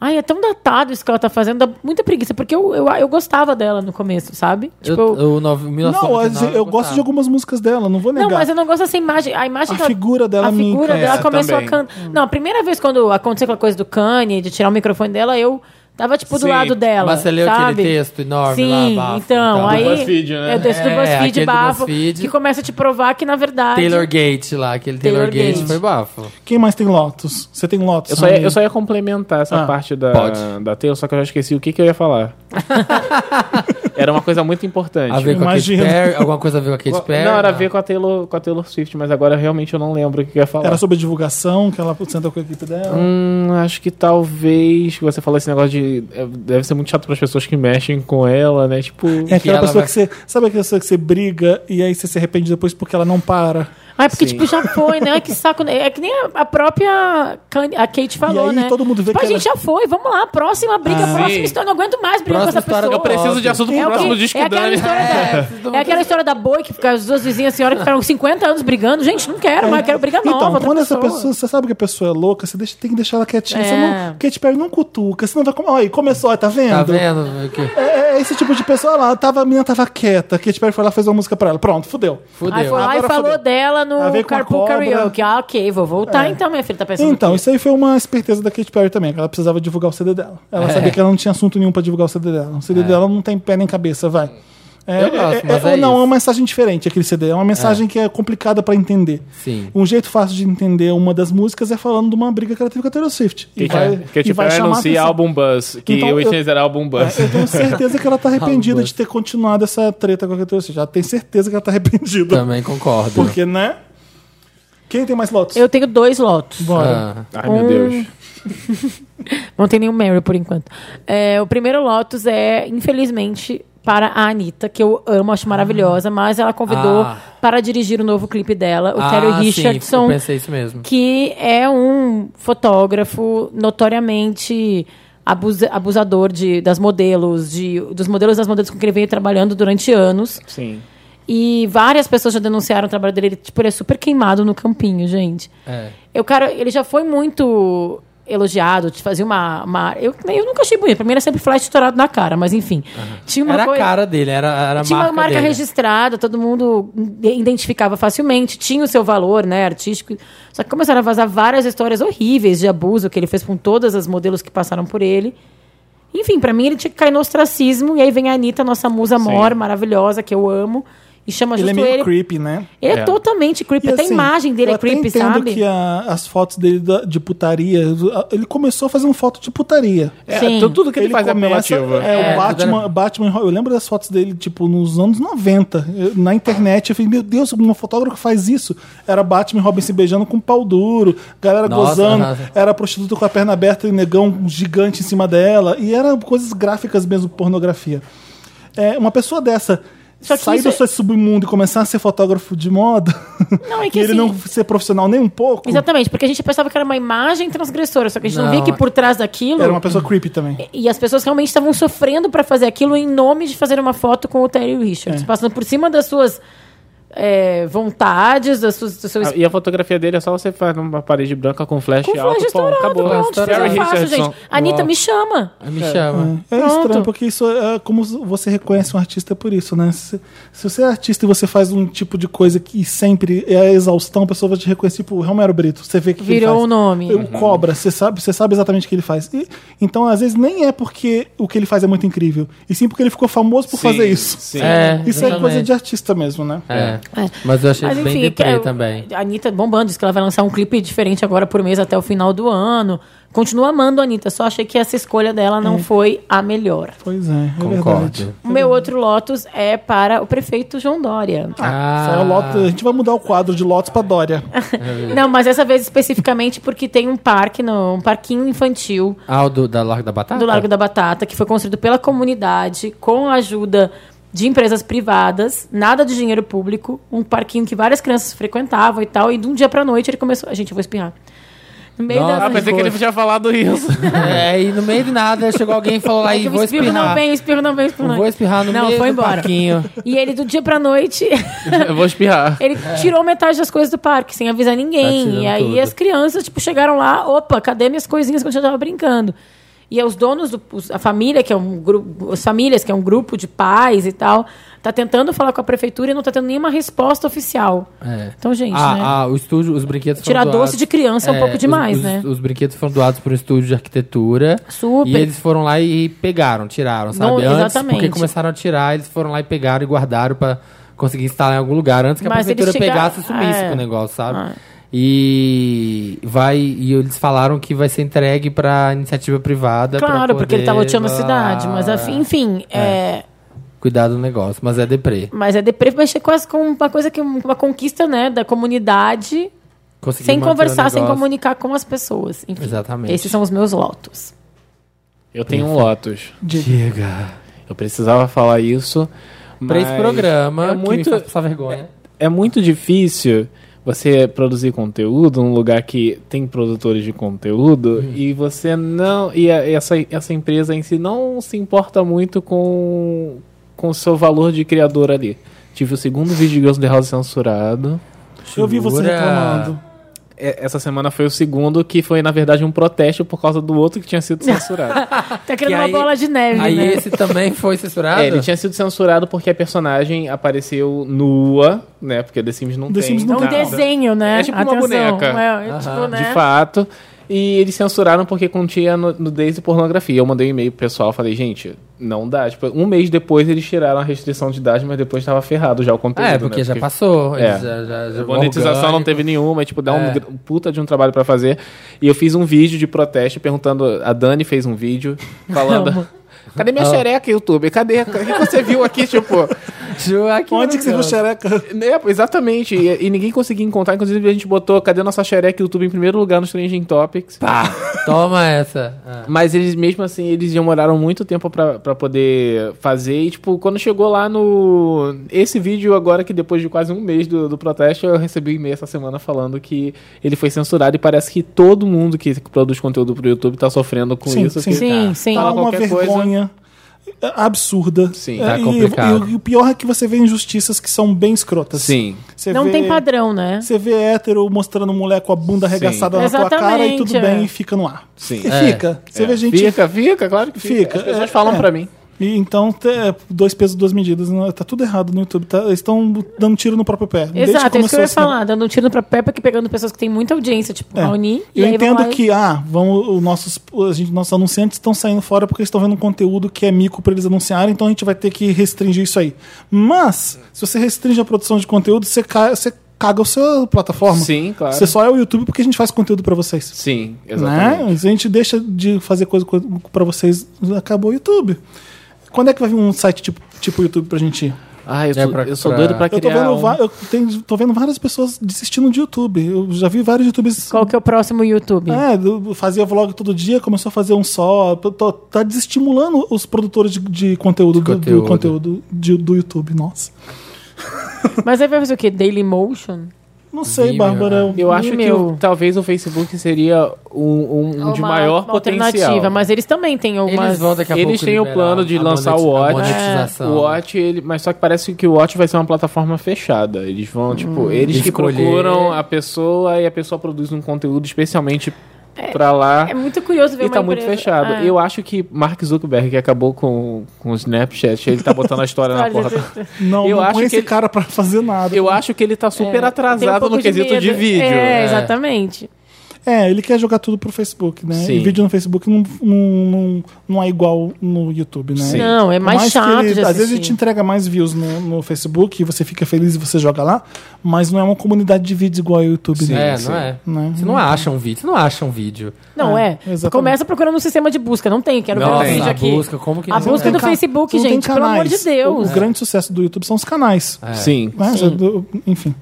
Ai, é tão datado isso que ela tá fazendo, dá muita preguiça, porque eu, eu, eu gostava dela no começo, sabe?
Eu,
Tipo, eu-
eu, nove-
Não,
1999,
eu, eu gosto de
gostava.
algumas músicas dela, não vou
não,
negar.
mas eu não gosto dessa imagem. A imagem
A
que ela-
figura dela
A
me
figura
encanta
dela começou
É, também.
a
Hum.
cantar. Não, a primeira vez quando aconteceu aquela coisa do Kanye, de tirar o microfone dela, eu tava, tipo, do
Sim,
lado dela.
mas você leu aquele
sabe?
texto enorme
Sim,
lá, bafo,
então,
então. Do
aí.
BuzzFeed, né?
É o texto do
É,
BuzzFeed
aquele do
bafo,
BuzzFeed.
que começa a te provar que, na verdade.
Taylor Gate lá, aquele Taylor,
Taylor
Gate
Gate.
foi bafo.
Quem mais tem Lotus? Você tem Lotus?
Eu só, ia,
Samir?
eu só ia complementar essa
Ah,
parte da,
pode.
da Taylor, só que eu já esqueci o que, que eu ia falar. era uma coisa muito importante.
A ver com a Katy
Imagina.
Perry, alguma coisa a ver com a Katy Perry?
Não, era a ver com a, Taylor, com a Taylor Swift, mas agora realmente eu não lembro o que eu ia falar.
Era sobre a divulgação, que ela senta com a equipe dela.
Hum, acho que talvez você falou esse negócio de. é, Deve ser muito chato para as pessoas que mexem com ela, né? Tipo.
É aquela
ela
pessoa
vai-
que você. Sabe aquela pessoa que você briga e aí você se arrepende depois porque ela não para?
Ai, porque, tipo, já foi, né? Ai, Que saco. né? É que nem a, a própria Kanye- a Kate falou,
E aí
né?
todo mundo vê
tipo,
que
a gente
ela-
já foi, vamos lá, próxima briga, próxima história. Não aguento mais brigar
Ah. Próxima
com essa
história
Tá
pessoa.
do próximo.
Preciso de assunto pro
É, o que-
próximo disco
é
da
aquela, história da, é aquela história da boi que fica as duas vizinhas senhoras que ficaram 50 anos brigando. Gente, não quero, mas eu quero brigar nova.
Então,
outra
quando essa pessoa. Você sabe que a pessoa é louca, você deixa- tem que deixar ela quietinha.
É.
Você não, Kate Perry não cutuca, senão vai. com- Olha aí, começou, ó, tá vendo?
Tá vendo? Que-
É, é esse tipo de pessoa Olha lá. Tava, a menina tava quieta, Kate Perry foi lá fez uma música pra ela. Pronto, fudeu.
Fudeu.
Aí foi lá e
Agora
falou
fodeu.
dela no
A ver com
Carpool
a cobra. É.
Karaoke. Ah, ok, vou voltar então, minha filha tá pensando.
Então,
aqui.
isso aí foi uma esperteza da Kate Perry também, que ela precisava divulgar o CD dela. Ela
É.
sabia que ela não tinha assunto nenhum pra divulgar o CD dela. O CD dela não tem pé nem cabeça, vai. É,
Eu gosto, mas é
ou não,
isso.
é uma mensagem diferente aquele CD. É uma mensagem que é complicada pra entender.
Sim.
Um jeito fácil de entender uma das músicas é falando de uma briga que ela teve com a Taylor Swift.
Que, é que, que Perry anuncia
atenção.
álbum Buzz. Que
Então,
o
eu-
Whitney era álbum Buzz.
Eu tenho certeza que ela tá arrependida
Albus.
de ter continuado essa treta com a Taylor Swift. Ela tem certeza que ela tá arrependida.
Também concordo.
Porque, né? Quem tem mais lotes?
Eu tenho dois lotos.
Bora.
Ah,
Ai, meu Deus.
Não tem nenhum Mary por enquanto. É, o primeiro Lotus é, infelizmente, para a Anitta, que eu amo, acho
Ah.
maravilhosa, mas ela convidou
Ah.
para dirigir o novo clipe dela, o
ah,
Terry
sim,
Richardson,
eu pensei isso mesmo.
que é um fotógrafo notoriamente abusa- abusador de, das modelos, de, dos modelos e das modelos com quem ele veio trabalhando durante anos.
Sim.
E várias pessoas já denunciaram o trabalho dele. Ele, tipo, ele é super queimado no campinho, gente.
É.
Eu, cara, ele já foi muito elogiado, te fazia uma. uma- eu, eu nunca achei bonito. Pra mim era sempre flash estourado na cara, mas enfim. Tinha uma
Era a
coisa.
cara dele, era, era a
Tinha
marca
uma marca
dele.
registrada, todo mundo identificava facilmente, tinha o seu valor, né, artístico. Só que começaram a vazar várias histórias horríveis de abuso que ele fez com todas as modelos que passaram por ele. Enfim, pra mim ele tinha que cair no ostracismo. E aí vem a Anitta, nossa musa mor, maravilhosa, que eu amo. E chama
Ele é
justo
meio
ele.
creepy, né?
Ele é,
É.
totalmente creepy.
E,
até
assim,
a imagem dele
eu
é creepy,
até entendo
sabe?
que um a- as fotos dele da- de putaria, ele começou fazendo foto de putaria.
É,
Sim.
tu- tudo que ele, faz é apelativo.
É,
É,
o Batman, Batman. Eu lembro das fotos dele, tipo, nos anos 90. Eu- na internet, eu falei, meu Deus, uma fotógrafa faz isso. Era Batman e Robin se beijando com pau duro, galera
Nossa,
gozando.
nossa.
Era prostituta com a perna aberta e negão gigante em cima dela. E eram coisas gráficas mesmo, pornografia. É, uma pessoa dessa.
Só que
Sair
isso é
do seu submundo e começar a ser fotógrafo de moda.
Não, é que
e ele
assim-
não ser profissional nem um pouco.
Exatamente, porque a gente pensava que era uma imagem transgressora, só que a gente não,
Não,
via que por trás daquilo.
Era uma pessoa creepy também.
E as pessoas realmente estavam sofrendo pra fazer aquilo em nome de fazer uma foto com o Terry
É.
Richards, passando por cima das suas é, vontades, das suas, dos seus.
Ah, E a fotografia dele é só você fazer numa parede branca com flash
com
alto.
flash
pô,
estourado,
acabou.
pronto,
Terry
eu faço,
Richardson.
gente. Anitta,
Uau.
me chama.
Me chama.
É
Pronto.
estranho, porque isso é como você reconhece um artista por isso, né? Se, se você é artista e você faz um tipo de coisa que sempre é a exaustão, a pessoa vai te reconhecer, tipo, Romero Brito, você vê o que que ele
Virou
faz.
o nome.
O
Uhum.
Cobra, você sabe, você sabe exatamente o que ele faz. E- então, às vezes, nem é porque o que ele faz é muito incrível, e sim porque ele ficou famoso por
Sim,
fazer isso.
sim.
É,
isso é
exatamente.
coisa de artista mesmo, né?
É. Mas eu achei
Mas
bem
enfim, que
deprê
é-
também.
A Anitta bombando, diz que ela vai lançar um clipe diferente agora por mês até o final do ano. Continua amando a Anitta, só achei que essa escolha dela
É.
não foi a melhor.
Pois é, é verdade.
Concordo.
O meu outro Lotus é para o prefeito João Dória.
Ah,
Só é o Lotus- a gente vai mudar o quadro de Lotus pra Dória.
Não, mas dessa vez especificamente porque tem um parque, no, um parquinho infantil
ah, o do, da Largo da Batata?
do Largo da Batata que foi construído pela comunidade com a ajuda de empresas privadas, nada de dinheiro "Ah, público, um parquinho que várias crianças frequentavam e tal, e de um dia pra noite ele começou, a gente eu vou espirrar. No meio
Nossa,
da
Ah,
noite.
pensei que ele
tinha falado isso.
É, e no meio de nada chegou alguém e falou lá,
É que
e
o
vou
espirro não
espirrar.
vem, o espirro não vem, o espirro não
Vou
vem.
espirrar no
Não,
meio
foi
do
embora.
parquinho.
E ele, do dia pra noite,
Eu vou espirrar.
ele tirou metade das coisas do parque, sem avisar
Tá
ninguém.
tirando
e aí
tudo.
as crianças, tipo, chegaram lá, opa, cadê minhas coisinhas que eu já tava brincando? E aí os donos, do, os- a família, que é um grupo, as famílias, que é um grupo de pais e tal, tá tentando falar com a prefeitura e não tá tendo nenhuma resposta oficial.
É.
Então, gente,
Ah,
né?
ah, o estúdio, os brinquedos foram
Tirar
doados-
doce de criança é um pouco
os-
demais,
os-
né?
Os brinquedos foram doados para um estúdio de arquitetura.
Super.
E eles foram lá e pegaram, tiraram, sabe?
Não,
Antes,
exatamente.
porque começaram a tirar, eles foram lá e pegaram e guardaram para conseguir instalar em algum lugar. Antes que
Mas
a prefeitura
eles chegaram-
pegasse e sumisse
é.
com o negócio, sabe?
Ah.
E vai e eles falaram que vai ser entregue para iniciativa privada. pra
Claro, porque ele tá
poder,
loteando a
blá,
cidade.
blá,
Mas,
blá.
afim- enfim, é.
Cuidar do negócio, mas é deprê.
mas é deprê mexer quase com uma coisa que uma conquista, né, da comunidade,
Conseguir
sem
manter o
conversar, sem
negócio.
comunicar com as pessoas. Enfim,
Exatamente.
esses são os meus lotos.
Eu tenho um Lotus.
Chega.
Eu precisava falar isso.
Pra
mas
esse programa,
é
é muito... que me
muito-
faz passar vergonha.
É muito difícil você produzir conteúdo num lugar que tem produtores de conteúdo e você não. E a- essa, essa empresa em si não se importa muito com com o seu valor de criador ali. Tive o segundo vídeo de Girls in the House censurado.
Eu vi você
Jura?
reclamando.
É, Essa semana foi o segundo, que foi, na verdade, um protesto por causa do outro que tinha sido censurado.
Tá criando
Que
uma
aí-
bola de neve,
Aí
né?
esse também foi censurado?
é, ele tinha sido censurado porque a personagem apareceu nua, né? Porque The Sims não
The
tem.
Sims
É
não
um
Tá.
desenho, né?
É tipo uma
Atenção.
boneca.
É, é tipo, né?
De fato. E eles censuraram porque continha nu- nudez e pornografia. Eu mandei um e-mail pro pessoal, falei, gente, não dá. Tipo, um mês depois eles tiraram a restrição de idade, mas depois tava ferrado já o conteúdo.
É,
né?
porque já passou.
É.
eles Já, já, já
A monetização não
orgânico.
teve nenhuma, tipo, dá um
É.
gr- um puta de um trabalho pra fazer. E eu fiz um vídeo de protesto perguntando. A Dani fez um vídeo falando. Cadê
Ah.
minha xereca, YouTube? Cadê? O que você viu aqui, tipo?
Ju, ah, que
Onde que você viu
maravilhoso.
xereca?
Né, pô, exatamente. E, e ninguém conseguia encontrar. Inclusive, a gente botou Cadê Nossa Xereca YouTube em primeiro lugar nos Trending Topics.
Pá, toma essa. Ah.
Mas eles, mesmo assim, eles demoraram muito tempo pra, pra poder fazer. E, tipo, quando chegou lá no. Esse vídeo, agora que depois de quase um mês do, do protesto, eu recebi um e-mail essa semana falando que ele foi censurado. E parece que todo mundo que produz conteúdo pro YouTube tá sofrendo com
Sim,
isso.
sim.
que-
Sim, sim.
Tá
Fala
uma
qualquer coisa.
vergonha absurda.
Sim,
É,
tá
e-
complicado.
E, o pior é que você vê injustiças que são bem escrotas.
Sim.
Você
Não
vê-
tem padrão, né?
Você vê hétero mostrando mulher com a bunda arregaçada na tua cara e
Exatamente,
tudo
é.
bem e fica no ar.
Sim.
E
É.
fica. Você
É.
vê gente.
Fica, fica, claro que fica.
Fica,
As pessoas
é,
falam
é.
pra mim.
E então, te- dois pesos, duas medidas. né? Tá tudo errado no YouTube. Tá, eles estão dando tiro no próprio pé. Desde
Exato, é isso que
começou
eu ia
esse negócio.
falar, dando um tiro pra Peppa que pegando pessoas que têm muita audiência, tipo
É.
Raoni. e
Eu
aí vão
entendo
lá e-
que, ah, vamos, os nossos, a gente, nossos anunciantes estão saindo fora porque eles estão vendo um conteúdo que é mico para eles anunciarem, então a gente vai ter que restringir isso aí. Mas, se você restringe a produção de conteúdo, você, ca- você caga a sua plataforma.
Sim, claro.
Você só é o YouTube porque a gente faz conteúdo para vocês.
Sim, exatamente.
Né? Se a gente deixa de fazer coisa para vocês, acabou o YouTube. Quando é que vai vir um site tipo, tipo o YouTube pra gente ir?
Ah, eu,
É
sou-
pra-
eu sou
pra-
doido pra
Eu
criar
tô, vendo
um-
va- eu tenho- tô vendo várias pessoas desistindo de YouTube. Eu já vi vários YouTubers
Qual que é o próximo YouTube?
é, do- fazia vlog todo dia, começou a fazer um só. Tô- tô- tá desestimulando os produtores de, de conteúdo,
De
do-
conteúdo.
do conteúdo de- do YouTube, nossa.
Mas aí vai fazer o quê? Daily Motion?
Não sei,
Vimeo,
Bárbara.
Eu acho que
Meu.
o- talvez o Facebook seria um, um- um de
Uma-
maior
uma
potencial.
mas eles também têm algumas.
Eles vão daqui a
Eles
pouco
têm o
liberar
plano de
a
lançar o
moneti- a
Watch.
monetização.
O Watch, ele, mas só que parece que o Watch vai ser uma plataforma fechada. Eles vão,
Hum.
tipo, eles que
Escolher.
procuram a pessoa e a pessoa produz um conteúdo especialmente pra lá.
É muito curioso ver
e
uma
tá muito
empresa-
fechado.
É.
Eu acho que Mark Zuckerberg, que acabou com, com o Snapchat, ele tá botando a história na porra. toda.
Não,
eu
não
acho
põe
que
esse
ele-
cara pra fazer nada.
Eu acho que ele tá
É,
super
tem um
atrasado
pouco
no quesito de
medo.
vídeo.
É,
é.
exatamente.
É, ele quer jogar tudo pro Facebook, né?
Sim.
E vídeo no Facebook não, não, não, não é igual no YouTube, né?
Sim.
Não, é
Por
mais,
que
chato
ele-
de
Às vezes
assistir.
ele te entrega mais views no, no Facebook e você fica feliz e você joga lá, mas não é uma comunidade de vídeos igual ao YouTube,
Sim.
né?
É, não é?
Né?
Você não acha um vídeo, você não acha um vídeo.
Não,
É,
é.
exatamente.
Começa procurando um sistema de busca. Não tem, quero ver
Nossa,
um vídeo
a
aqui.
busca, como que
A
eles
busca
vão-
do
Ca-
Facebook,
não tem
gente, pelo amor
canais.
de Deus.
É.
É.
O, o grande sucesso né? do YouTube são os canais.
Sim.
Mas, eu- eu- enfim.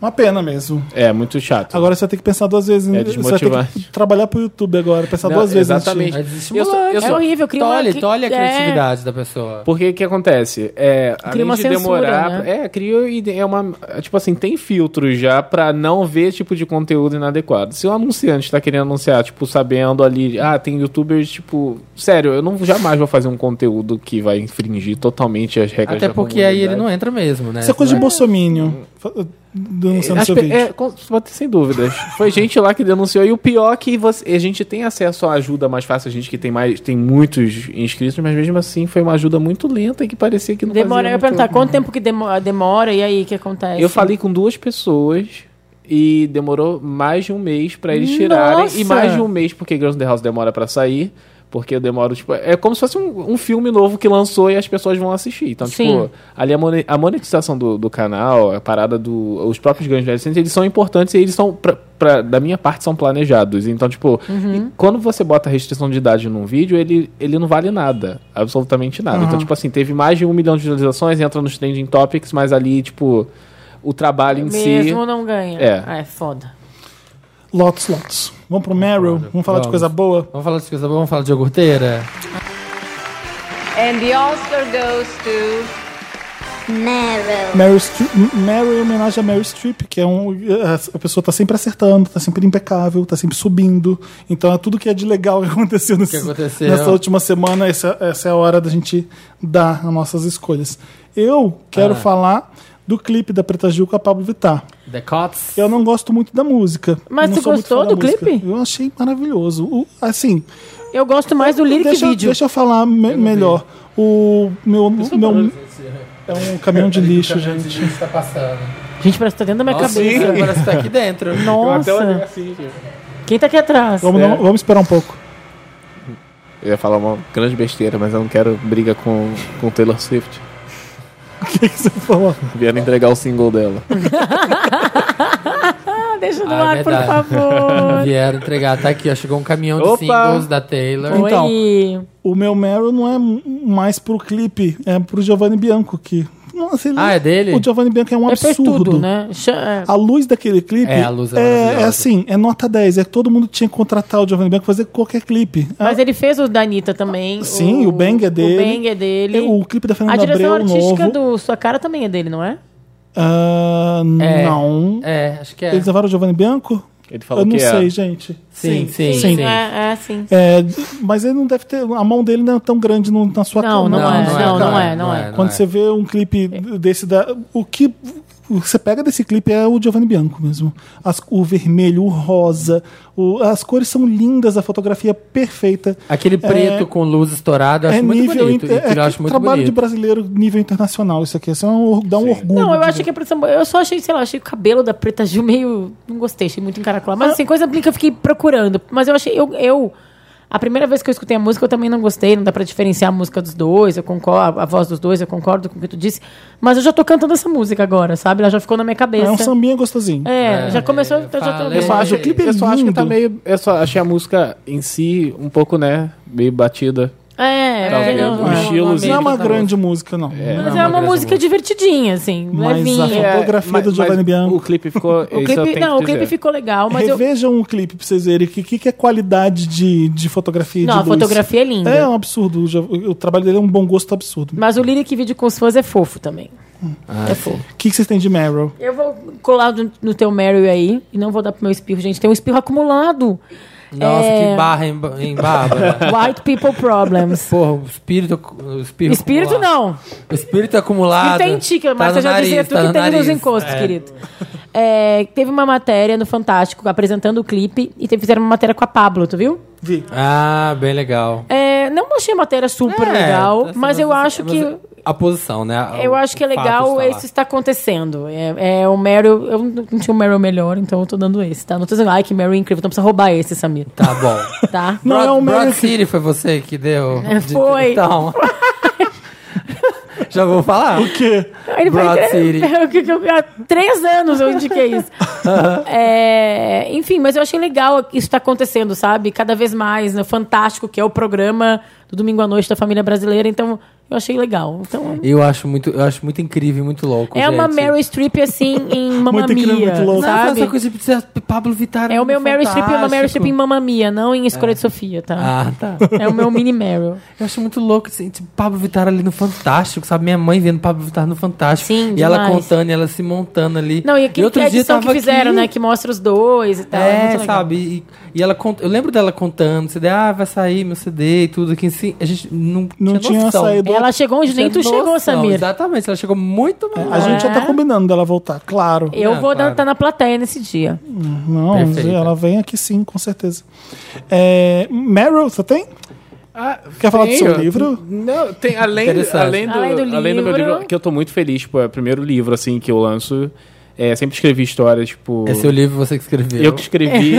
Uma pena mesmo.
É, muito chato.
Agora você vai ter que pensar duas vezes.
É
você vai ter que
desmotivante.
trabalhar pro YouTube agora, pensar
Não,
duas vezes. antes de-
Exatamente.
É
Eu sou-
desestimulante.
eu
É
sou-
horrível, cria uma...
Tolhe,
cri-
tolhe a
é.
criatividade da pessoa.
Porque o que acontece? É,
Cria
além
uma
de
censura,
demorar.
né?
É, cria e é uma. Tipo assim, tem filtro já pra não ver tipo de conteúdo inadequado. Se o anunciante tá querendo anunciar, tipo, sabendo ali, ah, tem youtubers, tipo. Sério, eu não jamais vou fazer um conteúdo que vai infringir totalmente as regras
Até
da
porque aí ele
comunidade.
não entra mesmo, né?
Isso é coisa de
Não
bolsominion. Fa- Denunciando
As
seu
pe-
vídeo.
é, com- sem dúvidas. Foi gente lá que denunciou. E o pior é que você- a gente tem acesso à ajuda mais fácil, a gente que tem mais tem muitos inscritos, mas mesmo assim foi uma ajuda muito lenta e que parecia que não
Demora, eu ia
fazia muito-
perguntar quanto tempo que demo- ah, demora e aí o que acontece?
Eu falei com duas pessoas e demorou mais de um mês pra eles tirarem.
Nossa!
E mais de um mês porque Girls in the House demora pra sair. Porque eu demoro, tipo, é como se fosse um, um filme novo que lançou e as pessoas vão assistir. Então,
Sim.
tipo, ali a, mone- a monetização do, do canal, a parada do. Os próprios ganhos de AdSense, eles são importantes e eles são, pra, pra- da minha parte, são planejados. Então, tipo,
Uhum.
e quando você bota restrição de idade num vídeo, ele, ele não vale nada. Absolutamente nada. Então, tipo assim, teve mais de um milhão de visualizações, entra nos trending topics, mas ali, tipo, o trabalho em si.
Mesmo não ganha.
É.
Ah, é foda.
Lotus, lotus. Vamos pro Meryl? Vamos falar de
Vamos.
coisa boa?
Vamos falar de coisa boa, vamos falar de iogurteira?
Um. And the Oscar goes to.
Meryl.
Meryl, Streep, Meryl em homenagem a Meryl Streep, que é um. A pessoa tá sempre acertando, tá sempre impecável, tá sempre subindo. Então é tudo que é de legal que aconteceu, nesse,
aconteceu.
nessa última semana. Essa, essa é a hora da gente dar as nossas escolhas. Eu quero
Ah.
falar do clipe da Preta Gil com a Pablo Vittar.
The Cots.
Eu não gosto muito da música.
Mas
Não
tu
sou muito
gostou
fã da
do
música.
clipe?
Eu achei maravilhoso. O- assim,
Eu gosto mais do lyric
deixa,
vídeo.
deixa eu falar me- melhor. O meu, meu é um caminhão de lixo, gente.
tá passando.
Gente, parece que tá dentro da minha
Nossa,
cabeça.
agora você tá aqui dentro.
Nossa.
assim,
Quem tá aqui atrás?
Vamos, dar- vamos esperar um pouco.
Eu ia falar uma grande besteira, mas eu não quero briga com, com Taylor Swift.
O que, que você falou?
Vieram entregar o single dela.
Ah, deixa no
Ah, é
ar, por
verdade.
favor.
Vieram entregar, tá aqui, ó. Chegou um caminhão
Opa!
de singles da Taylor.
Então.
Oi.
O meu Meryl não é m- mais pro clipe, é pro Giovanni Bianco, que. Nossa, ele-
Ah, é dele?
O Giovanni Bianco é um
Ele fez
absurdo. Ah,
tudo, né? Cha- é.
A luz daquele clipe
É, a luz é
é,
maravilhosa.
assim, é nota 10. É que todo mundo tinha que contratar o Giovanni Bianco pra fazer qualquer clipe.
Mas ele fez o da Anitta também.
Sim, o Bang é dele.
O Bang é dele.
O clipe da
a
Fernanda
direção
Abreu
artística
novo.
do Sua Cara também é dele, não é?
Ah,
É.
Não.
É, acho que é.
Eles levaram o Giovanni Bianco?
Ele falou
Eu não
que é.
sei, gente.
Sim, sim, sim.
É, é, sim.
É, mas ele não deve ter. A mão dele não é tão grande no- na sua cara.
Não, não é, não, não é, não é.
Quando você vê um
É.
clipe desse da. O que o que você pega desse clipe é o Giovanni Bianco mesmo. As- o vermelho, o rosa, o- as cores são lindas, a fotografia é perfeita.
Aquele
É.
preto com luz estourada, eu acho
é
muito
nível
bonito.
inter-
Aquilo eu
é
acho muito
trabalho de
bonito.
brasileiro nível internacional isso aqui. Isso é um or- dá um orgulho.
Não, eu
de
acho
ver.
que a produção. Eu só achei, sei lá, achei o cabelo da Preta Gil meio. Não gostei, achei muito encaracolado.
Ah.
Mas assim, coisa que eu fiquei procurando. Mas eu achei. Eu, eu- a primeira vez que eu escutei a música, eu também não gostei. Não dá pra diferenciar a música dos dois. Eu concordo, a, a voz dos dois, eu concordo com o que tu disse. Mas eu já tô cantando essa música agora, sabe? Ela já ficou na minha cabeça.
É um sambinha gostosinho.
É, já começou.
eu
Eu já tô,
falei.
Eu só acho,
É,
o clipe
é
eu só acho que tá
lindo.
meio. Eu só achei a música em si um pouco, né? Meio batida.
É, é,
Talvez
não,
os
não,
estilos
Não é
Sim,
uma
tá
grande música, não.
Mas
Não.
é
uma
uma
grande
música
música.
divertidinha, assim,
Mas a
levinha.
foto- Fotografia
É,
do Giovanni Bianco.
O clipe ficou.
O clipe, não, o clipe ficou legal, mas eu.
Revejam o clipe pra vocês verem o que, que que é qualidade de, de fotografia e
Não,
de
a
luz.
fotografia é linda.
É um absurdo. O Jo- O trabalho dele é um bom gosto absurdo.
Mas o lyric vídeo com os fãs é fofo também. é fofo.
O que, que vocês têm de Meryl?
Eu vou colar no, no teu Mary aí e não vou dar pro meu espirro, gente. Tem um espirro acumulado.
Nossa,
É,
que barra em, em Bárbara.
White people problems.
Porra, o espírito. O espírito,
espírito
acumulado.
não.
O espírito acumulado.
Não tem tique,
Tá
mas
no
eu já dizia
nariz,
tu
tá
que
no
tem nos
nariz.
encostos,
É.
querido. É, teve uma matéria no Fantástico apresentando o clipe e te- fizeram uma matéria com a Pablo, tu viu?
Vi.
Ah, bem legal.
É, não achei a matéria super
É,
legal,
assim,
mas eu acho
mas
que.
A posição, né? A-
Eu
o-
acho que é
o fato
legal
está lá.
esse está acontecendo. É, é o Meryl. Eu não não tinha um Meryl melhor, então eu tô dando esse, tá? Não tô dizendo, ai, que Meryl incrível, então precisa roubar esse, Samir.
Tá bom.
Tá?
Não,
Broad,
é o Meryl
Broad
que-
City foi você que deu.
É,
de-
foi.
Então. Já vou falar.
O quê?
Aí Ele
Broad
vai,
City.
O que que eu- há três anos eu indiquei isso. É, enfim, mas eu achei legal isso tá acontecendo, sabe? Cada vez mais, né? Fantástico, que é o programa do Domingo à Noite da Família Brasileira. Então, Eu achei legal. Então,
Eu acho muito, eu acho muito incrível e muito louco.
é uma
gente.
Meryl Streep, assim, em Mamma
Muito incrível,
Mia,
muito louco.
Nossa,
sabe?
essa coisa de ser Pablo Vittar.
É o meu Meryl Streep, é uma Meryl
fantástico. É.
Streep em Mamma Mia, não em Escolha de Sofia, tá?
Ah, tá.
É o meu mini Meryl.
Eu acho muito louco, assim, tipo, Pablo Vittar ali no Fantástico, sabe? Minha mãe vendo Pablo Vittar no Fantástico.
Sim,
E ela
demais.
contando, e ela se montando ali.
Não, e aquele que a edição que fizeram, né? Que mostra os dois e tal. é
É,
muito legal.
sabe? E, e ela cont... eu lembro dela contando, CD, ah, vai sair meu CD e tudo, que assim, a gente não,
Não tinha
noção.
saído.
Ela chegou onde nem tu
Tinha
chegou,
noção,
Samir.
Exatamente, ela chegou muito mais.
A gente já tá combinando dela voltar, claro.
Eu
Não,
vou estar
claro.
na plateia nesse dia.
Uhum.
Não,
Perfeita.
ela vem aqui sim, com certeza. É, Meryl, você tem? Quer falar do seu
Tenho.
um livro?
Não, tem além,
Interessante.
além, do,
Além
além,
do
do meu
livro.
livro, que eu tô muito feliz, tipo, é o primeiro livro, assim, que eu lanço. É, sempre escrevi histórias, tipo...
É seu livro, você que escreveu.
Eu que escrevi.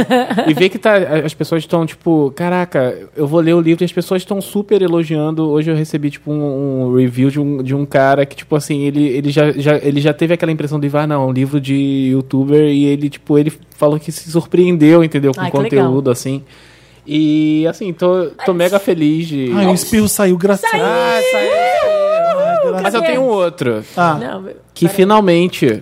e ver que tá, as pessoas estão, tipo, caraca, eu vou ler o livro e as pessoas estão super elogiando. Hoje eu recebi, tipo, um, um review de um, de um cara que, tipo assim, ele, ele, já, já, ele já teve aquela impressão de, ah, não, é um livro de youtuber, e ele, tipo, ele falou que se surpreendeu, entendeu? Com
Ai,
o
que legal.
conteúdo, assim. E assim, tô, tô mega feliz de.
Ai, o espirro saiu, graças a Deus.
Ah, saiu.
Mas eu
é.
tenho um outro.
Ah,
Não, eu-
Que finalmente,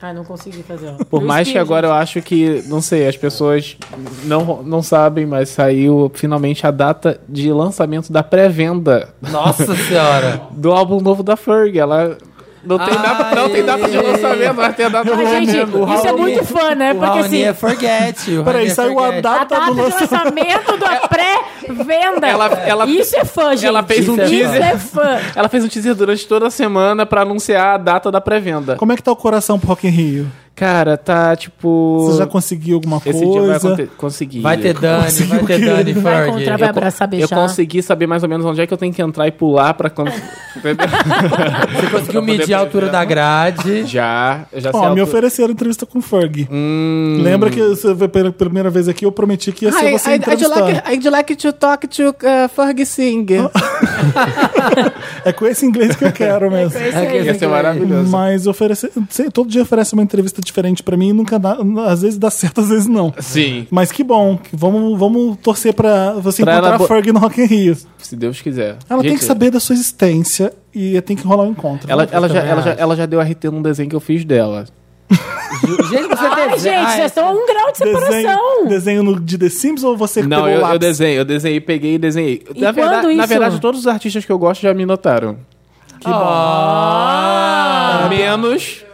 ai, não consegui fazer. ó.
por
Eu
mais que
espirro,
agora eu acho que, não sei, as pessoas não, não sabem, mas saiu finalmente a data de lançamento da pré-venda
Nossa senhora.
do álbum novo da Ferg. Ela não tem
Ah,
data, não tem data de
é.
Aê.
lançamento, mas tem data de
Ai, gente,
lançamento.
isso é
Raoni-
muito fã, né?
o
Porque
Raoni
assim,
é forget. o Raoni
peraí,
é
saiu a
forget.
a
data
data
do
de
lançamento.
lançamento da pré-venda.
Ela- ela-
isso é fã, gente.
ela fez um
isso
teaser.
é fã.
Ela fez um teaser durante toda a semana pra anunciar a data da pré-venda.
Como é que tá o coração pro Rock in Rio?
Cara, tá tipo.
Você já conseguiu alguma
Esse dia vai
coisa?
aconte- conseguir.
Vai ter Dani, vai ter Dani
Vai
Ferg.
encontrar, vai abraçar,
Eu
beijar.
consegui saber mais ou menos onde é que eu tenho que entrar e pular pra quando.
Você conseguiu medir a altura
prever.
da grade.
Já, eu já sei.
Ó,
a
me
altura.
ofereceram entrevista com o Ferg.
Hum.
Lembra que você veio pela primeira vez aqui, eu prometi que ia ser você entrevistando.
I'd like to talk to uh, Ferg Singh.
É com esse inglês que eu quero mesmo.
Ia ser maravilhoso.
Mas oferecer, sei, todo dia oferece uma entrevista diferente pra mim e nunca dá, às vezes dá certo, às vezes não.
Sim,
Mas que bom, que vamos, vamos torcer pra você
Pra
encontrar
ela
a
bo-
Ferg no Rock in Rio.
se Deus quiser.
Ela tem
Gente,
que saber da sua existência e tem que rolar um encontro.
Ela, ela, já,
também
ela, já,
acho.
ela já deu RT num desenho que eu fiz dela.
Gente, você
Ai,
desenha-
gente,
Ai,
vocês estão a um grau de separação.
desenho, desenho no, de The Sims ou você que
Não,
pegou
eu,
o
eu
lápis?
desenhei, eu desenhei, peguei e desenhei.
E
na, verdade,
quando
na
isso?
verdade, todos os artistas que eu gosto já me notaram. Menos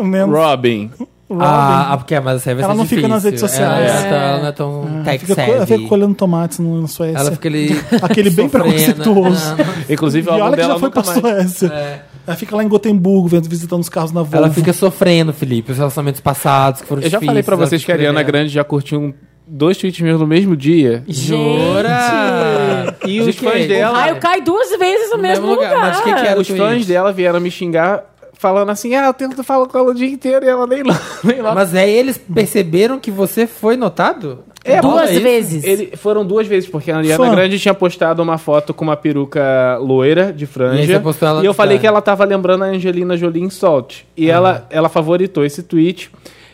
Menos
Robin.
Robin.
Ah, ah, porque a Mas Service
Ela
é
não fica
difícil.
nas redes sociais.
Ela, não é tão- ela não é tão tech
fica, co-
savvy.
ela fica colhendo tomates no, na Suécia.
Ela fica ali...
Aquele bem
sofrendo.
preconceituoso.
Não, não.
Inclusive,
E
o álbum
olha que
dela
já foi
nunca
pra
mais. É.
Suécia. Ela fica lá em Gotemburgo, vendo- visitando os carros na Volvo.
Ela fica sofrendo, Felipe, os relacionamentos passados que foram
Eu já falei pra vocês que a Ariana Grande já curtiu um- dois tweets meus no mesmo dia.
Jura? De
E os
quê?
fãs dela-
Ai, eu caio duas vezes no, mesmo lugar.
Mas o que, que era o
Os fãs
tweet?
dela vieram me xingar falando assim, ah, eu tento falar com ela o dia inteiro e ela nem lá. Nem lá.
Mas é, eles perceberam que você foi notado?
É,
Rola
Duas
isso?
vezes.
Ele, foram duas vezes, porque a Ariana
Fã.
Grande tinha postado uma foto com uma peruca loira
E
de
aí
franja.
você postou ela
e eu
de
falei
cara.
que ela tava lembrando a Angelina Jolie em Salt. E ela, ela favoritou esse tweet.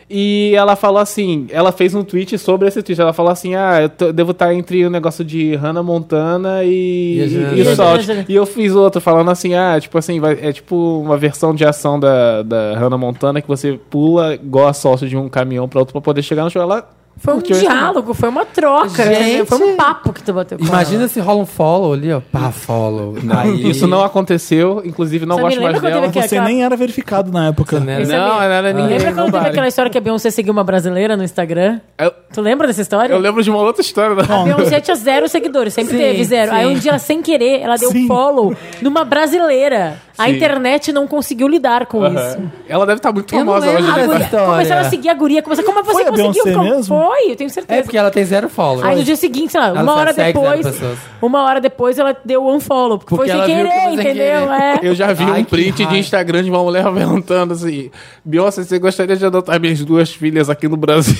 E ela falou assim: ela fez um tweet sobre esse tweet. Ela falou assim: ah, eu tô- devo estar entre o negócio de Hannah Montana e,
E a
e,
Angelina
e
Jolie.
Salt. E eu fiz outro falando assim: ah, tipo assim, vai- é tipo uma versão de ação da, da Hannah Montana que você pula igual a Salt de um caminhão pra outro pra poder chegar no show. Ela
Foi um
curtiu esse-
diálogo, foi uma troca.
Gente.
né? Foi um papo que tu bateu com
Imagina se rola um follow ali, ó. Pá, follow. Aí-
Isso não aconteceu, inclusive não
Você
gosto
me lembra
mais
quando
dela.
teve
Você
aquela-
nem era verificado na época.
Né?
Esse
Não,
amigo.
não era ninguém.
Lembra quando
não
teve
vale.
aquela história que a Beyoncé seguiu uma brasileira no Instagram?
Eu-
Tu lembra dessa história?
Eu lembro de uma outra história. né?
A
Não.
Beyoncé tinha zero seguidores, sempre
Sim,
teve zero. Aí
sim.
um dia, ela, sem querer, ela deu
Sim.
follow numa brasileira. A
Sim.
internet não conseguiu lidar com isso. é
Ela deve estar muito
Eu não Ah,
famosa
lembro
hoje.
A
dessa
Né?
guria-
história.
Começaram a seguir a guria. Começaram, como
Foi
você
a
conseguiu?
Beyoncé
Como
mesmo?
Foi, eu tenho
É
certeza.
porque ela tem zero follow.
Aí no dia seguinte, sei lá,
Ela
uma hora
segue zero
depois,
pessoas.
uma hora depois ela deu unfollow, porque, foi
Porque
sem
ela viu que
querer,
foi sem
entendeu?
querer.
É.
Eu já vi
Ai,
um
que
print
raiva.
de Instagram de uma mulher perguntando assim: Beyoncé, você gostaria de adotar minhas duas filhas aqui no Brasil?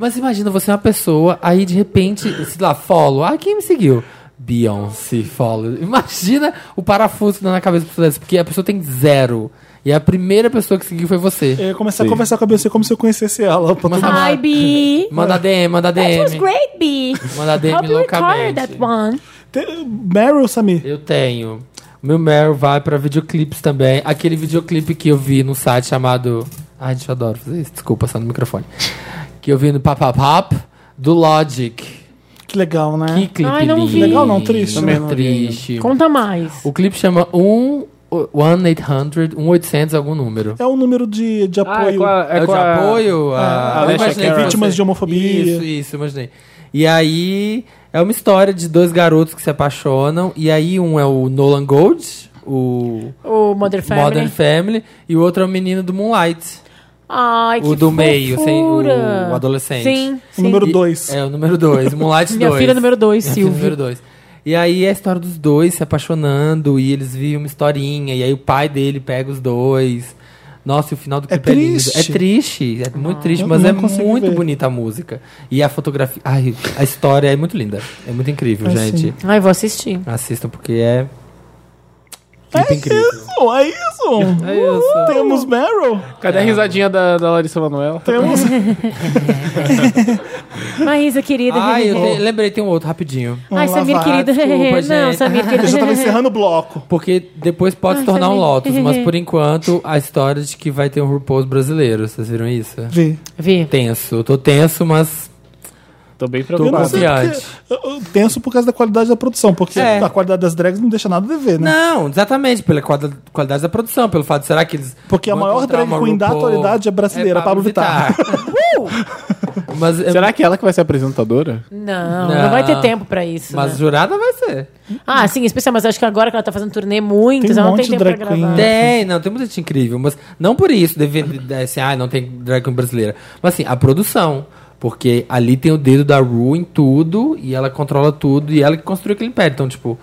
Mas imagina, você é uma pessoa, aí de repente, sei lá, follow. Ah, quem me seguiu? Beyoncé, follow. Imagina o parafuso que dá na cabeça da pessoa dessa, porque a pessoa tem zero. E a primeira pessoa que seguiu foi
Eu
você.
ia começar a conversar com a Beyoncé como se eu conhecesse ela. Pra todo-
Hi, B.
Manda DM, manda
That was
DM.
great, B.
Manda DM
Hope you recorded
loucamente.
that one.
Te- Meryl, Samir.
Eu tenho Meu Meryl vai pra videoclipes também. Aquele videoclipe que eu vi no site chamado. Ai, gente, eu adoro fazer isso. Desculpa, só no microfone. Que eu vi no Papapap do Logic.
Que legal, né?
Que clipe
É. Ai, não
lindo.
vi.
Legal não, triste,
Também
né?
triste.
Conta mais.
O clipe chama 1 800 1800 algum número.
É o número de, de
Ah, é
apoio.
com a- é
É o
com
de
a-
apoio a,
Alessia
imaginei
Cara.
que
é Vítimas de homofobia.
Isso, isso, imaginei. E aí é uma história de dois garotos que se apaixonam. E aí um é o Nolan Gold, o
O Mother Family.
Modern Family, e o outro é o menino do Moonlight.
Ai, que
o do meio, sem o,
fofura.
o adolescente.
Sim,
O
sim.
número
E-
2.
É, o número 2, Moonlight 2.
Minha filha número 2,
Minha filha
Silvio.
número dois. E aí é a história dos dois se apaixonando e eles vivem uma historinha. E aí o pai dele pega os dois. Nossa, e o final do clipe é, lindo.
triste.
É triste, é muito triste,
eu
mas
não
é
consigo
muito
ver.
bonita a música. E a fotografia. Ai, a história é muito linda. É muito incrível,
É,
gente.
sim.
Ai, vou assistir.
Assistam porque é. Clipe incrível.
É Isso, é isso.
isso.
Temos Meryl.
Cadê a risadinha da, da Larissa Manoela?
Temos.
Marisa, querida.
Ai, eu te- lembrei, tem um outro rapidinho.
Ai,
Vamos
Samir,
lavar.
querida.
Desculpa,
Não,
gente.
Samir,
Eu já tava
querida.
encerrando o bloco.
Porque depois
Ai,
pode se tornar um
sabia.
Lotus, mas por enquanto a história de que vai ter um RuPaul's brasileiro. Vocês viram isso?
Vi.
Vi.
Tenso. Eu tô tenso, mas
Tô bem
tô
Eu não
preocupado.
sei
confiante.
porque- eu- eu Tenso por causa da qualidade da produção, porque
É.
a qualidade das drags não deixa nada a dever, né?
Não, exatamente, pela quali- qualidade da produção, pelo fato, será que eles.
Porque a
vão
maior
encontrar
drag
uma
queen da
RuPaul?
atualidade é brasileira, Pablo Vittar.
Vittar. Uh! mas,
Será que é ela que vai ser apresentadora?
Não, não,
Não.
vai ter tempo pra isso.
mas
né?
jurada vai ser.
Ah, sim, especial, mas acho que agora que ela tá fazendo turnê muito,
Tem um
ela não tem
monte de
tempo pra
drag queen.
gravar.
Tem, não, tem muita gente incrível, mas não por isso, deve, de- assim, ah, não tem drag queen brasileira. Mas assim, a produção. Porque ali tem o dedo da Ru em tudo, e ela controla tudo, e ela que construiu aquele império. Então, tipo,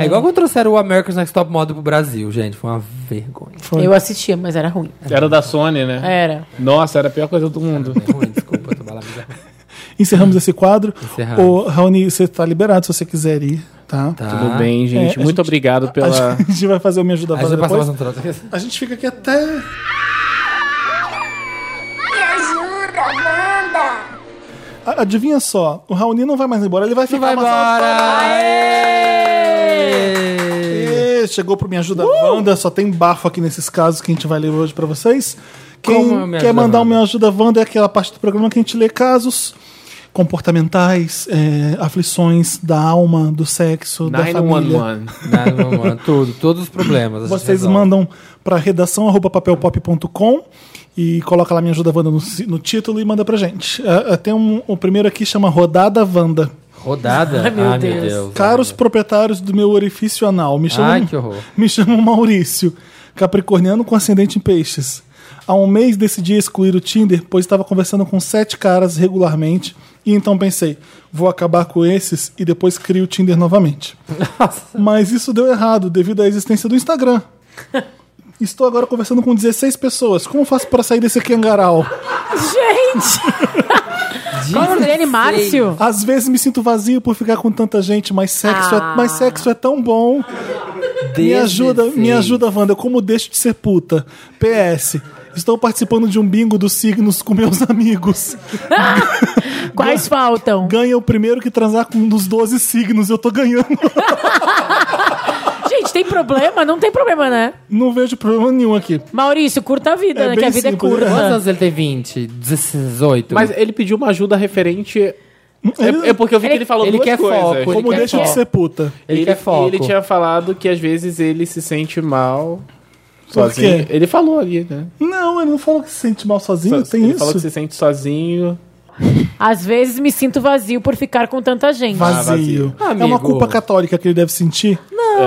é igual quando trouxeram o America's Next Top Model pro Brasil, gente. Foi uma vergonha.
Foi.
Eu assistia, mas era ruim.
Era da Sony, né?
Era.
Nossa, era a pior coisa do mundo.
É ruim, desculpa, tô balada.
Encerramos esse quadro.
Encerramos.
Ô, Raoni, você tá liberado se você quiser ir, tá?
Tá.
Tudo bem, gente.
É, a
Muito
gente-
obrigado
A
pela.
gente vai fazer o Me Ajuda
A gente
Vara
vai passar
depois.
mais um troço.
A gente fica aqui até...
Me ajuda, Wanda!
A- Adivinha só, o Raoni não vai mais embora, ele vai ficar...
Vai
uma salva de
embora!
palmas.
Aê!
Ê, Chegou pro Me
Uh!
Ajuda Wanda, só tem bafo aqui nesses casos que a gente vai ler hoje pra vocês.
Como é o
Quem
Me
quer
Ajuda
mandar o
Wanda?
Me Ajuda Wanda é aquela parte do programa que a gente lê casos comportamentais, é, aflições da alma, do sexo, da família.
911.
Nada, não, mano. Tudo, todos os problemas. a gente
Vocês
resolve.
mandam para redação arroba papelpop.com e coloca lá Me Ajuda Wanda no, ci- no título e manda pra gente. Ah, ah, tem um, o primeiro aqui chama Rodada Wanda.
Rodada?
Ai, meu
ah, meu
Deus.
Deus.
Caros proprietários do meu orifício anal, me chamam,
Ai, que horror.
me chamam Maurício, capricorniano com ascendente em peixes. Há um mês decidi excluir o Tinder, pois estava conversando com sete caras regularmente, e então pensei, vou acabar com esses e depois crio o Tinder novamente. Mas isso deu errado devido à existência do Instagram. Estou agora conversando com 16 pessoas. Como faço para sair desse cangaral?
Gente! Qual é o nome dele? Márcio?
Às vezes me sinto vazio por ficar com tanta gente, mas sexo, é, mas sexo é tão bom. Me ajuda, me ajuda, Wanda. Como deixo de ser puta? PS. Estou participando de um bingo dos signos com meus amigos.
Quais faltam?
Ganha o primeiro que transar com um dos 12 signos. Eu tô ganhando.
Gente, tem problema? Não tem problema, né?
Não vejo problema nenhum aqui.
Maurício, curta a vida,
É
né?
bem
Que a vida é
simples,
curta.
Quantos anos ele tem 20? 18?
Mas ele pediu uma ajuda referente. É, é porque eu vi que ele falou
ele
duas
quer
coisas.
foco, ele
Como
quer
deixo de
foco.
ser puta?
Ele quer foco.
Ele tinha falado que às vezes ele se sente mal
Por
sozinho.
quê?
Ele falou ali, né?
Não, ele não falou que se sente mal sozinho.
So-
tem
ele
isso.
falou que se sente sozinho.
Às vezes me sinto vazio por ficar com tanta gente.
Vazio. É uma
Ah, Amigo.
culpa católica que ele deve sentir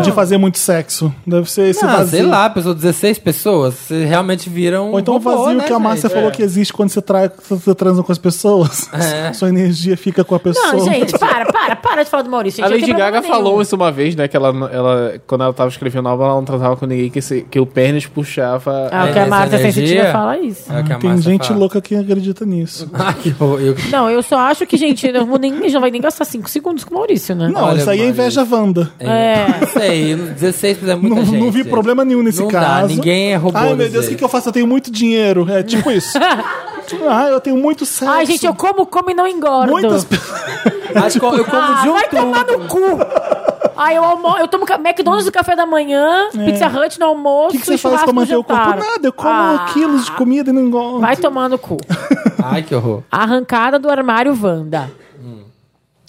de fazer muito sexo. Deve ser esse
Ah,
vazio.
sei lá, pessoa 16 pessoas. Vocês realmente viram.
Ou então o
robô,
vazio
né,
que a Márcia
gente?
falou que existe quando você, tra... você transa com as pessoas.
É.
Sua energia fica com a pessoa.
Não, gente, para, para, para de falar do Maurício.
a
gente, não
Lady
tem
Gaga
problema
falou
nenhum.
isso uma vez, né? Que ela, ela, quando ela tava escrevendo nova, ela não transava com ninguém, que, se- que o pênis puxava.
Ah, o que a
É, essa
Márcia Sensitiva
energia-
fala isso.
É o que a
Tem
Márcia
gente
fala.
louca que acredita nisso.
Ah, que horror. Eu-
Não, eu só acho que, gente, eu não vou nem, a gente não vai nem gastar 5 segundos com o Maurício, né?
Não,
Olha,
isso aí é inveja Wanda.
É.
Não sei, 16 é muita
Não,
gente.
não vi
gente.
problema nenhum nesse
Não dá,
caso.
ninguém é robô
Ai, meu Deus, o
desse
que, que eu faço? Eu tenho muito dinheiro. É tipo isso. Tipo, ah, eu tenho muito sexo.
Ai, gente, eu como, como e não engordo.
Muitas pe-
Mas co- eu como
Ah,
de um
vai
tudo.
tomar no cu! Aí eu almo... eu tomo ca- McDonald's no café da manhã, Pizza Hut no
O
almoço
É. que, que você
e
faz
churrasco
pra
no
manter o corpo?
jantar.
Nada, eu como um
Ah,
quilos de comida e não engordo.
Vai tomar no cu.
Ai, que horror.
Arrancada do armário Wanda.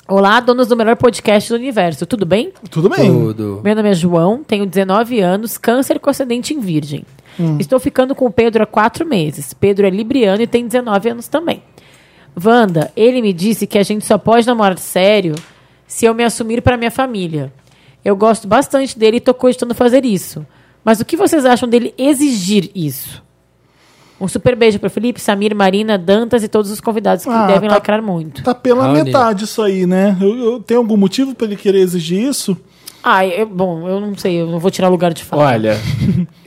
Olá, donos do melhor podcast do universo. Tudo bem?
Tudo bem.
Tudo.
Meu nome é João, tenho 19 anos, câncer com ascendente em virgem.
Hum.
Estou ficando com o Pedro há quatro meses. Pedro é libriano e tem 19 anos também. Wanda, ele me disse que a gente só pode namorar sério se eu me assumir para minha família. Eu gosto bastante dele e tô cogitando fazer isso. Mas o que vocês acham dele exigir isso? Um super beijo para Felipe, Samir, Marina, Dantas e todos os convidados que
Ah,
devem
tá-
lacrar muito.
Tá pela
Raoni.
metade isso aí, né? Eu, eu- tem algum motivo pra ele querer exigir isso?
Ah, eu- bom, eu não sei, eu não vou tirar lugar de fala.
Olha,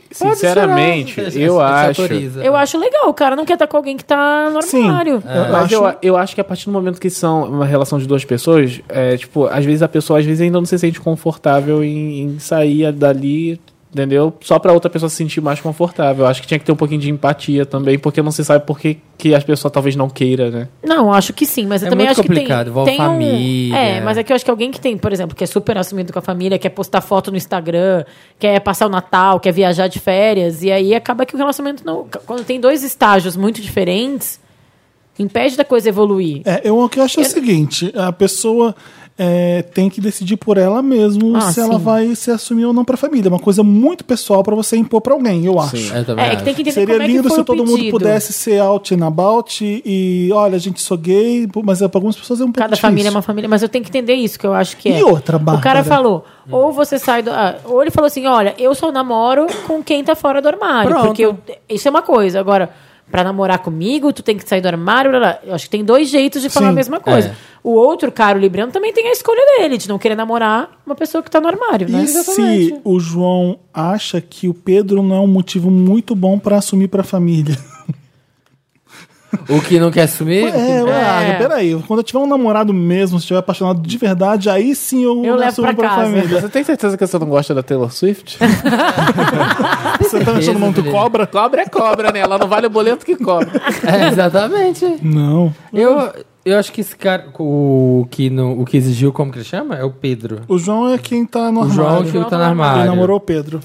sinceramente, eu acho.
Eu acho legal, o cara não quer estar com alguém que tá no
Sim. É.
armário.
Eu
Mas
acho-
eu, eu acho que a partir do momento que são uma relação de duas pessoas, é, tipo, às vezes a pessoa às vezes ainda não se sente confortável em, em sair dali, entendeu? Só pra outra pessoa se sentir mais confortável. Eu acho que tinha que ter um pouquinho de empatia também, porque não se sabe por que, que as pessoas talvez não queira, né?
Não, acho que sim, mas eu
É
também
muito
acho
complicado,
que tem,
envolve
tem
família.
um... É, mas é que eu acho que alguém que tem, por exemplo, que é super assumido com a família, quer postar foto no Instagram, quer passar o Natal, quer viajar de férias, e aí acaba que o relacionamento não... Quando tem dois estágios muito diferentes, impede da coisa evoluir.
É, eu, o que eu acho é o seguinte: a pessoa é, tem que decidir por ela mesmo
Ah,
se ela
sim.
vai se assumir ou não pra família. É uma coisa muito pessoal pra você impor pra alguém, eu acho.
Eu também
É, que
acho.
tem que entender
Seria
como é que
lindo
foi
se
o
todo mundo
pedido.
pudesse ser out and about e, e, olha, gente, sou gay, mas pra algumas pessoas é um pouco
Cada família é
difícil.
uma família, mas eu tenho que entender isso, que eu acho que é.
E outra,
O cara
Bárbara?
falou,
Hum.
ou você sai do. ah, ou ele falou assim: olha, eu só namoro com quem tá fora do armário.
Pronto.
Porque eu- isso é uma coisa. Agora, pra namorar comigo, tu tem que sair do armário. Blá, blá. Eu acho que tem dois jeitos de falar
Sim,
a mesma coisa.
é.
O outro cara, o Libriano, também tem a escolha dele, de não querer namorar uma pessoa que tá no armário, né?
E se o João acha que o Pedro não é um motivo muito bom pra assumir pra família?
O que não quer assumir?
É, ué,
É.
ah, peraí, quando eu tiver um namorado mesmo, se estiver apaixonado de verdade, aí sim eu,
Eu
me
levo
assumo
pra casa.
família.
Você tem certeza que você não gosta da Taylor Swift?
Você tá me achando muito
Beleza,
cobra?
cobra é cobra, né? Ela não vale o boleto que cobra.
É, exatamente.
Não.
Eu, eu acho que esse cara, o que, não, o que exigiu, como que ele chama? É o Pedro.
O João é quem tá no
O João
armário.
que tá no
Quem
armário.
namorou o Pedro.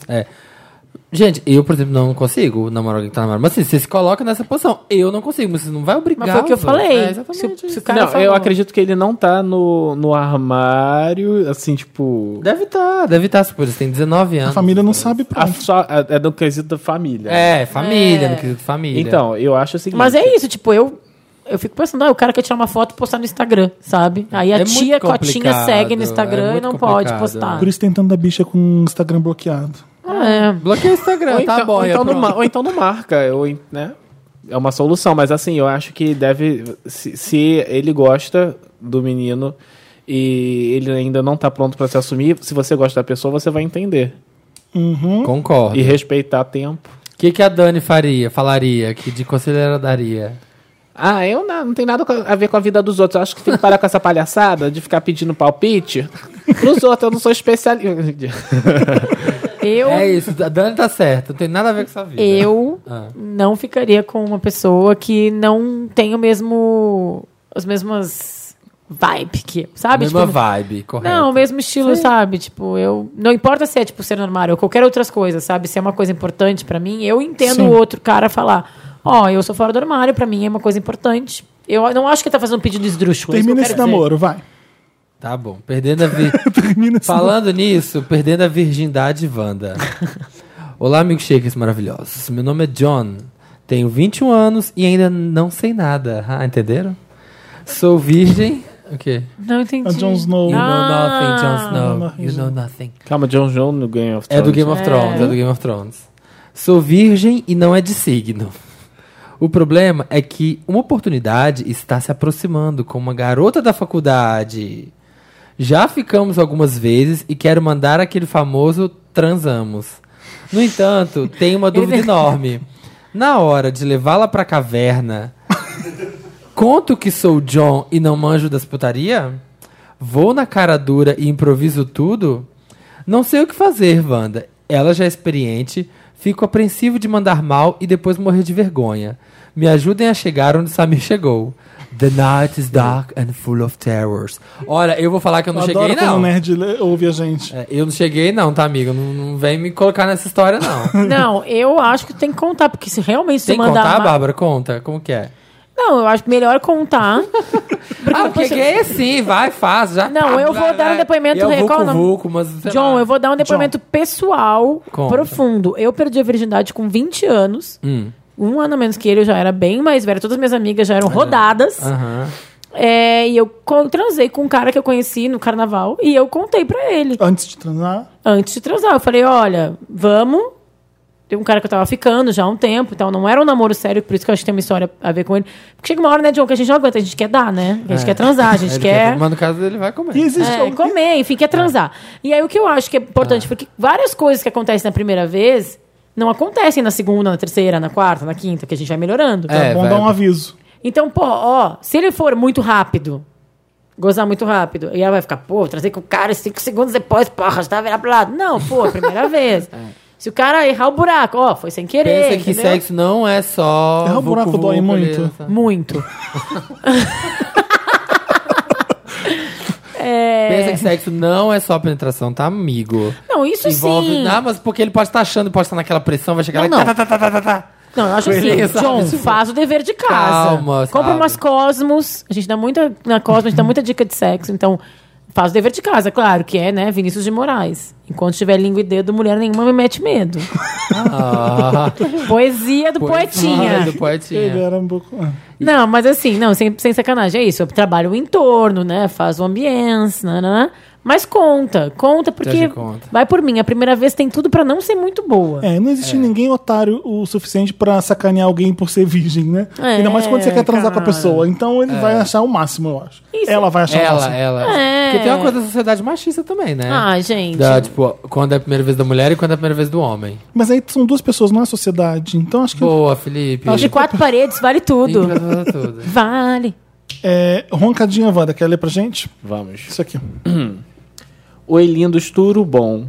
Gente, eu, por exemplo, não consigo namorar alguém que tá namorando. Mas assim, você se coloca nessa posição. Eu não consigo, mas você não vai obrigar.
Mas foi o que eu
os
falei.
outros. É,
se,
exatamente.
o- se o cara
Não,
falou,
eu acredito que ele não tá no, no armário, assim, tipo.
Deve estar, deve tá, tipo, estar, super. Você tem 19 anos.
A família não sabe
Ah,
a-
pronto.
só- a- é do quesito da família.
É, família,
É.
no quesito família.
Então, eu acho o seguinte.
Mas é isso, tipo, eu. Eu fico pensando, ah, o cara quer tirar uma foto e postar no Instagram, sabe? Aí a
É muito
tia Cotinha
complicado,
segue no
é
Instagram e
muito
não pode
complicado, né?
postar.
Por isso tem tanta bicha com o Instagram bloqueado.
É.
Bloqueia o Instagram,
Ou
tá
então,
bom.
ou,
é
então não,
pronto.
ma- ou então não marca, ou, em- né? É uma solução, mas assim, eu acho que deve. Se, se ele gosta do menino e ele ainda não tá pronto pra se assumir, se você gosta da pessoa, você vai entender.
Concordo.
Hum?
E respeitar tempo.
O que, que a Dani faria, falaria, que de conselho ela daria?
Ah, eu não, não tem nada com- a ver com a vida dos outros. Eu acho que tem que parar com essa palhaçada de ficar pedindo palpite pros outros. Eu não sou especialista.
Eu
É isso, a Dani tá certa, não tem nada a ver com essa vida.
Eu
Ah.
não ficaria com uma pessoa que não tem o mesmo. as mesmas vibe que eu, sabe?
Mesma
Tipo,
vibe, correto.
Não, o mesmo estilo, sabe? Tipo, eu. Não importa se é, tipo, ser normal ou qualquer outras coisas, sabe? Se é uma coisa importante pra mim, eu entendo o outro cara falar: Ó, eu sou fora do armário, pra mim é uma coisa importante. Eu não acho que ele tá fazendo um pedido esdrúxulo. é isso que eu
Termina esse
quero dizer.
namoro, vai.
Tá bom, perdendo a vi... Falando nisso, perdendo a virgindade, Wanda. Olá, amigos shakers maravilhosos. Meu nome é John, tenho 21 anos e ainda não sei nada. Ah, entenderam? Sou virgem. O quê?
Não entendi.
A Jon Snow.
You know nothing, Jon Snow.
Ah.
You know nothing.
Calma, John John no Game of
É
Thrones.
do Game of Thrones, é do Game of Thrones. Sou virgem e não é de signo. O problema é que uma oportunidade está se aproximando com uma garota da faculdade. Já ficamos algumas vezes e quero mandar aquele famoso transamos. No entanto, tenho uma dúvida enorme. Na hora de levá-la pra caverna, conto que sou John e não manjo das putaria? Vou na cara dura e improviso tudo? Não sei o que fazer, Wanda. Ela já é experiente, fico apreensivo de mandar mal e depois morrer de vergonha. Me ajudem a chegar onde Samir chegou. The night is dark and full of terrors. Olha, eu vou falar que eu não
Adoro é.
cheguei,
quando
não.
o nerd lê- ouve a gente.
É, eu não cheguei, não, tá, amigo? Não, não vem me colocar nessa história, não.
Não, eu acho que tem que contar, porque se realmente se
Tem que
mandar.
contar,
uma-
Bárbara? Conta. Como que é?
Não, eu acho melhor contar.
ah, porque gay é sim, vai, faz, já.
Não, eu vou dar um depoimento
Eu
real, qual o nome?
vucu, mas, sei
John,
lá.
eu vou dar um depoimento pessoal
Conta.
profundo. Eu perdi a virgindade com 20 anos.
Hum.
Um ano a menos que ele, eu já era bem mais velha. Todas as minhas amigas já eram rodadas.
Aham.
É, e eu co- transei com um cara que eu conheci no carnaval. E eu contei pra ele,
Antes de transar,
antes de transar. Eu falei, olha, vamos... Tem um cara que eu tava ficando já há um tempo e tal. Não era um namoro sério, por isso que eu acho que tem uma história a ver com ele. Porque chega uma hora, né, John, que a gente não aguenta. A gente quer dar, né? A gente
É.
quer transar, a gente
Ele
quer...
Mas no caso dele vai comer.
E existe
É,
algum-
comer, enfim, quer transar. E aí o que eu acho que é importante, porque várias coisas que acontecem na primeira vez não acontecem na segunda, na terceira, na quarta, na quinta, que a gente vai melhorando.
É,
bom
vai.
dar um aviso.
Então, pô, ó, se ele for muito rápido, gozar muito rápido, e ela vai ficar, pô, trazer com o cara e cinco segundos depois, porra, já tá virado pro lado. Não, pô, é a primeira vez. Se o cara errar o buraco, ó, foi sem querer.
Pensa que
entendeu?
sexo não é só.
Errar o um buraco
vucu,
dói
vucu,
muito.
beleza.
Muito.
Pensa
é...
que sexo não é só penetração, tá, amigo?
Não, isso
Envolve.
sim.
Ah, mas porque ele pode estar achando, pode estar naquela pressão, vai chegar
Não,
lá e.
não.
tá, tá, tá, tá, tá.
Não, eu acho assim,
Beleza,
John,
sabe?
faz o dever de casa.
Calma,
Compra
sabe?
umas Cosmos. A gente dá muita. Na Cosmos, a gente dá muita dica de sexo, então. Faz o dever de casa, claro, que é, né? Vinícius de Moraes. Enquanto tiver língua e dedo, mulher nenhuma me mete medo.
Ah,
Poesia do
Ai,
poetinha.
do
Ele
poetinha.
era um pouco. ah.
Não, mas assim, não, sem, sem sacanagem, é isso. Eu trabalho o entorno, né? Faz o ambiente, nananã. Mas conta, conta, porque
Traz de conta.
vai por mim. A primeira vez tem tudo pra não ser muito boa.
É, não existe ninguém otário o suficiente pra sacanear alguém por ser virgem, né?
É,
Ainda mais quando você quer transar com a
cara.
pessoa. Então ele vai achar o máximo, eu acho.
Isso.
Ela vai achar o
É. Ela,
máximo.
ela.
É.
Porque tem uma coisa da sociedade machista também, né?
Ah, gente.
Da, tipo, quando é a primeira vez da mulher e quando é a primeira vez do homem.
Mas aí são duas pessoas, não é sociedade. Então acho que
Boa, Felipe.
De quatro paredes, vale tudo.
Tudo. tudo.
Vale.
É, Roncadinha Wanda, quer ler pra gente?
Vamos.
Isso aqui.
Oi, lindos Turubom.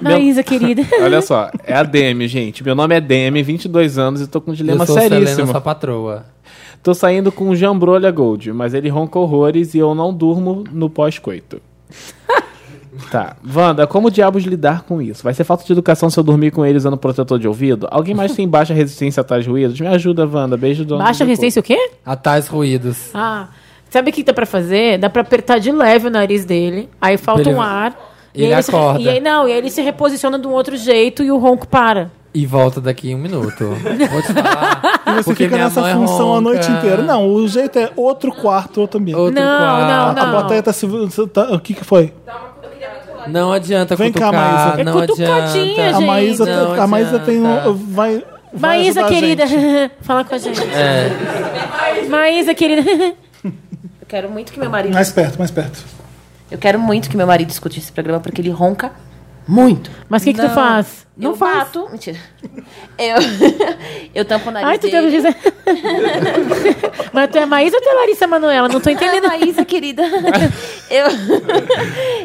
Maísa, querida.
Olha só, é a Demi, gente. Meu nome é Demi, 22 anos e tô com um dilema
Eu sou Selena,
seríssimo.
sua patroa.
Tô saindo com o Jambrolha Gold, mas ele ronca horrores e eu não durmo no pós-coito. tá. Wanda, como diabos lidar com isso? Vai ser falta de educação se eu dormir com ele usando protetor de ouvido? Alguém mais tem baixa resistência a tais ruídos? Me ajuda, Wanda. Beijo, dona.
Baixa a
do
resistência o quê?
A tais ruídos.
Ah, sabe o que dá pra fazer? Dá pra apertar de leve o nariz dele, aí falta
Ele-
um ar.
ele
e aí se re-
acorda.
e aí não, e aí ele se reposiciona de um outro jeito e o ronco para.
E volta daqui em um minuto. Vou te falar.
Ah.
E você
porque
fica
minha
nessa
mãe é
função
ronca.
a noite inteira. Não, o jeito é outro quarto, outro ambiente.
Outro
Não,
quarto.
não,
A plateia tá se. tá- o que que foi?
Não adianta
Vem cá,
cutucar.
Maísa.
É
não
cutucadinha,
adianta.
A
Gente,
Maísa, tá-
não
a Maísa tem
adianta.
um. Vai. vai
Maísa,
ajudar a
querida,
gente.
fala com a gente.
É,
Maísa, querida. Eu quero muito que meu marido.
Mais perto, mais perto.
Eu quero muito que meu marido escute esse programa porque ele ronca muito.
Mas o que, que tu
Não.
faz?
Não eu bato. Mentira. Eu, eu tampo o nariz
Ai, tu deve
dele.
dizer. Mas tu é Maísa ou tu é Larissa Manoela? Não tô entendendo.
Ah, Maísa, querida. eu,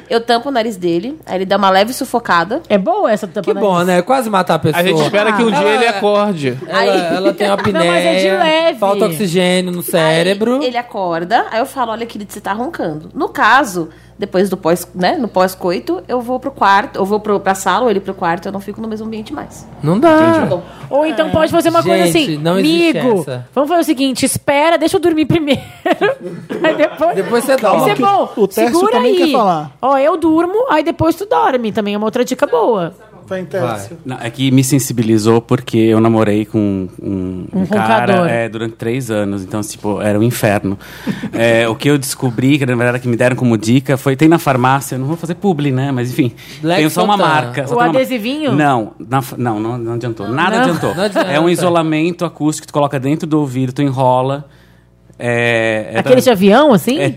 eu tampo o nariz dele, aí ele dá uma leve sufocada.
É boa essa tampa
que
nariz?
bom, né? Quase matar a pessoa.
A gente espera
Ah,
que um dia ele acorde.
Ela,
Aí-
ela tem uma apneia.
Não, mas é de leve.
Falta oxigênio no cérebro.
Aí ele acorda, aí eu falo, olha, querido, você tá roncando. No caso, depois do pós, né, no pós-coito, eu vou pro quarto, eu vou pro, pra sala ou ele pro quarto, eu não fico no mesmo ambiente mais.
Não dá.
Ou então pode fazer uma coisa
Gente,
assim,
não existe
amigo.
essa.
Vamos fazer o seguinte, espera, deixa eu dormir primeiro. aí depois.
Depois você
Isso
dorme.
é bom.
o Tércio
Segura
também
aí.
quer falar.
Ó, eu durmo, aí depois tu dorme. Também é uma outra dica boa.
Vai, Tércio.
Não, é que me sensibilizou porque eu namorei com um, um
Um roncador.
cara é, durante três anos, então, tipo, era um inferno. É, o que eu descobri, que na verdade que me deram como dica, foi: tem na farmácia, eu não vou fazer publi, né? Mas enfim,
Black
tenho só uma
Santana.
marca. só
O
tem uma-
adesivinho?
Não, na fa- não, não, não adiantou. Nada
Não.
adiantou.
Não adianta.
É um isolamento acústico, tu coloca dentro do ouvido, tu enrola. É, é
Aquele
tá.
da-
de avião, assim?
é,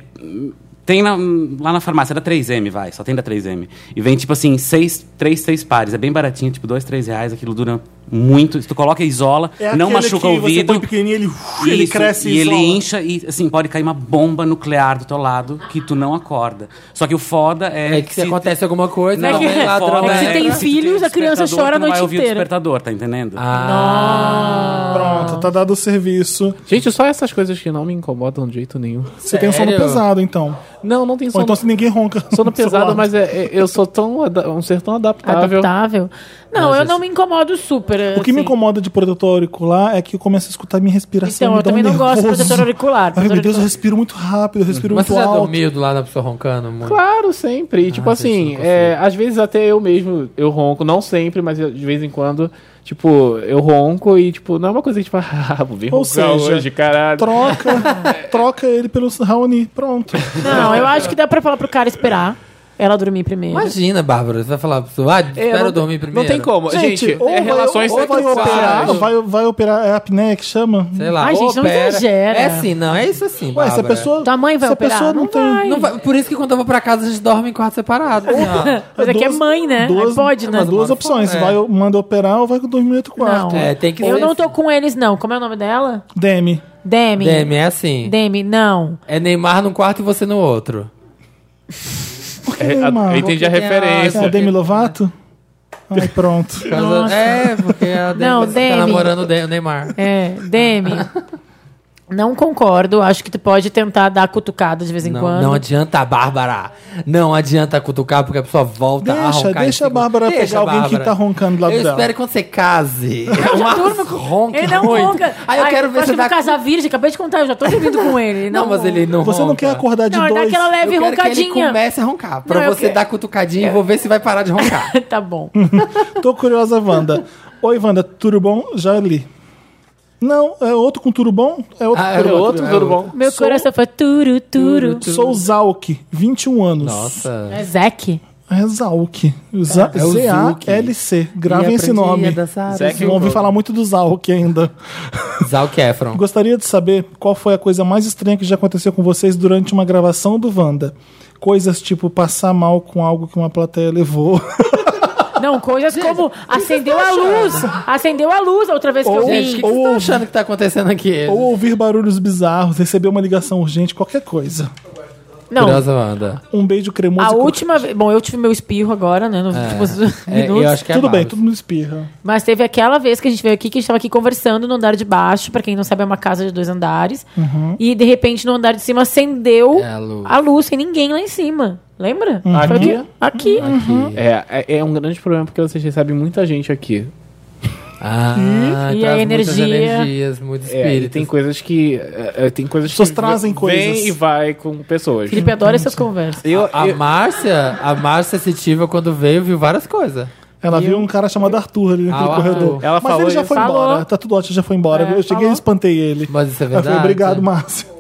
tem na- lá na farmácia, da 3M, vai, só tem da 3M. E vem, tipo assim, seis, três, um seis pares. É bem baratinho, tipo, dois, três reais. Aquilo dura muito. Se tu coloca, isola,
É
não
aquele
machuca
que Você
o
põe
ouvido.
pequenininho, ele,
Isso,
ele cresce
e ele
isola.
incha e assim pode cair uma bomba nuclear do teu lado que tu não acorda. Só que o foda é,
É que se acontece alguma coisa,
Não,
não,
é
é
que-
o
vem ladrão.
foda
é que se
entra.
tem
que se tu
filhos, a criança
despertador,
chora a
tu não
noite
vai ouvir o
inteira.
despertador, tá entendendo?
Ah,
Pronto, tá dado o serviço.
Gente, só essas coisas que não me incomodam de jeito nenhum.
Você tem um sono
Sério?
pesado, então.
Não, não tem
Ou
sono.
então se ninguém ronca.
Sono
do seu
pesado,
lado.
mas é, é- eu sou tão ada- um ser tão adaptável.
Adaptável? Não, eu não me incomodo super.
O que me
assim.
incomoda de protetor auricular é que eu começo a escutar minha respiração.
Então,
me
eu
dá um
também não gosto de
nervoso.
protetor auricular.
Ai, meu
Protetor
Deus, eu
auricular.
respiro muito rápido, eu respiro
Mas
muito
você já
alto.
dormiu do lado da pessoa roncando? muito?
Claro, sempre. E, tipo assim, é, às vezes até eu mesmo eu ronco, não sempre, mas eu- de vez em quando, tipo, eu ronco e, tipo, não é uma coisa que, tipo, ah, vou vir
Ou
roncar
seja,
hoje, caralho.
Troca, troca ele pelo Raoni. Pronto.
Não, eu acho que dá pra falar pro cara esperar ela dormir primeiro.
Imagina, Bárbara, você vai falar pra pessoa, ah, espera eu dormir primeiro.
Não tem como. Gente,
ou
é
vai-
relações
ou vai
sexuais.
operar, vai, vai operar, é a apneia que chama?
Sei lá,
Ai, gente, não
opera.
exagera.
É assim, não, é isso assim,
Ué, se a
Bárbara.
pessoa.
Tua mãe vai
se a
operar?
pessoa não,
Não
tem.
vai.
Não vai- por isso que quando eu vou pra casa, a gente dorme em quarto separado. assim, ó.
Mas é que é mãe, né? Aí pode, né?
As duas
mora
opções.
fora, é.
Vai, manda operar ou vai dormir em outro quarto.
Não.
É, tem que
Eu
ser
não tô com eles, não. Como é o nome dela?
Demi.
Demi.
Demi, é assim.
Demi, não.
É Neymar num quarto e você no outro.
Por que
É, a-
Neymar?
eu entendi a
Porque tem a-
É a
referência.
Demi Lovato?
É.
Ai, pronto.
Por causa- É, porque a Demi,
Não,
você
Demi.
tá namorando o De- o Neymar.
É, Demi. não concordo. Acho que tu pode tentar dar cutucada de vez em
Não,
quando.
não adianta, Bárbara. Não adianta cutucar, porque a pessoa volta a
Deixa,
roncar. em
deixa a
segundo.
Bárbara
Deixa,
pegar alguém que
Bárbara.
tá roncando do lado
Eu
dela.
espero que quando você case, o Marcos ronque
Ele não
muito.
ronca.
Aí eu quero ver
acho que
se
eu
dá...
vou casar virgem. Acabei de contar, eu já tô dormindo com ele.
Não, mas ele não
Você
ronca.
não quer acordar de
Não, ele dá
dois?
aquela
Eu
leve
quero que ele
roncadinha.
comece a roncar. Pra
Não, eu
você
que-
dar cutucadinha e vou ver se vai parar de roncar.
tá bom.
Tô curiosa, Wanda. Oi, Wanda, tudo bom? Já li. Não, é outro com tudo bom? É outro.
Ah,
com
é
tudo bom.
Outro, tudo bom?
Meu
Sou-
coração foi turu, turu.
Sou Zalk, 21 anos.
Nossa.
É Zeke.
É Zalk. Z-
é o Zuki.
Z-A-L-C. Gravem
E
esse
aprendi
nome.
a dançar
Vocês
o
vão ouvir
Zalk.
falar muito do Zalk ainda.
Zac Efron.
Gostaria de saber qual foi a coisa mais estranha que já aconteceu com vocês durante uma gravação do Wanda. Coisas tipo passar mal com algo que uma plateia levou.
Não, coisas como acendeu a luz. Acendeu a luz a outra vez que eu
Ou-
vim.
Gente, o que, que
Ou-
você tá achando que tá acontecendo aqui?
Ou ouvir barulhos bizarros, receber uma ligação urgente, qualquer coisa.
Não,
Curiosa Wanda.
Um beijo cremoso.
a
e cu-
última vez. Bom, eu tive meu espirro agora, né? Nos últimos
É,
minutos.
eu acho que é a
Tudo bem,
Bárbara.
todo mundo espirra.
Mas teve aquela vez que a gente veio aqui, que a gente tava aqui conversando no andar de baixo. Pra quem não sabe, é uma casa de dois andares. E de repente, no andar de cima, acendeu
Uhum. É Hum. a luz.
a luz. Sem ninguém lá em cima. Lembra? Foi
Aqui,
Aqui.
É, é, é um grande problema porque vocês recebem muita gente aqui.
Ah,
E
traz
a
muitas
energia.
energias, muitos
É, e
espíritos.
tem coisas que. É, é, tem coisas
Pessoas
que
trazem
vem
coisas.
e vai com pessoas.
Felipe adora essas conversas.
Eu,
A
eu-
Márcia, a Márcia Sitiva, quando veio, viu várias coisas.
Ela viu um cara chamado Arthur ali naquele
Ah, o
corredor.
Arthur.
Ela
Mas
falou
ele já
isso.
foi
Falou.
embora. Tá tudo ótimo, já foi embora.
É,
eu cheguei
falou.
e espantei ele.
Mas isso é
Ela
verdade.
falou, obrigado, Márcio.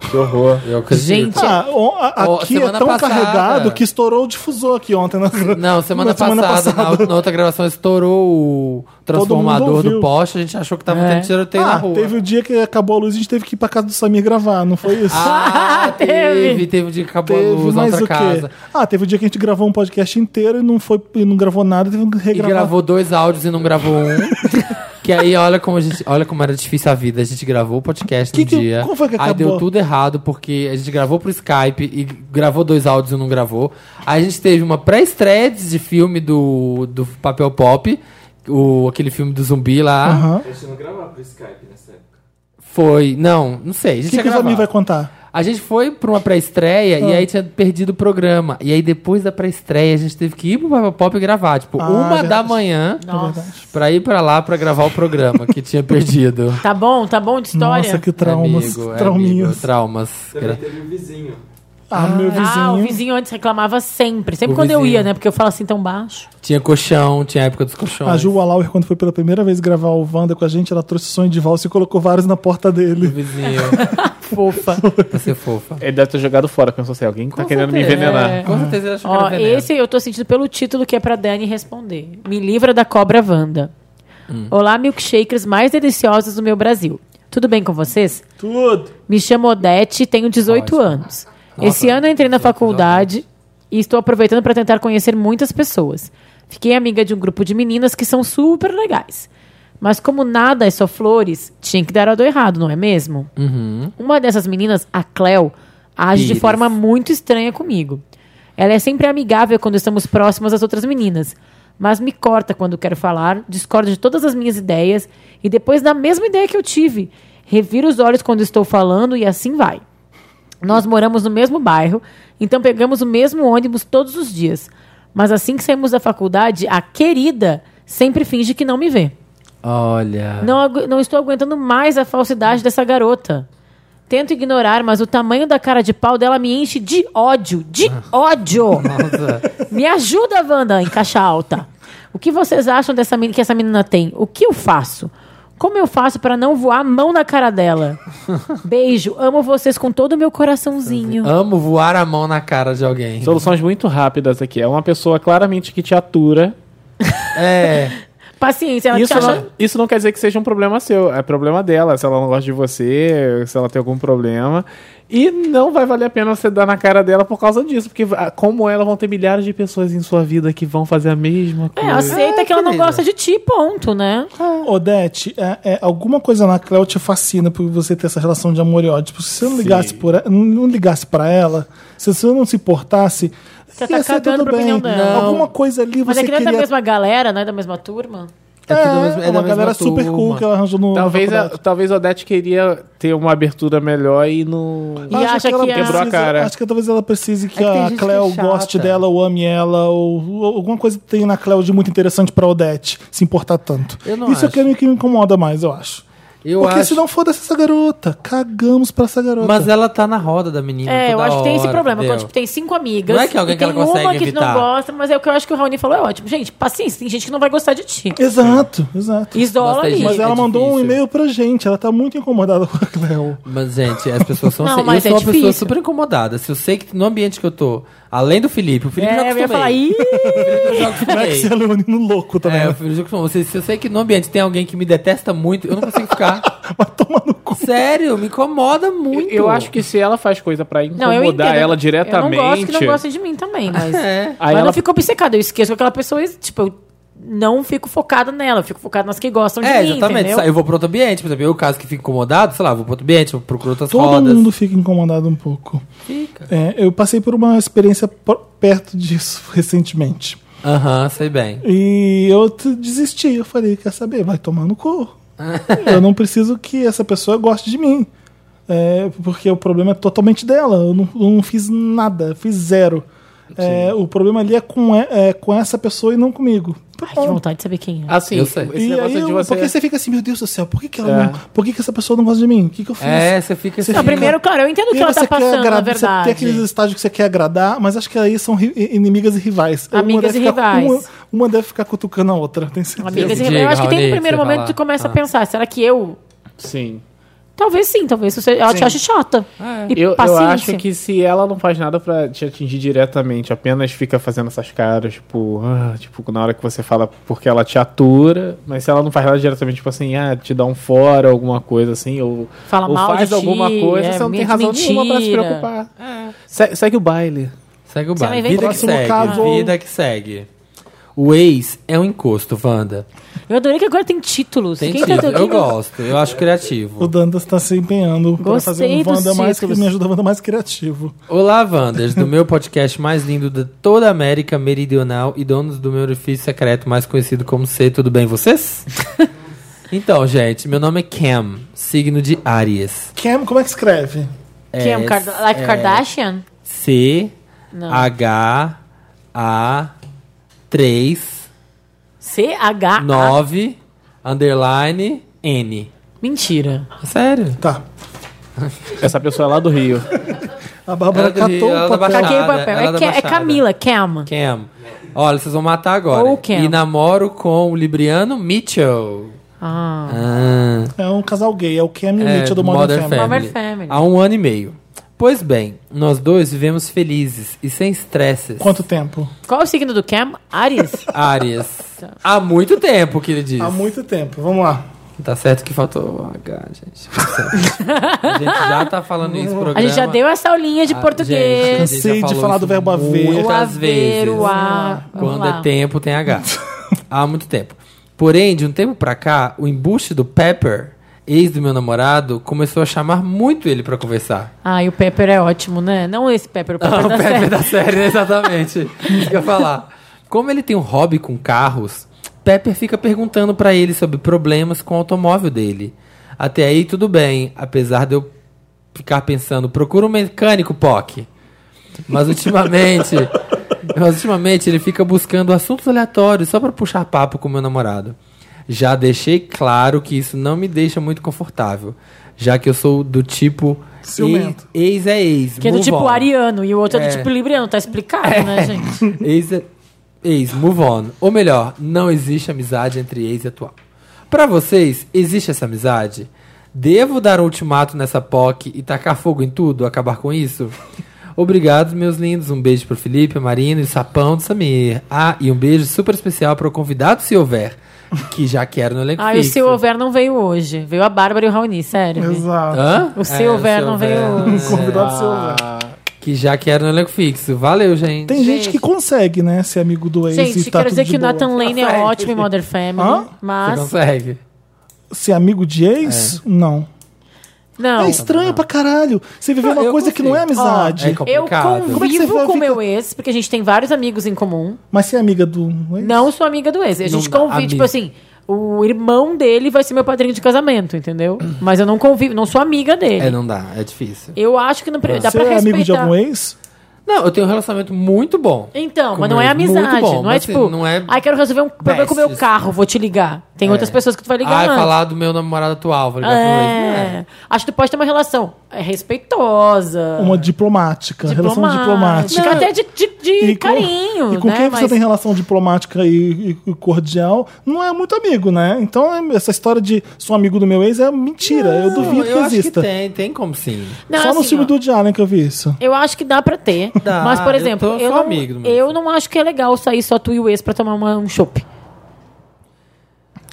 que horror.
Eu acredito.
Gente,
Ah, o- a-
Ó,
aqui é
semana
tão
passada-
carregado que estourou o difusor aqui ontem. Na,
Não, semana,
na semana
passada, na outra- Na, outra gravação, estourou o transformador
ouviu.
do poste. A gente achou que tava
É.
tendo tiroteio na
Ah,
rua.
teve o dia que acabou a luz e a gente teve que ir pra casa do Samir gravar, não foi isso?
Ah, teve. Teve de acabou a
teve
luz na
mais o
outra
quê?
casa.
Ah, teve o dia que a gente gravou um podcast inteiro e não, foi, e não gravou nada, teve que
E
regravar.
gravou dois áudios e não gravou um. que aí, olha como, a gente, olha como era difícil a vida. A gente gravou o podcast
Que
um
que-
dia.
como foi que
aí
acabou?
deu tudo errado, porque a gente gravou pro Skype e gravou dois áudios e não gravou. Aí a gente teve uma pré-estreia de filme do, do Papel Pop, o, aquele filme do zumbi lá.
Aham.
Foi. Não, não sei. A
O
gente
que,
ia
que o Samir
é
vai
gravar.
contar?
A gente foi pra uma pré-estreia e
Ah.
aí tinha perdido o programa. E aí depois da pré-estreia a gente teve que ir pro Papel Pop gravar. Tipo,
Ah,
uma da
verdade.
manhã
Nossa.
pra ir pra lá pra gravar o programa que tinha perdido.
Tá bom, tá bom de história?
Nossa, que traumas,
Amigo, é,
trauminhas.
amigo, traumas. Gra-
Ah, meu vizinho.
Ah, o vizinho antes reclamava sempre. Sempre
O
quando eu
vizinho.
ia, né? Porque eu falo assim tão baixo.
Tinha colchão, tinha a época dos colchões.
A Ju Walauer, quando foi pela primeira vez gravar o Wanda com a gente, ela trouxe o sonho de valsa e colocou vários na porta
O
dele.
vizinho,
Fofa.
pra ser fofa.
Ele deve ter jogado fora, pensou assim, alguém tá querendo me
certeza.
envenenar.
É.
Ah.
Com certeza ele achou que
Ó,
era veneno.
esse eu tô sentindo pelo título que é pra Dani responder. Me livra da cobra Wanda. Olá, milkshakers mais deliciosos do meu Brasil. Tudo bem com vocês?
Tudo!
Me chamo Odete, tenho 18
Ótimo.
anos. Esse ano eu entrei na faculdade e estou aproveitando para tentar conhecer muitas pessoas. Fiquei amiga de um grupo de meninas que são super legais. Mas como nada é só flores, tinha que dar a do errado, não é mesmo? Uma dessas meninas, a Cleo, age de
Pires.
forma muito estranha comigo. Ela é sempre amigável quando estamos próximas às outras meninas. mas me corta quando quero falar, discorda de todas as minhas ideias e depois da mesma ideia que eu tive. Reviro os olhos quando estou falando e assim vai. Nós moramos no mesmo bairro, então pegamos o mesmo ônibus todos os dias. Mas assim que saímos da faculdade, a querida sempre finge que não me vê.
Olha.
Não, agu- não estou aguentando mais a falsidade dessa garota. Tento ignorar, mas o tamanho da cara de pau dela me enche de ódio. De ódio! me ajuda, Wanda, em caixa alta. O que vocês acham dessa menina que essa menina tem? O que eu faço? Como eu faço para não voar a mão na cara dela? Beijo, amo vocês com todo o meu coraçãozinho.
Amo voar a mão na cara de alguém.
Soluções muito rápidas aqui. É uma pessoa claramente que te atura.
É.
Paciência, ela
isso,
te acha...
não, isso não quer dizer que seja um problema seu. É problema dela. Se ela não gosta de você, se ela tem algum problema. E não vai valer a pena você dar na cara dela por causa disso. Porque, ah, como ela, vão ter milhares de pessoas em sua vida que vão fazer a mesma
É,
coisa.
aceita que ela não gosta de ti, ponto, né?
Odete, é, é, alguma coisa na Cleo te fascina por você ter essa relação de amor e ódio. Tipo, se você não ligasse, por, e- não ligasse pra ela, se você não se importasse,
Você tá
ia ser
cagando
tudo
pra opinião
bem.
dela. Não.
Alguma coisa ali
Mas
você
é que não é da
queria...
mesma galera, não é da mesma turma?
É,
tudo da mesma- é da
uma
mesma
galera super cool
turma.
que ela arranjou no
Talvez,
na
a,
faculdade.
talvez a Odete queria ter uma abertura melhor e não.
E acha que, é.
ela
a-
Quebrou a
precisa-
cara.
Acho que talvez ela precise que,
É que tem
a
gente
Cleo
que é
goste
chata.
dela ou ame ela, ou, ou alguma coisa que tem na Cleo de muito interessante pra Odete se importar tanto.
Eu não
Isso é
acho.
que me, que me incomoda mais, eu acho.
Eu
Porque
acho-
se não for dessa essa garota, cagamos pra essa garota.
Mas ela tá na roda da menina.
É, eu
toda
acho que tem esse
hora,
problema.
entendeu?
Quando tipo, tem cinco amigas.
Não é que alguém
e
que
tem
ela consegue
uma que
evitar.
não gosta, mas é o que eu acho que o Raoni falou é ótimo. Gente, paciência, tem gente que não vai gostar de ti.
Exato, exato.
Isola
Gosta de
ali.
Mas
é
ela mandou um
difícil.
e-mail pra gente, ela tá muito incomodada com a Cleo.
Mas, gente, as pessoas são.
Não,
se- eu
mas
sou
é
uma pessoa
difícil.
super incomodada. Se eu sei que no ambiente que eu tô, além do Felipe, o Felipe já
É, eu
acostumei.
ia falar, ih,
Eu já acostumei.
Max é leonino louco também.
É,
né?
eu fico junto com você. Se eu sei que no ambiente tem alguém que me detesta muito, eu não consigo ficar.
Vai tomar no cu.
Sério, me incomoda muito.
Eu acho que se ela faz coisa pra
Então. Não, eu entendo.
incomodar ela diretamente.
Eu não gosto que não gosta de mim também, mas...
É.
Mas
Aí
eu
ela
não fico obcecada, eu esqueço que aquela pessoa, tipo, eu não fico focada nela, eu fico focada nas que gostam de
É,
mim,
exatamente.
entendeu?
Eu vou pro outro ambiente, por exemplo. Eu, caso que fique incomodado, sei lá, vou pro outro ambiente, eu procuro outras
Todo
rodas.
mundo fica incomodado um pouco.
Fica.
É, eu passei por uma experiência por- perto disso recentemente.
Aham, sei bem.
E eu t- desisti. Eu falei, quer saber? Vai tomar no cu. eu não preciso que essa pessoa goste de mim. É, porque o problema é totalmente dela. Eu não, eu não fiz nada, fiz zero. É, o problema ali é com, e- é com essa pessoa e não comigo. Tá
Ai, que
bom.
vontade de saber quem é.
Assim,
Eu sei.
esse
E
negócio
aí,
de
eu-
você.
porque você fica assim, meu Deus do céu, por que, que, ela
É.
não- por que, que essa pessoa não gosta de mim? O que, que eu fiz?
É, você fica assim.
Não, primeiro, claro, eu entendo o
E
que ela
você
tá
quer
passando, na
agradar- Você
verdade.
tem aqueles estágios que você quer agradar, mas acho que aí são ri- inimigas e rivais. Uma
Amigas
deve
e
ficar-
rivais.
Uma, uma deve ficar cutucando a outra, tem certeza.
Amigas e
Diga,
eu acho que tem
Raoni,
um primeiro
você vai
momento que
lá.
tu começa a
Ah.
pensar, será que eu
Sim.
Talvez sim, talvez você, ela te ache chata. E
É. Eu, eu
paciência.
acho que se ela não faz nada pra te atingir diretamente, apenas fica fazendo essas caras, tipo, ah, tipo, na hora que você fala porque ela te atura, mas se ela não faz nada diretamente, tipo assim, ah, te dá um fora, alguma coisa assim, ou,
Fala
ou
mal de
faz
ti,
alguma coisa,
é,
você não tem
mente-
razão nenhuma pra se
mentira.
preocupar.
É.
Se- segue o baile.
Segue o
Você
baile.
vai ver
Vida que
próximo
segue.
caso.
Vida que segue. O ex é um encosto, Wanda.
Eu adorei que agora tem títulos.
Tem
Quem tá-
título.
quem
Eu
tá-
gosto, eu acho
O
criativo.
Dantas está se empenhando para
Gostei
fazer um
dos
Wanda mais que
títulos.
me ajuda a Wanda mais criativo.
Olá, Wanders, do meu podcast mais lindo de toda a América Meridional e donos do meu orifício secreto, mais conhecido como C. Tudo bem, vocês? então, gente, meu nome é Cam, signo de Áries.
Cam, como é que escreve?
Quem é um Card like Kardashian?
C
Não.
H A 3
CH.
9 underline N.
Mentira.
Sério?
Tá.
Essa pessoa é lá do Rio.
A Bárbara
Ela do Rio,
catou
ela
o
da
papel.
Baixada.
Caguei o papel.
ela da
É, Ca- é
Baixada.
Camila, Cam.
Cam. Olha, vocês vão matar agora.
Ou Cam.
E namoro com o libriano Mitchell.
Ah.
Ah.
É um casal gay, é o Cam e o
É,
Mitchell do Modern, Family.
Modern Family.
Há um ano e meio. Pois bem, nós dois vivemos felizes e sem estresses.
Quanto tempo?
Qual é o signo do Cam? Ares.
Áreas.
Tá.
Há muito tempo que ele diz.
Há muito tempo, vamos lá.
Tá certo que faltou o H, gente. Tá certo. a gente já tá falando isso no programa.
A gente já deu essa aulinha de
Ah, gente, a
português.
gente
Sei
já
de
falou
falar
isso
do verbo haver.
o
Muitas
aveiro,
vezes.
o a. Vamos
Quando
lá.
é tempo, tem H. Há muito tempo. Porém, de um tempo pra cá, o embuste do Pepper, ex do meu namorado, começou a chamar muito ele pra conversar.
Ah, e o Pepper é ótimo, né? Não esse Pepper, o Pepper
Não,
da
o Pepper
série.
da série, exatamente. Isso que eu ia falar. Como ele tem um hobby com carros, Pepper fica perguntando pra ele sobre problemas com o automóvel dele. Até aí tudo bem, apesar de eu ficar pensando, procura um mecânico, Pock. Mas ultimamente, mas ultimamente ele fica buscando assuntos aleatórios só pra puxar papo com meu namorado. Já deixei claro que isso não me deixa muito confortável, já que eu sou do tipo
Ciumento.
Ex, ex é ex.
Que é do
move
tipo
on.
ariano e o outro é,
É.
do tipo libriano, tá explicado, né, gente?
Ex, é- ex, move on. Ou melhor, não existe amizade entre ex e atual. Pra vocês, existe essa amizade? Devo dar um ultimato nessa POC e tacar fogo em tudo, acabar com isso? Obrigado, meus lindos. Um beijo pro Felipe, a Marina e o Sapão do Samir. Ah, e um beijo super especial pro convidado, se houver, que já quero no elenco
Ah, e o
fixo.
Seu Houver não veio hoje. Veio a Bárbara e o Raoni, sério.
Exato.
Hã? É,
O Seu Houver não veio hoje.
Um Convidado seu
Que já quero no elenco fixo. Valeu, gente.
Tem gente, que consegue, né? Ser amigo do ex
Gente,
e tá tudo
quero dizer
de
que o
boa.
Nathan Lane é
Consegue.
ótimo em Mother Family,
Hã?
mas...
consegue.
Ser amigo de ex? Não.
Não.
É estranho pra caralho. Você viver uma
Eu
coisa que não é
consigo.
amizade.
Ó,
tá
eu
Como é que você
convivo
vai
com
ficar-
meu ex, porque a gente tem vários amigos em comum.
Mas você é amiga do ex?
Não sou amiga do ex. A gente
Não,
convive, tipo
amiga.
assim, o irmão dele vai ser meu padrinho de casamento, entendeu? Mas eu não convivo, não sou amiga dele.
É, não dá. É difícil.
Eu acho que não pre... dá
Você
pra
é
respeitar.
amigo de algum ex?
Não, eu tenho um relacionamento muito bom.
Então,
Com
mas não é
ex. Muito
amizade.
bom,
não é
mas, assim,
tipo,
não é
ai, quero resolver um problema com o meu
bestes.
carro, vou te ligar. Tem
É.
outras pessoas que tu vai ligar
Ah,
antes.
falar do meu namorado atual. Vou ligar pro ex. Não
É.
é.
Acho que tu pode ter uma relação é, respeitosa.
Uma diplomática, relação diplomática.
Não, Até de, de- de carinho.
E com
né?
quem você
Mas-
tem relação diplomática e, e cordial, não é muito amigo, né? Então, é- essa história de sou amigo do meu ex é mentira. eu duvido
eu
que
acho
exista.
que tem, tem como sim.
Não,
Só no
assim,
filme
ó.
do Woody Allen que eu vi isso.
Eu acho que dá pra ter.
Dá,
mas, por
eu
exemplo,
tô-
eu,
sou
não,
amigo do meu
eu não acho que é legal sair só tu e o ex pra tomar uma- um chopp.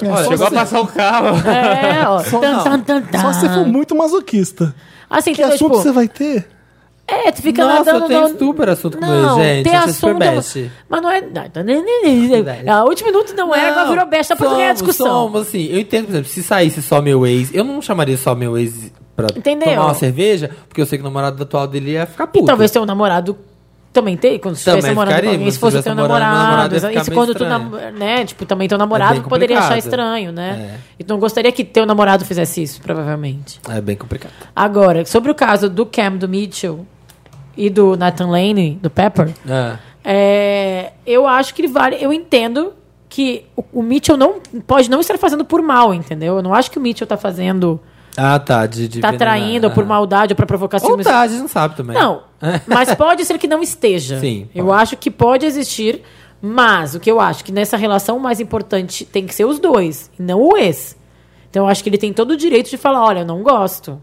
É, só
Olha, chegou a
se-
passar o carro.
É, ó.
Só,
tan,
não.
tan, tan, tan.
Só se for muito masoquista.
Assim,
que
entendeu?
assunto
Tipo,
você vai ter?
É, tu fica lá
Nossa,
dando...
eu tenho
dando-
super assunto com
Não,
ele, gente.
tem
Essa é super
assunto...
best.
Mas não é... A último minuto não, é, agora virou besta pra tu ganhar a discussão.
Somos, assim, eu entendo, por exemplo, se saísse só meu ex, eu não chamaria só meu ex pra
Entendeu?
tomar uma cerveja, porque eu sei que o namorado atual dele ia ficar
E
puto.
talvez teu namorado também tem, quando
Também
estivesse namorando
ficaria,
com alguém,
mas
se fosse
se
teu
tivesse namorando, meu
namorado,
namorado ia
e
ficar
se
meio
quando tu,
estranho. É
nam- né, tipo, também teu namorado,
bem
tu poderia achar
complicado.
estranho, né? E tu não gostaria que teu namorado fizesse isso, provavelmente.
É bem complicado.
Agora, sobre o caso do Cam, do Mitchell e do Nathan Lane, do Pepper,
É.
é, eu acho que ele vale. Eu entendo que o, o Mitchell não pode não estar fazendo por mal, entendeu? Eu não acho que o Mitchell tá fazendo,
Ah, tá. De, de
tá
envenenar,
traindo ou por
ah.
maldade ou pra provocar
Ou
ciúmes.
tá, a gente não sabe também.
Não, mas pode ser que não esteja.
Sim,
Eu acho que pode existir, mas o que eu acho que nessa relação o mais importante tem que ser os dois, e não o ex. Então eu acho que ele tem todo o direito de falar, olha, eu não gosto.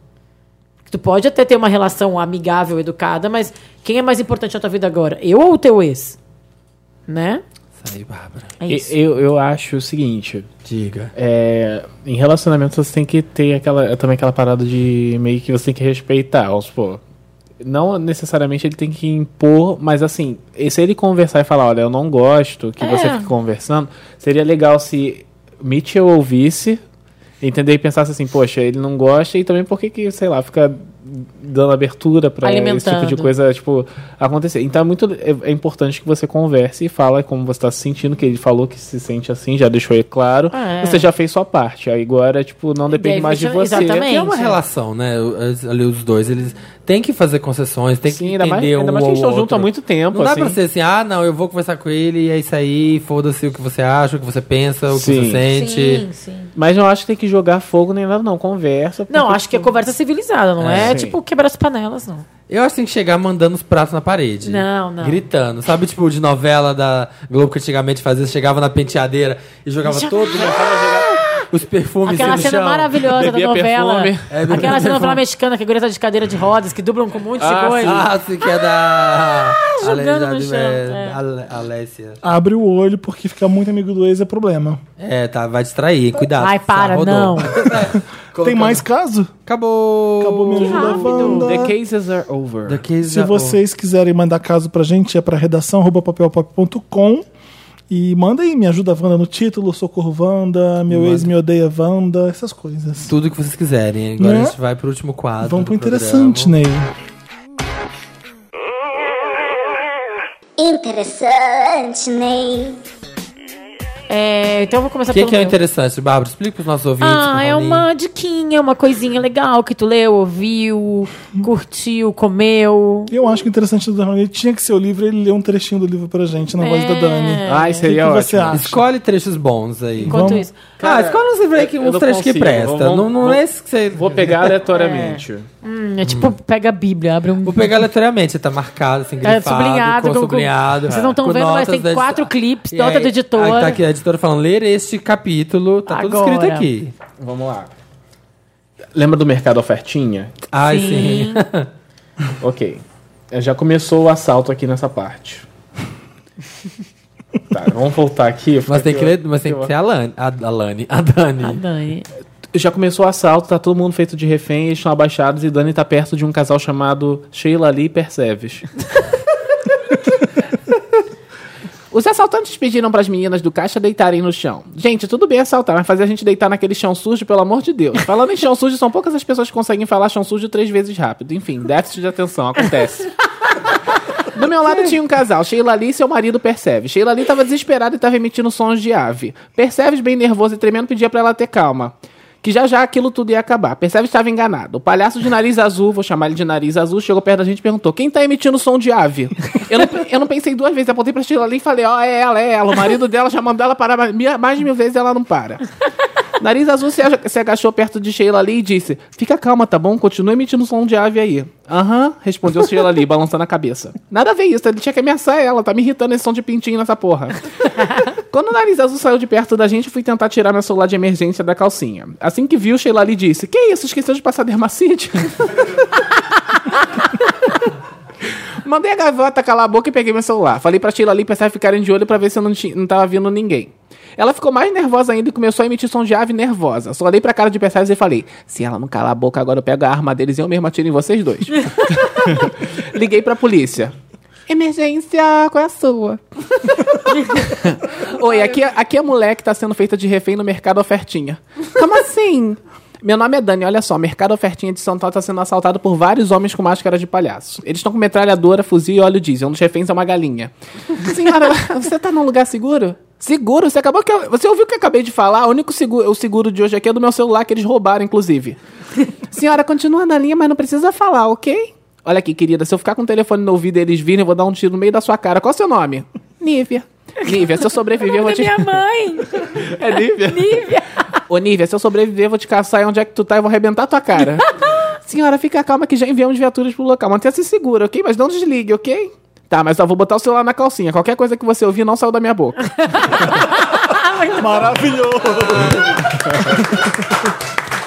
Tu pode até ter uma relação amigável, educada, mas quem é mais importante na tua vida agora? Eu ou o teu ex? Né?
Isso aí, Bárbara.
É
E-
isso.
Eu, eu acho o seguinte.
Diga.
É, em relacionamento você tem que ter aquela, também aquela parada de meio que você tem que respeitar, vamos supor. Não necessariamente ele tem que impor, mas assim, e se ele conversar e falar, olha, eu não gosto que
É.
você fique conversando, seria legal se Mitchell ouvisse, entender e pensasse assim, poxa, ele não gosta, e também por que, que sei lá, fica dando abertura pra esse tipo de
Alimentando.
coisa, tipo, acontecer. Então é muito é, é importante que você converse e fala como você tá se sentindo, que ele falou que se sente assim, já deixou ele claro.
É.
Você já fez sua parte. aí Agora, tipo, não depende
Deve-
mais de você.
exatamente.
Que é uma relação, né? Os- Ali os dois, eles têm que fazer concessões, têm que
Sim,
entender
ainda mais, ainda
um
mais que
ao
eles estão juntos
outro.
há muito tempo.
Não dá
assim.
pra ser assim, ah, não, eu vou conversar com ele e é isso aí, foda-se o que você acha, o que você pensa, o que
Sim.
você sente.
Sim, sim.
Mas não acho que tem que jogar fogo nem nada, não. Conversa.
Não,
porque- tipo,
acho que é conversa civilizada, não é,
É, sim.
tipo quebrar as panelas, não.
Eu acho que tem que chegar mandando os pratos na parede.
Não, não.
Gritando. Sabe, tipo, de novela da Globo que antigamente fazia, chegava na penteadeira e jogava
Já-
todo jogava os perfumes
Aquela
no
cena
chão.
maravilhosa
Bebia
da novela.
perfume.
É, bebia
Aquela cena da
perfume.
novela mexicana que a guria tá de cadeira de rodas, que dublam com um monte de
Ah,
coisa.
Ah, se quer da.
Ah, jogando no chão,
é,
é.
Ale- Alessia.
Abre o olho, porque ficar muito amigo do ex é problema.
É, tá, vai distrair, cuidado. tá,
Ai, para,
rodou.
não.
Tem mais caso?
Acabou.
Acabou me ajuda, Wanda.
The cases are over.
The case
Se
já-
vocês quiserem mandar caso pra gente, é pra redação arroba papelpop.com. E manda aí, me ajuda Wanda no título, socorro Wanda, meu ex me odeia Wanda, essas coisas.
Tudo que vocês quiserem. Agora
Né?
a gente vai pro último quadro.
Vamos pro né?
do programa.
interessante, Ney.
Interessante, Ney.
É, então eu vou começar
O que,
pelo
que é
meu.
interessante, Bárbara? Explica pros nossos ouvintes. pro
Ah, é
Raoni.
uma diquinha, uma coisinha legal que tu leu, ouviu, curtiu, comeu.
Eu acho que o interessante do Raoni tinha que ser o livro, ele leu um trechinho do livro pra gente, na
É,
voz da Dani.
Ah,
Ai,
é
seria
o que que você acha?
Escolhe trechos bons aí.
Enquanto
Vamos-
isso.
ah, escolhe uns, livros aí que-
eu
uns
não
trechos que
consigo.
presta.
Vamos-
não não
vamos-
é esse que você...
Vou pegar aleatoriamente.
Hum, é tipo, pega a Bíblia, abre um.
Vou pegar aleatoriamente, tá marcado, assim,
É,
grifado,
sublinhado,
com,
com- com-
sublinhado.
Vocês não estão
com
vendo, mas tem
notas da-
quatro clipes,
E
nota
aí-
do editor.
Aí tá aqui a editora falando, ler este capítulo, tá tudo
Agora.
escrito aqui.
Vamos lá. Lembra do mercado ofertinha?
Ai, sim.
ok. É, Já começou o assalto aqui nessa parte. tá, vamos voltar aqui.
Mas tem que, ler, mas tem
eu-
que ter a Lani, a, a Lani, a Dani.
Dani.
Já começou o assalto, tá todo mundo feito de refém, eles estão abaixados e Dani tá perto de um casal chamado Sheila Lee Percebes.
Os assaltantes pediram para as meninas do caixa deitarem no chão. Gente, tudo bem assaltar, mas fazer a gente deitar naquele chão sujo, pelo amor de Deus. Falando em chão sujo, são poucas as pessoas que conseguem falar chão sujo três vezes rápido. Enfim, déficit de atenção, acontece. Do meu lado tinha um casal, Sheila Lee e seu marido Percebe. Sheila Lee tava desesperada e tava emitindo sons de ave. Percebes, bem nervoso e tremendo, pedia pra ela ter calma. Que já já aquilo tudo ia acabar. Percebe estava enganado. O palhaço de nariz azul, vou chamar ele de nariz azul, chegou perto da gente e perguntou: Quem tá emitindo som de ave? Eu não, eu não pensei duas vezes, apontei pra Sheila Lee e falei: Ó, é ela, é ela. O marido dela chamando ela para mais de mil vezes ela não para. Nariz Azul se, aga- se agachou perto de Sheila Lee e disse: Fica calma, tá bom? Continua emitindo som de ave aí. Aham, respondeu Sheila Lee, balançando a cabeça. Nada a ver isso, ele tinha que ameaçar ela, tá me irritando esse som de pintinho nessa porra. Quando o Nariz Azul saiu de perto da gente, fui tentar tirar meu celular de emergência da calcinha. Assim que viu, Sheila Lee disse: Que isso, esqueceu de passar dermacite? Mandei a gavota calar a boca e peguei meu celular. Falei pra Sheila ali pensar ficarem de olho pra ver se eu não, ti- não tava vindo ninguém. Ela ficou mais nervosa ainda e começou a emitir som de ave nervosa. Só olhei pra cara de Perseves e falei: Se ela não calar a boca, agora eu pego a arma deles e eu mesmo atiro em vocês dois. Liguei pra polícia. Emergência, qual é a sua? Oi, aqui, é- aqui é a mulher que tá sendo feita de refém no mercado ofertinha. Como assim? Meu nome é Dani, olha só, mercado ofertinha de São Paulo tá sendo assaltado por vários homens com máscara de palhaço. Eles estão com metralhadora, fuzil e óleo diesel. Um dos reféns é uma galinha. Senhora, você tá num lugar seguro? Seguro? Você acabou que eu- Você ouviu o que eu acabei de falar? O único seguro, o seguro de hoje aqui é do meu celular que eles roubaram, inclusive. Senhora, continua na linha, mas não precisa falar, ok? Olha aqui, querida, se eu ficar com o telefone no ouvido e eles virem, eu vou dar um tiro no meio da sua cara. Qual é o seu nome? Nívia. Nívia, se eu sobreviver, eu vou te.
mãe!
É Nívia? Nívia. Ô, Nívia, se eu sobreviver, eu vou te caçar e onde é que tu tá e vou arrebentar tua cara. Senhora, fica calma que já enviamos viaturas pro local. Mantenha-se segura, ok? Mas não desligue, ok? Tá, mas só vou botar o celular na calcinha. Qualquer coisa que você ouvir não saiu da minha boca.
Maravilhoso!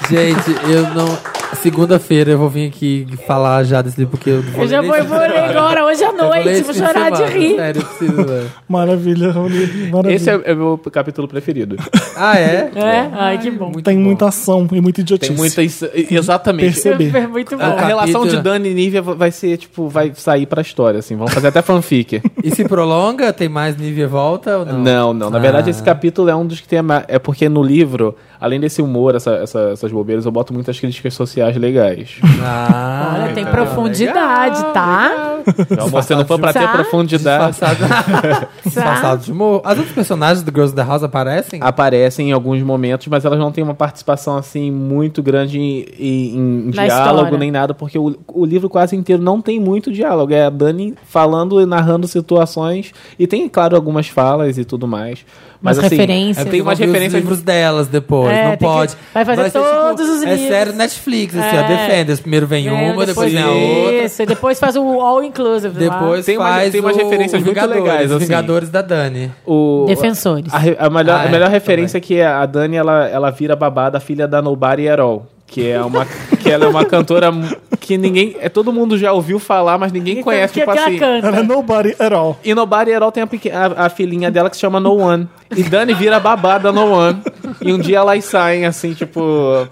Gente, eu não... Segunda-feira eu vou vir aqui falar já desse livro, porque eu vou
Eu já
ler
vou,
esse
vou ler
semana.
agora, hoje à
Eu vou ler
noite,
esse
vou
fim
chorar de
semana,
rir.
Sério, eu preciso ler.
Maravilha, Raoni. Maravilha.
Esse é, é meu capítulo preferido.
Ah, é?
É? Ai, que bom.
Tem muita ação e muita idiotice.
Tem muita. ins- Exatamente.
Percebi.
É muito
A
bom.
capítulo-
relação de Dani e Nívia vai ser, tipo, vai sair pra história, assim. Vamos fazer até fanfic.
E se prolonga? Tem mais nível volta ou não?
Não, não. Na
Ah.
verdade, esse capítulo é um dos que tem. a ma- É porque no livro, além desse humor, essa- essa- essas bobeiras, eu boto muitas críticas sociais legais.
Ah,
Olha, tem
legal,
profundidade, tá?
Então, você não for pra ter
Tá.
profundidade,
Disfarçado,
Tá?
disfarçado de humor. As outras personagens do Girls in the House aparecem?
aparecem em alguns momentos, mas elas não têm uma participação assim muito grande em, em- em
Na
diálogo
história.
nem nada, porque o, o livro quase inteiro não tem muito diálogo. É a Dani falando e narrando situações e tem, claro, algumas falas e tudo mais. Mas
Umas
assim,
referências.
tem umas
Vamos ver
referências
os livros delas depois,
É,
não
tem que-
pode.
vai fazer
ser
todos os
É
livros.
sério Netflix, assim, ó,
É.
Defenders. Primeiro vem
É,
uma, depois vem a outra.
Isso, e depois faz o all inclusive
Depois
Tem umas-
faz
tem umas
o-
referências
os
muito
Vingadores,
legais,
os
assim.
Vingadores da Dani.
o,
lá. Defensores.
A, re- a melhor,
Ah,
a
é,
melhor
também.
referência é que a Dani ela, ela vira babá da filha da Nobody at All. Que, é uma, que ela é uma cantora mu- que ninguém. É, todo mundo já ouviu falar, mas ninguém conhece.
Então, que, é
tipo
que ela
assim.
canta.
Era nobody at all.
E Nobody at All tem a, pequ- a, a filhinha dela que se chama No One. E Dani vira a babá da No One. E um dia elas saem, assim, tipo...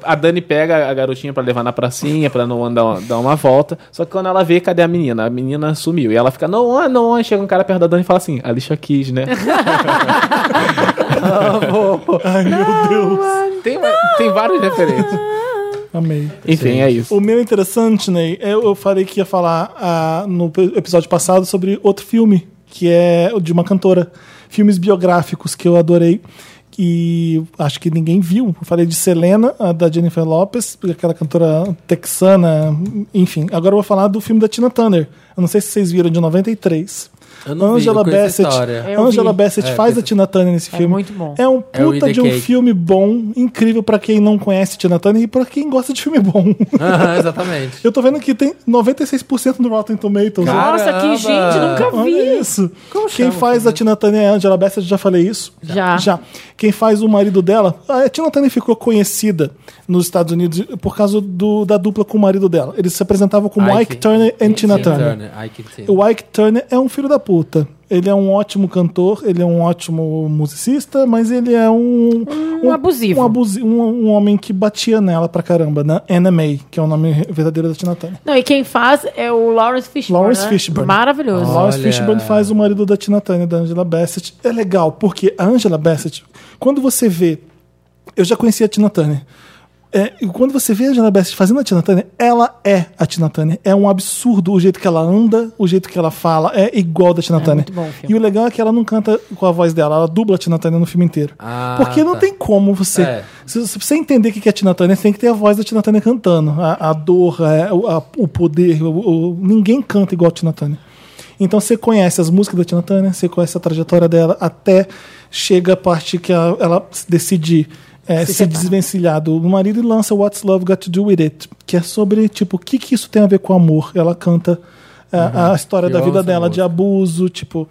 A Dani pega a garotinha pra levar na pracinha, pra No One dar, uma- dar uma volta. Só que quando ela vê, cadê a menina? A menina sumiu. E ela fica, No One, No One. Chega um cara perto da Dani e fala assim, Alicia Keys, né?
Ai, meu Deus.
Tem,
um-
uma- tem várias referências.
Amei.
Enfim, é isso.
O meu é, interessante, Ney, eu, eu falei que ia falar ah, no pe- episódio passado sobre outro filme que é de uma cantora. Filmes biográficos que eu adorei. E acho que ninguém viu. Eu falei de Selena, a da Jennifer Lopez, aquela cantora texana, enfim. Agora eu vou falar do filme da Tina Turner. Eu não sei se vocês viram, de 93.
Eu não vi, eu
Angela
conheço a
Bassett,
história. Eu
Angela
vi.
Bassett
É,
faz
conheço-
a Tina Turner nesse
É
filme.
muito bom.
É um
É o
puta
Eat
de
the
um
Cake.
filme bom, incrível pra quem não conhece Tina Turner e pra quem gosta de filme bom.
Aham, exatamente.
Eu tô vendo que tem 96% do Rotten Tomatoes.
Nossa, Caramba! que gente, nunca vi.
Olha isso. Quem faz a Tina Turner é a Angela Bassett, já falei isso.
Já.
Já. Quem faz o marido dela... A Tina Turner ficou conhecida nos Estados Unidos por causa do- da dupla com o marido dela. Eles se apresentavam como
Ike
Ike Turner e Tina Turner.
Ike Turner.
O Ike Turner é um filho da puta. Ele é um ótimo cantor, ele é um ótimo musicista, mas ele é um. Um,
abusivo.
Um, abusi- um- um homem que batia nela pra caramba, na Anna May, que é o nome verdadeiro da Tina Turner.
Não, e quem faz é o Lawrence Fishburne.
Lawrence
né?
Fishburne.
Maravilhoso.
Lawrence Fishburne faz o marido da Tina Turner, da Angela Bassett. É legal, porque a Angela Bassett, quando você vê. Eu já conhecia a Tina Turner. É, e quando você vê a Angela Bassett fazendo a Tina Turner, ela é a Tina Turner. É um absurdo o jeito que ela anda, o jeito que ela fala, é igual da Tina Turner.
muito bom o filme.
e o legal é que ela não canta com a voz dela, ela dubla a Tina Turner no filme inteiro.
Ah,
porque não
tá.
tem como você.
É.
Se, se você entender o que é a Tina Turner, você tem que ter a voz da Tina Turner cantando. A, a dor, a- o- a- o poder. o- o- ninguém canta igual a Tina Turner. Então você conhece as músicas da Tina Turner, você conhece a trajetória dela, até chega a parte que a- ela decide é, se, desvencilhar do marido e lança What's Love Got to Do With It, que é sobre, tipo, o que, que isso tem a ver com amor. Ela canta é, a história
Eu
da
amo
vida
essa
dela, de abuso, tipo.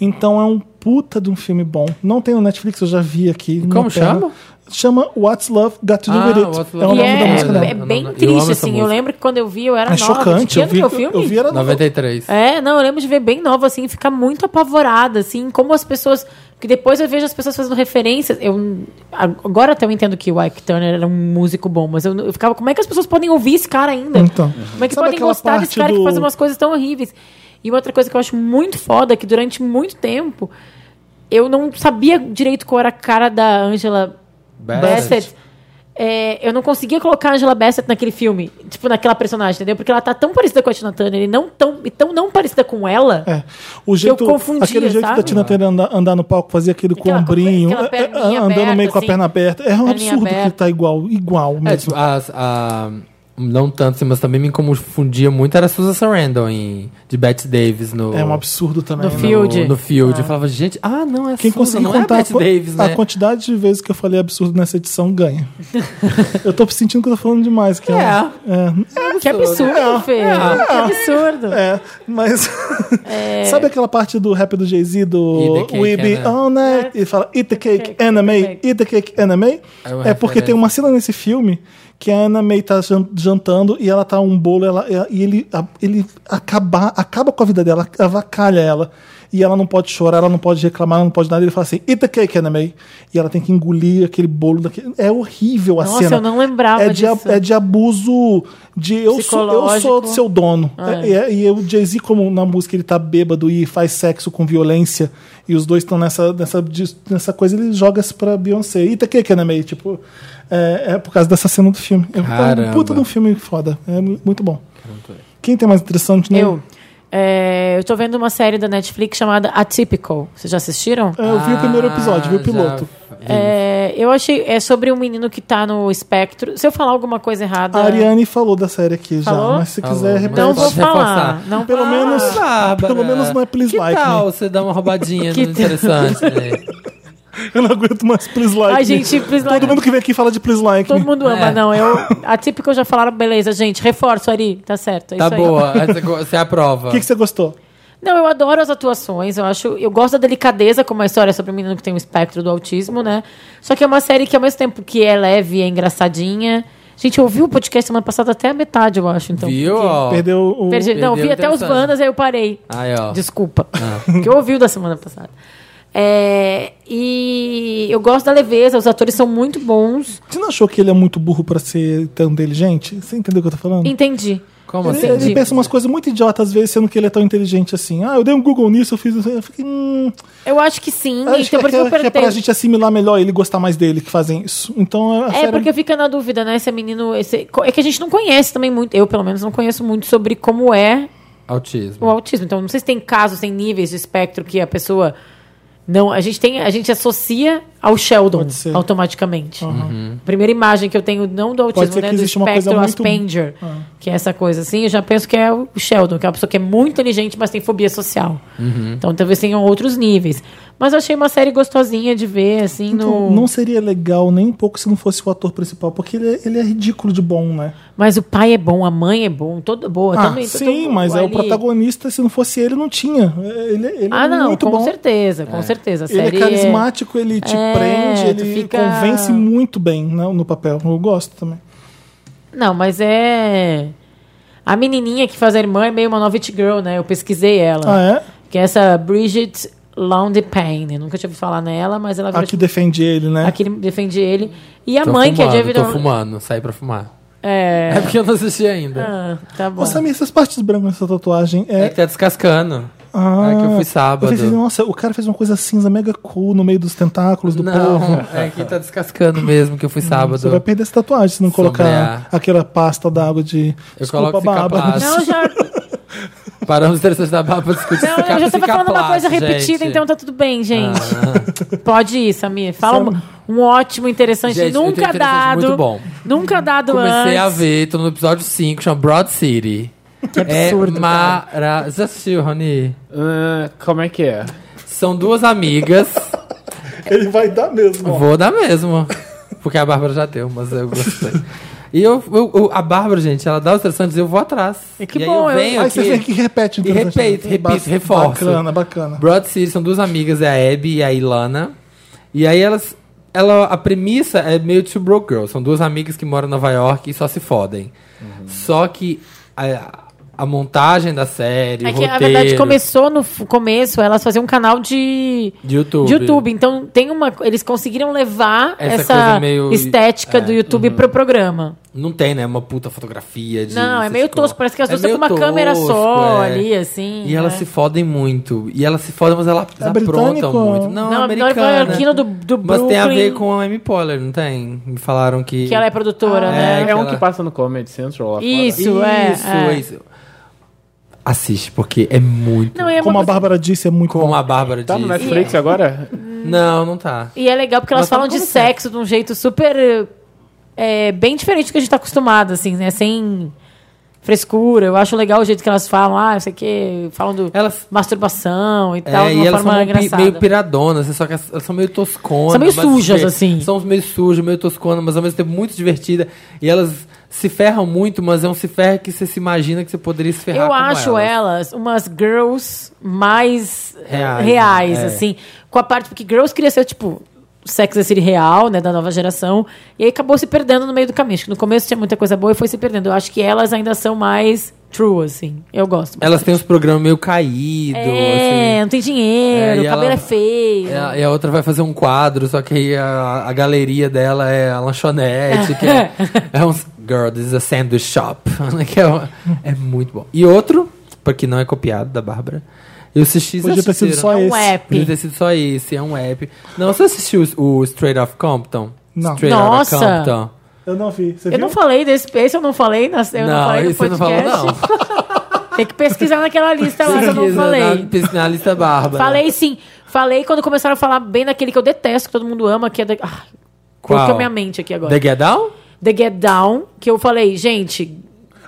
Então é um puta de um filme bom. Não tem no Netflix, eu já vi aqui. na
como
tela.
chama?
Chama What's Love Got to Do
Ah,
With
What's
It. É o
Love
nome da
E
Got to Do
é,
música dela.
é
Eu
bem
amo
triste,
essa
assim. Eu
música.
lembro que quando eu vi, eu era
É
nova.
chocante.
De que
Eu
ano
vi,
que é o
eu,
filme?
eu vi era nova.
93.
É, não, eu lembro de ver bem nova, assim, ficar muito apavorada, assim, como as pessoas. Porque depois eu vejo as pessoas fazendo referências. Eu, agora até eu entendo que o Ike Turner era um músico bom, mas eu, eu ficava, como é que as pessoas podem ouvir esse cara ainda?
Então.
Como é que
Sabe
podem
aquela
gostar desse
parte
cara que
do-
faz umas coisas tão horríveis? E uma outra coisa que eu acho muito foda é que durante muito tempo eu não sabia direito qual era a cara da Angela
Bassett.
Bassett. É, eu não conseguia colocar a Angela Bassett naquele filme, tipo, naquela personagem, entendeu? Porque ela tá tão parecida com a Tina Turner e, não tão, e tão não parecida com ela.
É. O jeito,
confundia,
aquele jeito
sabe?
da Tina Turner andar, andar no palco, fazer aquele
Aquela-
combrinho,
aquela
é, é,
perninha
andando
aberta,
meio com a
assim.
perna aberta. É um
Perninha
absurdo que
aberta.
tá igual, igual
É,
mesmo.
tipo, as- a- não tanto, assim, mas também me confundia muito era a Susan Sarandon em, de Bette Davis no...
É, um absurdo também.
No
né?
filme. Field.
No, no Field. Eu falava, gente, ah, não, é
Quem
Susan,
conseguir
não é a
contar a,
Bette
qua-
Davis,
a
né?
quantidade de vezes que eu falei absurdo nessa edição ganha. eu tô sentindo que eu tô falando demais. Que é. um- é,
Que absurdo, Fê. Que absurdo.
É, mas.
É.
Sabe aquela parte do rap do Jay-Z
Eat
do
the cake,
We Be
Anna.
All Night? Ele fala Eat the Cake, Anna May, Eat the Cake, Anna May.
É uma
É porque
referência.
tem uma cena nesse filme que a Anna May tá jan- jantando e ela tá um bolo ela, ela- e ele, a- ele acaba, acaba com a vida dela, avacalha ela. E ela não pode chorar, ela não pode reclamar, ela não pode nada. Ele fala assim, eat the cake, Anna May. E ela tem que engolir aquele bolo. Daquele... É horrível a
Nossa,
cena.
eu não lembrava
é de, ab-
disso.
É de abuso de eu sou, eu sou
Psicológico.
seu dono.
É.
E- e, e o Jay-Z, como na música ele tá bêbado e faz sexo com violência, e os dois estão nessa, nessa, dis- nessa coisa, ele joga isso pra Beyoncé. E tá que que é meio, tipo, é, é por causa dessa cena do filme. É
Caramba.
um puta de um filme foda. É mu- muito bom. Quem tem mais interessante? né?
Eu. é, eu tô vendo uma série da Netflix chamada Atypical. Vocês já assistiram?
É, eu vi o primeiro episódio, vi
Ah,
o piloto.
já vi.
É, eu achei. É sobre um menino que tá no espectro. Se eu falar alguma coisa errada.
A Ariane falou da série aqui
Falou? Então
já, mas se
Falou,
quiser
mas
repetir.
Não vou
Pode
falar.
reforçar.
Não
Pelo
vou-
menos,
Bárbara.
pelo menos não é please
Ah, que
like
tal
me.
você dar uma roubadinha no
Que tal?
interessante, né?
Eu não aguento mais please like
Ai,
me.
gente, please like
Todo mundo que vem aqui fala de please like
Todo
me.
mundo ama,
É.
não. Eu, Atypical já falaram, beleza, gente. Reforço, Ari. Tá certo. É
Tá
isso aí.
boa, essa co- você aprova.
O
tá
que, que você gostou?
Não, eu adoro as atuações, eu acho. Eu gosto da delicadeza como a história é sobre um menino que tem um espectro do autismo, né? Só que é uma série que, ao mesmo tempo que é leve, é engraçadinha. Gente, eu ouvi o podcast semana passada até a metade, eu acho. Então,
Viu?
porque-
ó?
Perdeu o.
Perdi- não,
Perdeu
vi até os
interessante. Ah.
bandas, aí eu parei.
Aí, ó.
Desculpa. Porque eu ouvi o da semana passada. É, e eu gosto da leveza, os atores são muito bons.
Você não achou que ele é muito burro pra ser tão inteligente? Você entendeu o que eu tô
Hum.
falando?
Entendi.
Como
Ele,
assim?
ele pensa umas coisas muito idiotas às vezes, sendo que ele é tão inteligente assim. Ah, eu dei um Google nisso, eu fiz. isso. Eu fiquei. Hum,
Eu acho que sim.
acho que,
então, por
é,
isso que eu
que é
perguntei.
pra gente assimilar melhor e ele gostar mais dele que fazem isso. Então, a
É,
série-
porque fica na dúvida, né? Esse menino. Esse, é que a gente não conhece também muito. Eu, pelo menos, não conheço muito sobre como é
Autismo.
o autismo. Então, não sei se tem casos, tem níveis de espectro que a pessoa não, a gente tem, a gente associa ao Sheldon automaticamente.
Uhum.
A primeira imagem que eu tenho não do autismo,
ser
né,
que
do
exista uma
espectro
coisa muito- Ah.
Asperger, que é essa coisa assim, eu já penso que é o Sheldon, que é uma pessoa que é muito inteligente, mas tem fobia social.
Uhum.
Então, talvez tenham outros níveis. Mas eu achei uma série gostosinha de ver assim
Então,
no
Não seria legal nem um pouco se não fosse o ator principal, porque ele é, ele é ridículo de bom, né?
Mas o pai é bom, a mãe é bom, todo boa
ah,
também. todo
sim,
mundo
mas é o
ali.
protagonista, se não fosse ele, não tinha. É, Ele, ele
Ah,
é
não,
muito
com
bom.
certeza, com certeza. A
Ele é
série é-
carismático, ele te
É,
prende,
tu
ele
fica-
convence muito bem né, no papel. Eu gosto também.
Não, mas é. A menininha que faz a irmã é meio uma novit girl, né? Eu pesquisei ela.
Ah, é?
Que é essa Bridget Laundepane. Eu nunca tinha ouvido falar nela, mas ela tipo,
A que defende ele, né?
Aqui defende ele. E a
Tô
mãe,
fumando,
que é David
Tô fumando, saí pra fumar.
É.
É porque eu não assisti ainda.
Ah, tá bom.
Ô, Samir, essas partes brancas dessa tatuagem
É,
é.
que tá descascando.
Ah,
é que eu fui sábado.
eu pensei, nossa, o cara fez uma coisa cinza mega cool no meio dos tentáculos do
não,
povo.
é que tá descascando mesmo, que eu fui
Hum,
sábado.
Você vai perder essa tatuagem se não colocar
Sombrear.
aquela pasta d'água de.
Eu coloco cicaplast.
Não, já,
Paramos de ter da barra pra discutir.
não, eu já tava falando uma coisa repetida,
gente.
então tá tudo bem, gente. Pode ir, Samir. Fala
Sabe-
um, um ótimo, interessante,
Gente, eu tenho um
nunca
interessante
dado.
muito bom.
Nunca dado
Comecei
antes.
a ver, tô no episódio 5, chama Broad City.
Que absurdo,
É mara... Você assistiu, Rony?
como é que é?
São duas amigas.
Ele vai dar mesmo. ó.
Vou dar mesmo. Porque a Bárbara já deu, mas eu gostei. E eu, eu- eu- a Bárbara, gente, ela dá os interessantes e eu vou atrás. E
que
aí
bom, eu-
eu venho
Aí
aqui,
você vem aqui e repete.
E
interessante.
repito, repito,
Ba-
reforço.
Bacana, bacana.
Broad City são duas amigas, é a Abby e a Ilana. E aí elas. Ela, a premissa é meio Two Broke Girls. São duas amigas que moram em Nova York e só se fodem. Só que a, a montagem da série.
É
o
que, na
roteiro,
verdade, começou no f- começo, elas faziam um canal de...
De YouTube.
de YouTube. Então tem uma, eles conseguiram levar
Essa
essa,
coisa meio-
estética
é,
do YouTube pro programa.
Não tem, né? Uma puta fotografia de.
Não, é
essas
meio
coisas.
tosco, parece que as
É
duas estão com
meio
uma câmera só
é.
ali, assim,
E elas
né?
se fodem muito. E elas se fodem, mas elas
É
aprontam
britânico?
muito. Não,
Não,
é
a
americana.
nova-iorquina do- do
mas tem a ver
Brooklyn.
com a Amy Poehler, não tem? Me falaram que...
Que ela é produtora,
Ah,
né?
é,
É um
Aquela-
que passa no Comedy Central lá
Isso,
fora.
é.
Isso,
é.
isso. Assiste, porque é muito...
Não, e é uma
Como a
coisa-
Bárbara disse, é muito
Como
bom.
a Bárbara
Tá no
disse.
Netflix agora?
Não, não tá.
E é legal porque elas
Nós tamo
falam de
como
sexo de um jeito super. É, bem diferente do que a gente tá acostumado, assim, né? Sem frescura. Eu acho legal o jeito que elas falam, ah, não sei o quê, falam do
Elas...
masturbação e tal,
É,
Tá, de
e
uma
elas
forma
são pi-
engraçada.
meio piradonas, só que elas elas são meio tosconas.
São meio
mas
sujas,
diver-
assim.
São meio sujas, meio tosconas, mas ao mesmo tempo muito divertida. E elas se ferram muito, mas é um se ferra que você se imagina que você poderia se ferrar
Eu
como
acho é,
elas.
elas. umas girls mais eh,
Reais,
reais,
né? É.
assim. Com a parte, porque girls queria ser, tipo, Sex and the City real, né, da nova geração. E aí acabou se perdendo no meio do caminho. Acho que no começo tinha muita coisa boa e foi se perdendo. Eu acho que elas ainda são mais true, assim. Eu gosto.
Elas têm os programas meio caídos.
É, não tem dinheiro,
assim. É, e
o cabelo
ela-
é feio.
E a, e a outra vai fazer um quadro, só que aí a, a galeria dela é a lanchonete, que é, é um. Girl, this is a sandwich shop. que é, uma- é muito bom. E outro, porque não é copiado da Bárbara. Eu assisti vocês
Podia ter sido
assistiram?
só
É um
esse.
app.
Podia ter sido só esse, é um app. Não, você assistiu o, o Straight Off Compton?
Não.
Straight
Nossa!
Outta Compton.
Eu não vi. Você
Eu
viu?
não falei desse. Esse eu não falei. nas- Eu não,
não,
falei no
esse você não falou,
podcast.
não.
Tem que pesquisar naquela lista lá que eu não
Pesquisa
falei.
Na, pesquisa na lista Bárbara.
Falei sim. Falei quando começaram a falar bem daquele que eu detesto, que todo mundo ama, que é. Da... Ah,
Qual?
colocou minha mente aqui agora.
The Get Down?
The Get Down, que eu falei, gente.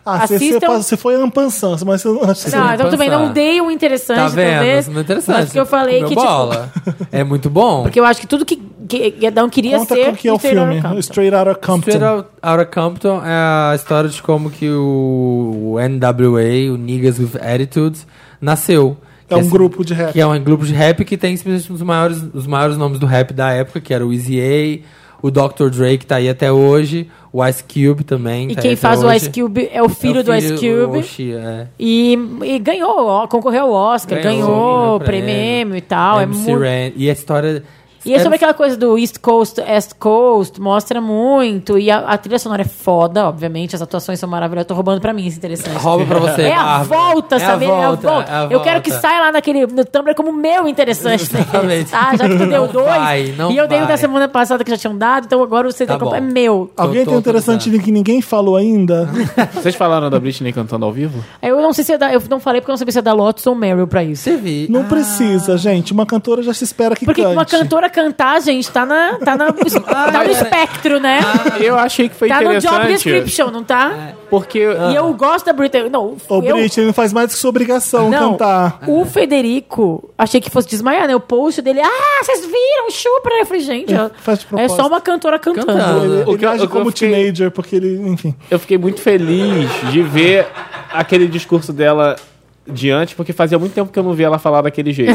Ah, você- você
Assistam-
faz- você foi ampansando, mas você não
Não,
não
então tudo bem,
pensar.
não dei um interessante,
Tá vendo?
talvez.
Isso não é interessante.
Mas que eu falei
Comeu
que, tipo.
bola. É muito bom.
Porque eu acho que tudo que, que Get Down queria
Conta
ser.
qual que é o
Straight Outta
filme.
Compton.
Straight Outta Compton.
Straight Out- Outta Compton é a história de como que o o NWA, o Niggas with Attitude, nasceu. Que
É um
esse-
grupo de rap.
Que é um grupo de rap que tem simplesmente um dos maiores, os maiores nomes do rap da época, que era o Eazy-A, o Dr. Dre, que tá aí até hoje, o Ice Cube também.
E
tá aí
quem
até
faz o
hoje.
Ice Cube é o filho,
É o
do Ice Cube.
o Xi, é.
E, e ganhou, ó, concorreu ao Oscar,
Ganhou,
ganhou,
ganhou
prêmio e tal.
MC
é muito.
Ren. E a história
E é sobre aquela coisa do East Coast, West Coast, mostra muito. E a, a trilha sonora é foda, obviamente. As atuações são maravilhosas. Eu tô roubando pra mim, isso é interessante.
Rouba pra você,
É a
Marvel.
volta,
É a
sabe? É a
volta,
volta.
é a
Eu quero que
volta.
saia lá naquele, no Tumblr como meu interessante. né?
Exatamente.
Ah, já que tu deu
Não
dois.
vai, não
e eu dei o
vai.
da semana passada que já tinham dado, então agora você
Tá
tem que comprar. É
bom.
meu.
Alguém tem um interessante que ninguém falou ainda?
Vocês falaram da Britney cantando ao vivo?
Eu não sei se é da, eu não falei porque eu não sabia se é da Lotus ou Meryl pra isso.
Você vi.
Não precisa, gente. Uma cantora já se espera que
Porque
cante.
uma cantora cantar, gente, tá, na, tá, na, tá no espectro, né?
Eu achei que foi
tá no job
interessante.
description, não tá?
Porque.
E eu gosto da Britney. Não,
Ah. Ô,
eu,
Britney, não faz mais do que sua obrigação
não
cantar.
o Federico, achei que fosse desmaiar, né? O post dele, ah, vocês viram, chupra. Eu falei, gente, ó,
Faz de
é
propósito.
só uma cantora cantando.
Cantando.
Ele,
O
ele
que eu-
age
o que eu
como
fiquei-
teenager, porque ele, enfim.
eu fiquei muito feliz de ver aquele discurso dela diante, porque fazia muito tempo que eu não via ela falar daquele jeito.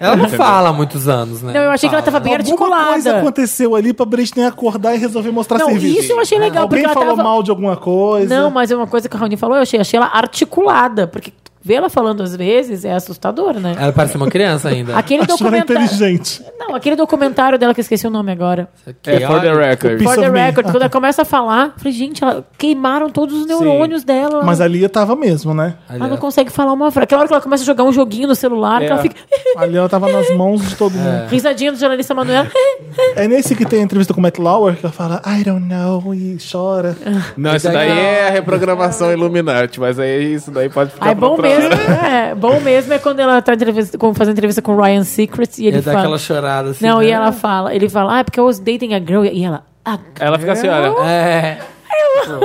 Ela não fala há muitos anos, né?
Não, eu achei que ela tava bem
Alguma coisa
articulada.
aconteceu ali pra Britney acordar e resolver mostrar
Não,
serviço.
isso eu achei legal,
Alguém
porque ela
falou
tava...
mal de alguma coisa.
Não, mas é uma coisa que a Raoni falou, eu achei, achei ela articulada, porque ver ela falando às vezes é assustador, né?
Ela parece uma criança ainda.
Aquele
Achou ela
documentário.
inteligente.
Não, aquele documentário dela que eu esqueci o nome agora.
é, for the record.
Piece
For
of
the
me. Ah, tá.
record, quando ela começa a falar, eu falei, gente, ela- queimaram todos os neurônios dela. Ela-
Mas ali eu tava mesmo, né?
ela
É.
não consegue falar uma frase. Aquela hora que ela começa a jogar um joguinho no celular, que ela fica.
Ali ela tava nas mãos de todo
É.
mundo.
Risadinha do jornalista Manuela.
É nesse que tem a entrevista com o Matt Lauer que ela fala, I don't know, e chora.
Não, isso daí é a reprogramação Illuminati, mas aí isso daí pode ficar
Aí
pra
bom
outra
mesmo.
hora.
É, bom mesmo é quando ela tá entrevista, com- fazendo entrevista com o Ryan Secret e ele
É
Ele dá
fala.
aquela chorada assim.
Não,
né?
e ela fala, ele fala, ah, é porque eu was dating a girl. E ela, a
Ela fica assim, olha.
É.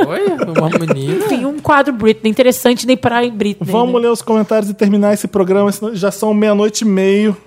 Oi, uma menina.
Enfim, um quadro Britney interessante nem pra Britney. né?
Vamos ler os comentários e terminar esse programa, senão já são meia-noite e meio.
ler.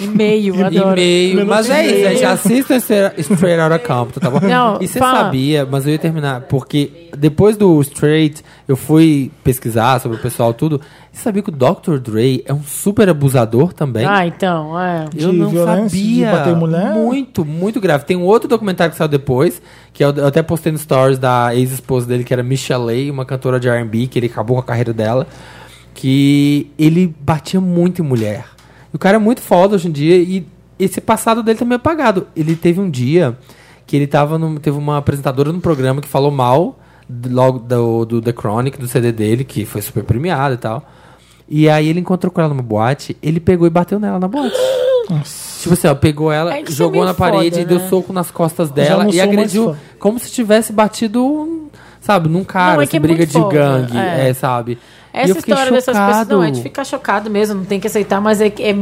E-mail, eu adoro.
E-mail.
Minuto
Mas
e
é isso,
meio.
gente. Assista Straight Straight Outta Compton, tá bom?
Não,
e você
fala.
sabia, mas eu ia terminar, porque depois do Straight, eu fui pesquisar sobre o pessoal tudo. Você sabia que o Dr. Dre é um super abusador também?
Ah, então, é.
Eu
de
não
violência, de
sabia.
bater em mulher?
Muito, muito grave. Tem um outro documentário que saiu depois, que eu eu até postei no stories da ex-esposa dele, que era Michelle, uma cantora de R&B, que ele acabou com a carreira dela, que ele batia muito em mulher. E o cara é muito foda hoje em dia e esse passado dele tá meio apagado. Ele teve um dia que ele tava num- teve uma apresentadora num programa que falou mal d- logo do, do The Chronic, do CD dele, que foi super premiado e tal. E aí ele encontrou com ela numa boate, ele pegou e bateu nela na boate. Tipo assim, ó, pegou ela,
É, isso é
jogou
meio
na parede,
foda,
deu
né?
soco nas costas
não
dela e
sou mais
agrediu
fã.
como se tivesse batido, sabe, num cara,
Não, é
assim,
que é
briga
muito
de
foda,
gangue,
é.
é. sabe? E eu
Essa
fiquei
história dessas pessoas. Não, é de
chocado.
ficar chocado mesmo, não tem que aceitar, mas é, que é,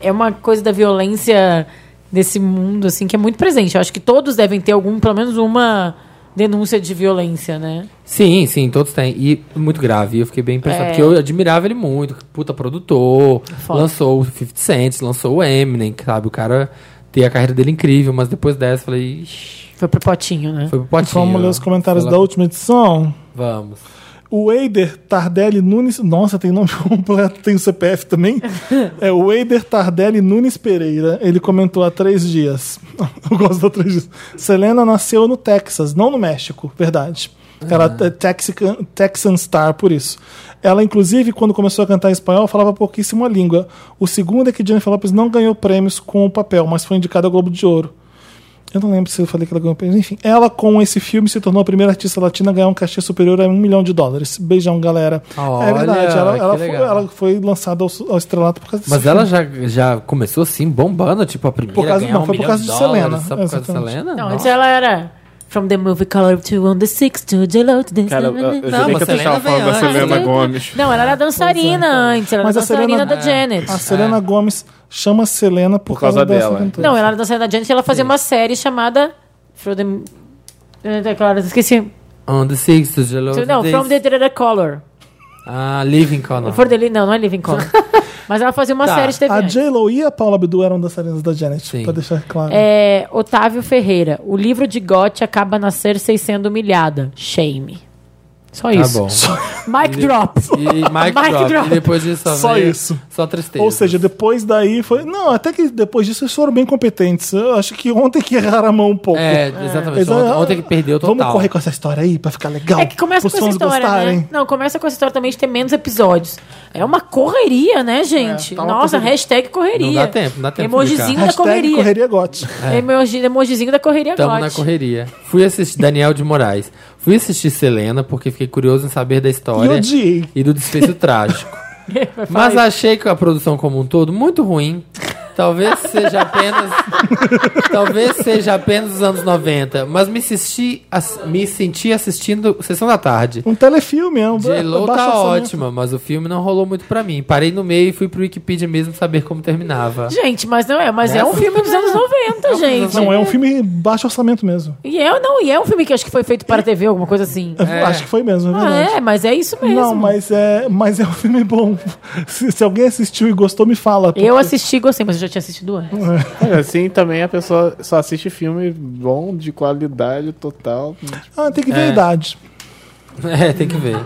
é uma coisa da violência desse mundo, assim, que é muito presente. Eu acho que todos devem ter algum, pelo menos uma denúncia de violência, né?
Sim, sim, todos têm. E muito grave. Eu fiquei bem impressionado.
É.
Porque eu admirava ele muito. Puta produtor.
Foda.
Lançou o 50 Cent, lançou o Eminem, sabe? O cara tem a carreira dele incrível, mas depois dessa eu falei, "Ixi,
Foi pro potinho, né?
foi pro potinho.
Vamos ler os comentários
Foi
da
lá-
última edição.
Vamos.
O Eider Tardelli Nunes. Nossa, tem nome completo, tem o CPF também. É o Eider Tardelli Nunes Pereira. Ele comentou há três dias. Eu gosto há três dias. Selena nasceu no Texas, não no México, verdade. Ela é Texican, Texan Star, por isso. Ela, inclusive, quando começou a cantar em espanhol, falava pouquíssima língua. O segundo é que Jennifer Lopez não ganhou prêmios com o papel, mas foi indicada ao Globo de Ouro. Eu não lembro se eu falei que ela ganhou prêmio. Enfim, ela com esse filme se tornou a primeira artista latina a ganhar um cachê superior a um milhão de dólares. Beijão, galera.
Olha,
é verdade, ela,
que
ela foi,
legal.
ela foi lançada ao, ao estrelato por causa desse
Mas
filme.
ela já, já começou assim, bombando, tipo, a primeira.
Por causa-
a ganhar
não,
um
foi por
milhão
causa de
dólares,
Selena,
Só por causa de
exatamente.
Selena?
Não,
Nossa.
antes ela era. From the movie Color to on the Six to the Low to the
Cara, eu, eu
Não,
jurei
mas
que eu
Selena
estava falando da
veio antes.
Selena Gomes.
Não, ela era dançarina
é.
antes, ela era
Mas a
dançarina
Selena-
da Janet.
A Selena Gomes chama Selena por,
Por causa dela, é.
cantora.
Não, ela era dançarina da Janet e ela fazia uma série chamada. From the. Claro, esqueci.
On the Six, to the Lotus
Não, From the
Days.
Dreaded Color.
Ah, Living Color.
For the Li- não, não é Living Color. Mas ela fazia uma
Tá.
série de TV.
A
antes.
J-Lo e a Paula Abdul eram dançarinas da Janet,
Sim.
pra deixar claro.
É, Otávio Ferreira. O livro de Gotti acaba na Cersei sendo humilhada. Shame. Só
Tá
isso.
bom. Só-
Mic drop.
E Mike, drop. E depois disso só,
Só
veio-
isso.
Só tristeza.
Ou seja, depois daí foi. Não, até que depois disso eles foram bem competentes. Eu acho que ontem que erraram a mão um pouco.
É, exatamente.
Eles- "Ah,
Ontem- ontem que perdeu total.
Vamos correr com essa história aí pra ficar legal.
É que começa
pros
com essa
fãs
história,
gostarem.
né? Não, começa com essa história também de ter menos episódios. É uma correria, né, gente?
É, tá uma
Nossa,
correria.
hashtag correria.
Não dá tempo, não dá tempo de
Emojizinho
explicar.
da
Hashtag
correria.
correria
gote.
É.
Emoji, emojizinho da correria
Tamo
gote.
na correria. Fui assistir Daniel de Moraes. Fui assistir Selena porque fiquei curioso em saber da história
E odiei.
e do desfecho trágico.
Vai falar
Mas
isso.
achei que a produção como um todo muito ruim. Talvez seja apenas talvez seja apenas os anos 90, mas me senti ass- me senti assistindo Sessão da Tarde.
Um telefilme, é um
J-Lo
baixo
tá
orçamento.
ótima, mas o filme não rolou muito pra mim. Parei no meio e fui pro Wikipedia mesmo saber como terminava.
Gente, mas não é, mas é um
Nessa-
filme dos anos 90, gente.
Não, é um filme baixo orçamento mesmo.
E é, não, e é um filme que acho que foi feito para a TV, alguma coisa assim.
Acho que foi mesmo, é
Ah,
verdade.
é, mas é isso mesmo.
Não, mas é, mas é um filme bom. Se, se alguém assistiu e gostou, me fala.
Eu assisti e gostei, mas eu já tinha assistido antes.
É, assim também a pessoa só assiste filme bom, de qualidade total.
Ah, tem que ver
É.
a idade.
É, tem que ver.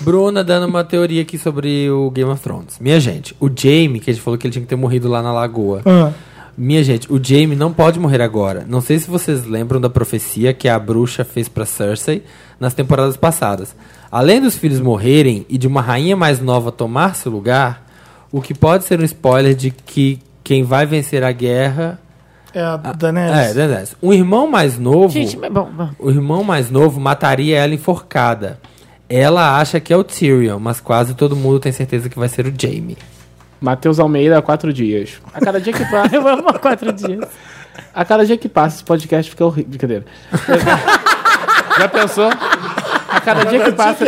Bruna dando uma teoria aqui sobre o Game of Thrones. Minha gente, o Jaime, que a gente falou que ele tinha que ter morrido lá na lagoa.
Ah.
Minha gente, o Jaime não pode morrer agora. Não sei se vocês lembram da profecia que a bruxa fez pra Cersei nas temporadas passadas. Além dos filhos morrerem e de uma rainha mais nova tomar seu lugar, o que pode ser um spoiler de que quem vai vencer a guerra
É a
é,
Daenerys.
Daenerys. Um irmão mais novo.
Gente, mas bom, bom.
O irmão mais novo mataria ela enforcada. Ela acha que é o Tyrion, mas quase todo mundo tem certeza que vai ser o Jaime.
Matheus Almeida há quatro dias. A cada dia que passa.
Eu amo há quatro dias.
A cada dia que passa, esse podcast fica horrível. Brincadeira. Já pensou? A cada dia que passa.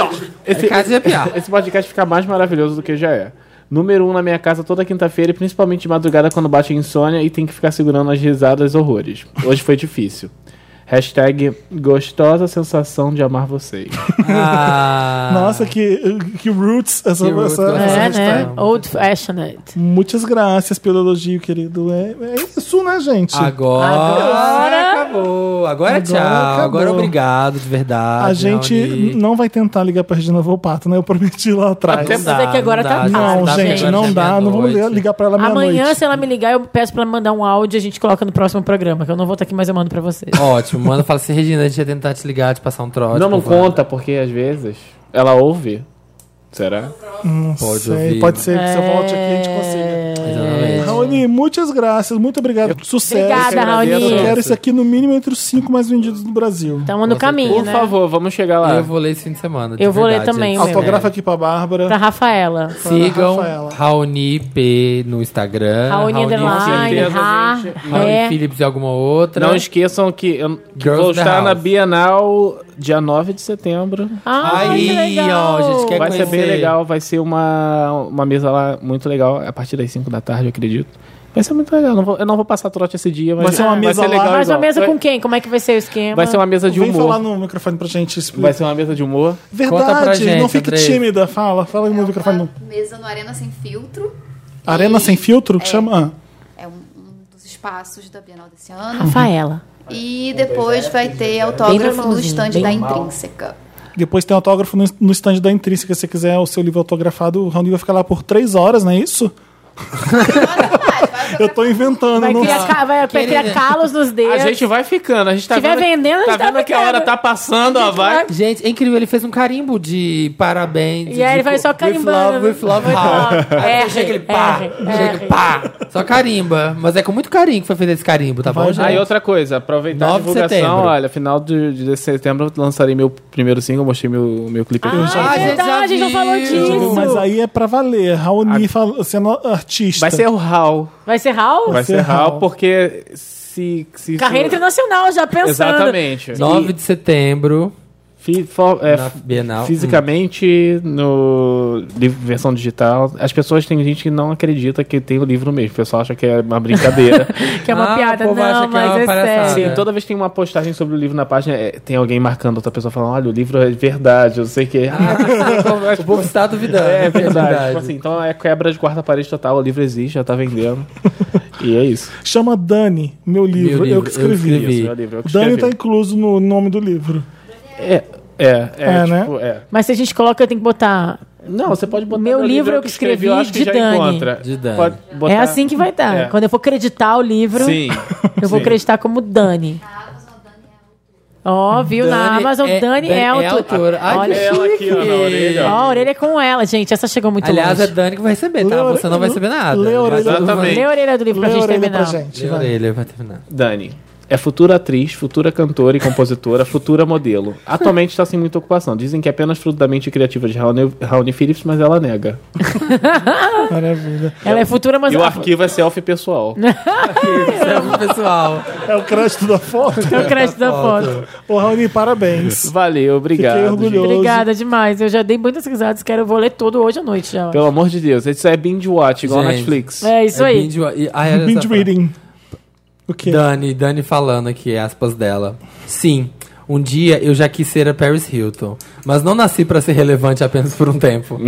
Esse,
É cada dia pior.
Ah, esse podcast fica mais maravilhoso do que já é. Número um na minha casa toda quinta-feira e principalmente de madrugada quando bate a insônia e tem que ficar segurando as risadas horrores. Hoje foi difícil. Hashtag gostosa sensação de amar vocês.
Ah,
Nossa, que, que roots essa.
Que roots,
essa,
nossa.
essa
É,
hashtag.
né? Old fashioned.
Muitas graças pelo elogio, querido. É, é isso, né, gente?
agora,
Agora-
acabou. Agora,
Agora
tchau.
acabou.
Agora obrigado, de verdade.
a gente
Raoni.
não vai tentar ligar pra Regina Volpato, né? Eu prometi lá atrás.
Até- Mas é que agora tá
dá,
tarde,
Não,
dá,
gente,
agora
não
já
dá.
é
Não vamos
meia-noite.
ligar pra ela meia-noite.
Amanhã, se ela me ligar, eu peço pra ela mandar um áudio e a gente coloca no próximo programa, que eu não vou estar aqui, mas eu mando pra vocês.
Ótimo, manda fala assim, Regina, a gente ia tentar te ligar, te passar um trote.
não, não
por favor.
conta, porque às vezes ela ouve. Será?
Não
Pode
sei,
ouvir. né?
pode ser que se eu volte aqui a
É.
gente consiga. É.
Exatamente.
Raoni, muitas graças. Muito obrigado. Sucesso.
Obrigada,
Eu
Raoni.
quero isso aqui no mínimo entre os cinco mais vendidos do Brasil.
Tamo no caminho,
Por
né?
favor, vamos chegar lá.
Eu vou ler esse fim de semana. de
Eu vou ler
verdade,
também,
gente.
meu.
Autografa aqui pra Bárbara.
Pra Rafaela.
Sigam
Rafaela.
Raoni P no Instagram.
Raoni Underline,
certeza,
Ra, É.
gente.
Raoni
Ré.
Phillips e alguma outra.
Não esqueçam que eu que
Girls
vou
in the
estar na
House.
Bienal dia 9 de setembro.
Ah,
Ai, Ah, que
Aí,
legal.
ó, gente, quer
vai
conhecer.
ser bem legal, vai ser uma, uma mesa lá muito legal, a partir das 5 da tarde, eu acredito. Vai ser muito legal, não vou- eu não vou passar trote esse dia, mas
Vai ser uma mesa lá.
legal
Mais uma
igual.
mesa
vai,
com quem? Como é que vai ser o esquema?
vai ser um- uma mesa de
Vem falar
humor.
no microfone pra gente
Vai
explicar.
ser uma mesa de humor.
Conta pra
Verdade,
gente,
não fique
Andrei.
tímida. Fala, fala
É,
no microfone. não.
mesa no Arena Sem Filtro.
Arena
E
Sem Filtro, que chama. Ah,
É um, um dos espaços da Bienal desse ano.
Rafaela.
E depois vai ter
é. Bem
autógrafo no
normalzinho,
stand
bem
da
normal.
Intrínseca.
Depois tem autógrafo no, no stand da Intrínseca. Se você quiser o seu livro autografado, o Raoni vai ficar lá por três horas, não é isso? Eu tô inventando.
Vai
não
criar,
sei.
ca- vai criar calos nos
A
dedos.
gente vai ficando, a gente tá
Se tiver
vendo,
vendendo, a
tá
gente tá
vendo que a hora
vendendo.
tá passando, ó, vai.
Gente, é incrível, ele fez um carimbo de parabéns.
E aí ele vai só carimbando.
With love, with love,
With
how.
love.
Aí
R,
chega ele, pá,
R,
chega,
R.
pá. Só carimba. Mas é com muito carinho que foi feito esse carimbo, tá bom, gente?
Aí Ah, outra coisa, aproveitar a
9 de
divulgação,
setembro.
olha, final de, de setembro eu lançarei meu primeiro single, mostrei meu, meu clipe.
Ah,
já
é
vi.
verdade, a gente não falou
Eu já vi.
disso.
Mas aí é pra valer. Raoni fala- sendo artista.
Vai ser o Hal.
Vai ser Raul?
Vai ser
ser Hal.
Hal, porque se... se
Carreira
se-
internacional, já pensando.
Exatamente.
9 de setembro.
Fi- fo- é,
Na
f-
Bienal.
Fisicamente, no livro, versão digital, as pessoas têm gente que não acredita que tem o livro mesmo. O pessoal acha que é uma brincadeira.
Que é uma
Ah,
piada,
o povo acha
não,
que é uma
mas é,
palhaçada.
Sim,
sério.
toda vez que tem uma postagem sobre o livro na página, é, tem alguém marcando outra pessoa falando: olha, o livro é verdade, eu sei que.
O povo está duvidando.
Ah, é verdade. Tipo assim, então é quebra de quarta parede total. O livro existe, já tá vendendo. e é isso.
Chama Dani, meu livro.
livro,
eu que escrevi. tá
eu escrevi.
Isso, é o livro, eu que
Dani
escrevi.
tá incluso no nome do livro.
É, É, é,
É, né?
tipo, é.
Mas se a gente coloca, tem que botar. É
Não, você pode botar.
Meu
no
livro eu que escrevi, de Dani.
De Dani. Pode botar-
É assim que vai dar.
É.
Quando eu for acreditar o livro,
Sim,
eu vou
sim.
acreditar como Dani. Ó, viu? Na
Dani
Amazon,
é-
Dani
Dani
é
é
autora.
autora. Ai,
Olha
que Ela aqui, ó, na
chique.
orelha,
Ó,
ó.
a orelha é com ela, gente. Essa chegou muito
Aliás,
longe.
é Dani que vai receber, tá? Você não vai receber nada.
lê a orelha
Mas-
do- Lê a orelha do livro pra
Lê a
gente
orelha
terminar.
pra gente.
Lê a
vai.
orelha, vai terminar.
Dani. É futura atriz, futura cantora e compositora, futura modelo. Atualmente está sem muita ocupação. Dizem que é apenas fruto da mente criativa de Raoni, Raoni Phillips, mas ela nega.
Maravilha.
Ela é futura, mas.
E o arquivo é selfie pessoal.
pessoal.
É o crédito da foto.
É o crédito da foto.
Ô, Raoni, parabéns.
Valeu,
Fiquei
obrigado.
orgulhoso.
Obrigada demais. Eu já dei muitas risadas. Quero, vou ler todo hoje à noite já.
Então,
Pelo amor de Deus, isso é binge watch, igual
Gente.
Netflix.
É isso aí.
binge- e- ai, olha
Binge
essa-
reading. O quê?
Dani, Dani falando aqui, aspas dela. Sim, um dia eu já quis ser a Paris Hilton, mas não nasci pra ser relevante apenas por um tempo.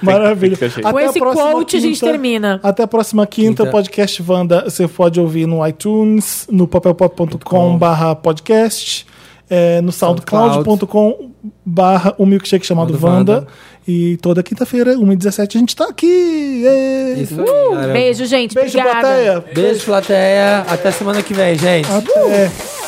Maravilha.
Tem que ser
Com
a
esse
próxima
quote, a gente termina.
Até a próxima quinta,
Quinta.
podcast Wanda. Você pode ouvir no iTunes, no papelpop.com barra podcast, é, no
Soundcloud.
soundcloud.com barra um milkshake chamado
Chamado
Wanda.
Wanda.
E toda quinta-feira, 1h17, a gente tá aqui. É.
Isso aí, galera.
Uh, Beijo, gente.
Beijo,
Obrigada.
plateia.
Beijo, plateia. Até semana que vem, gente.
Até.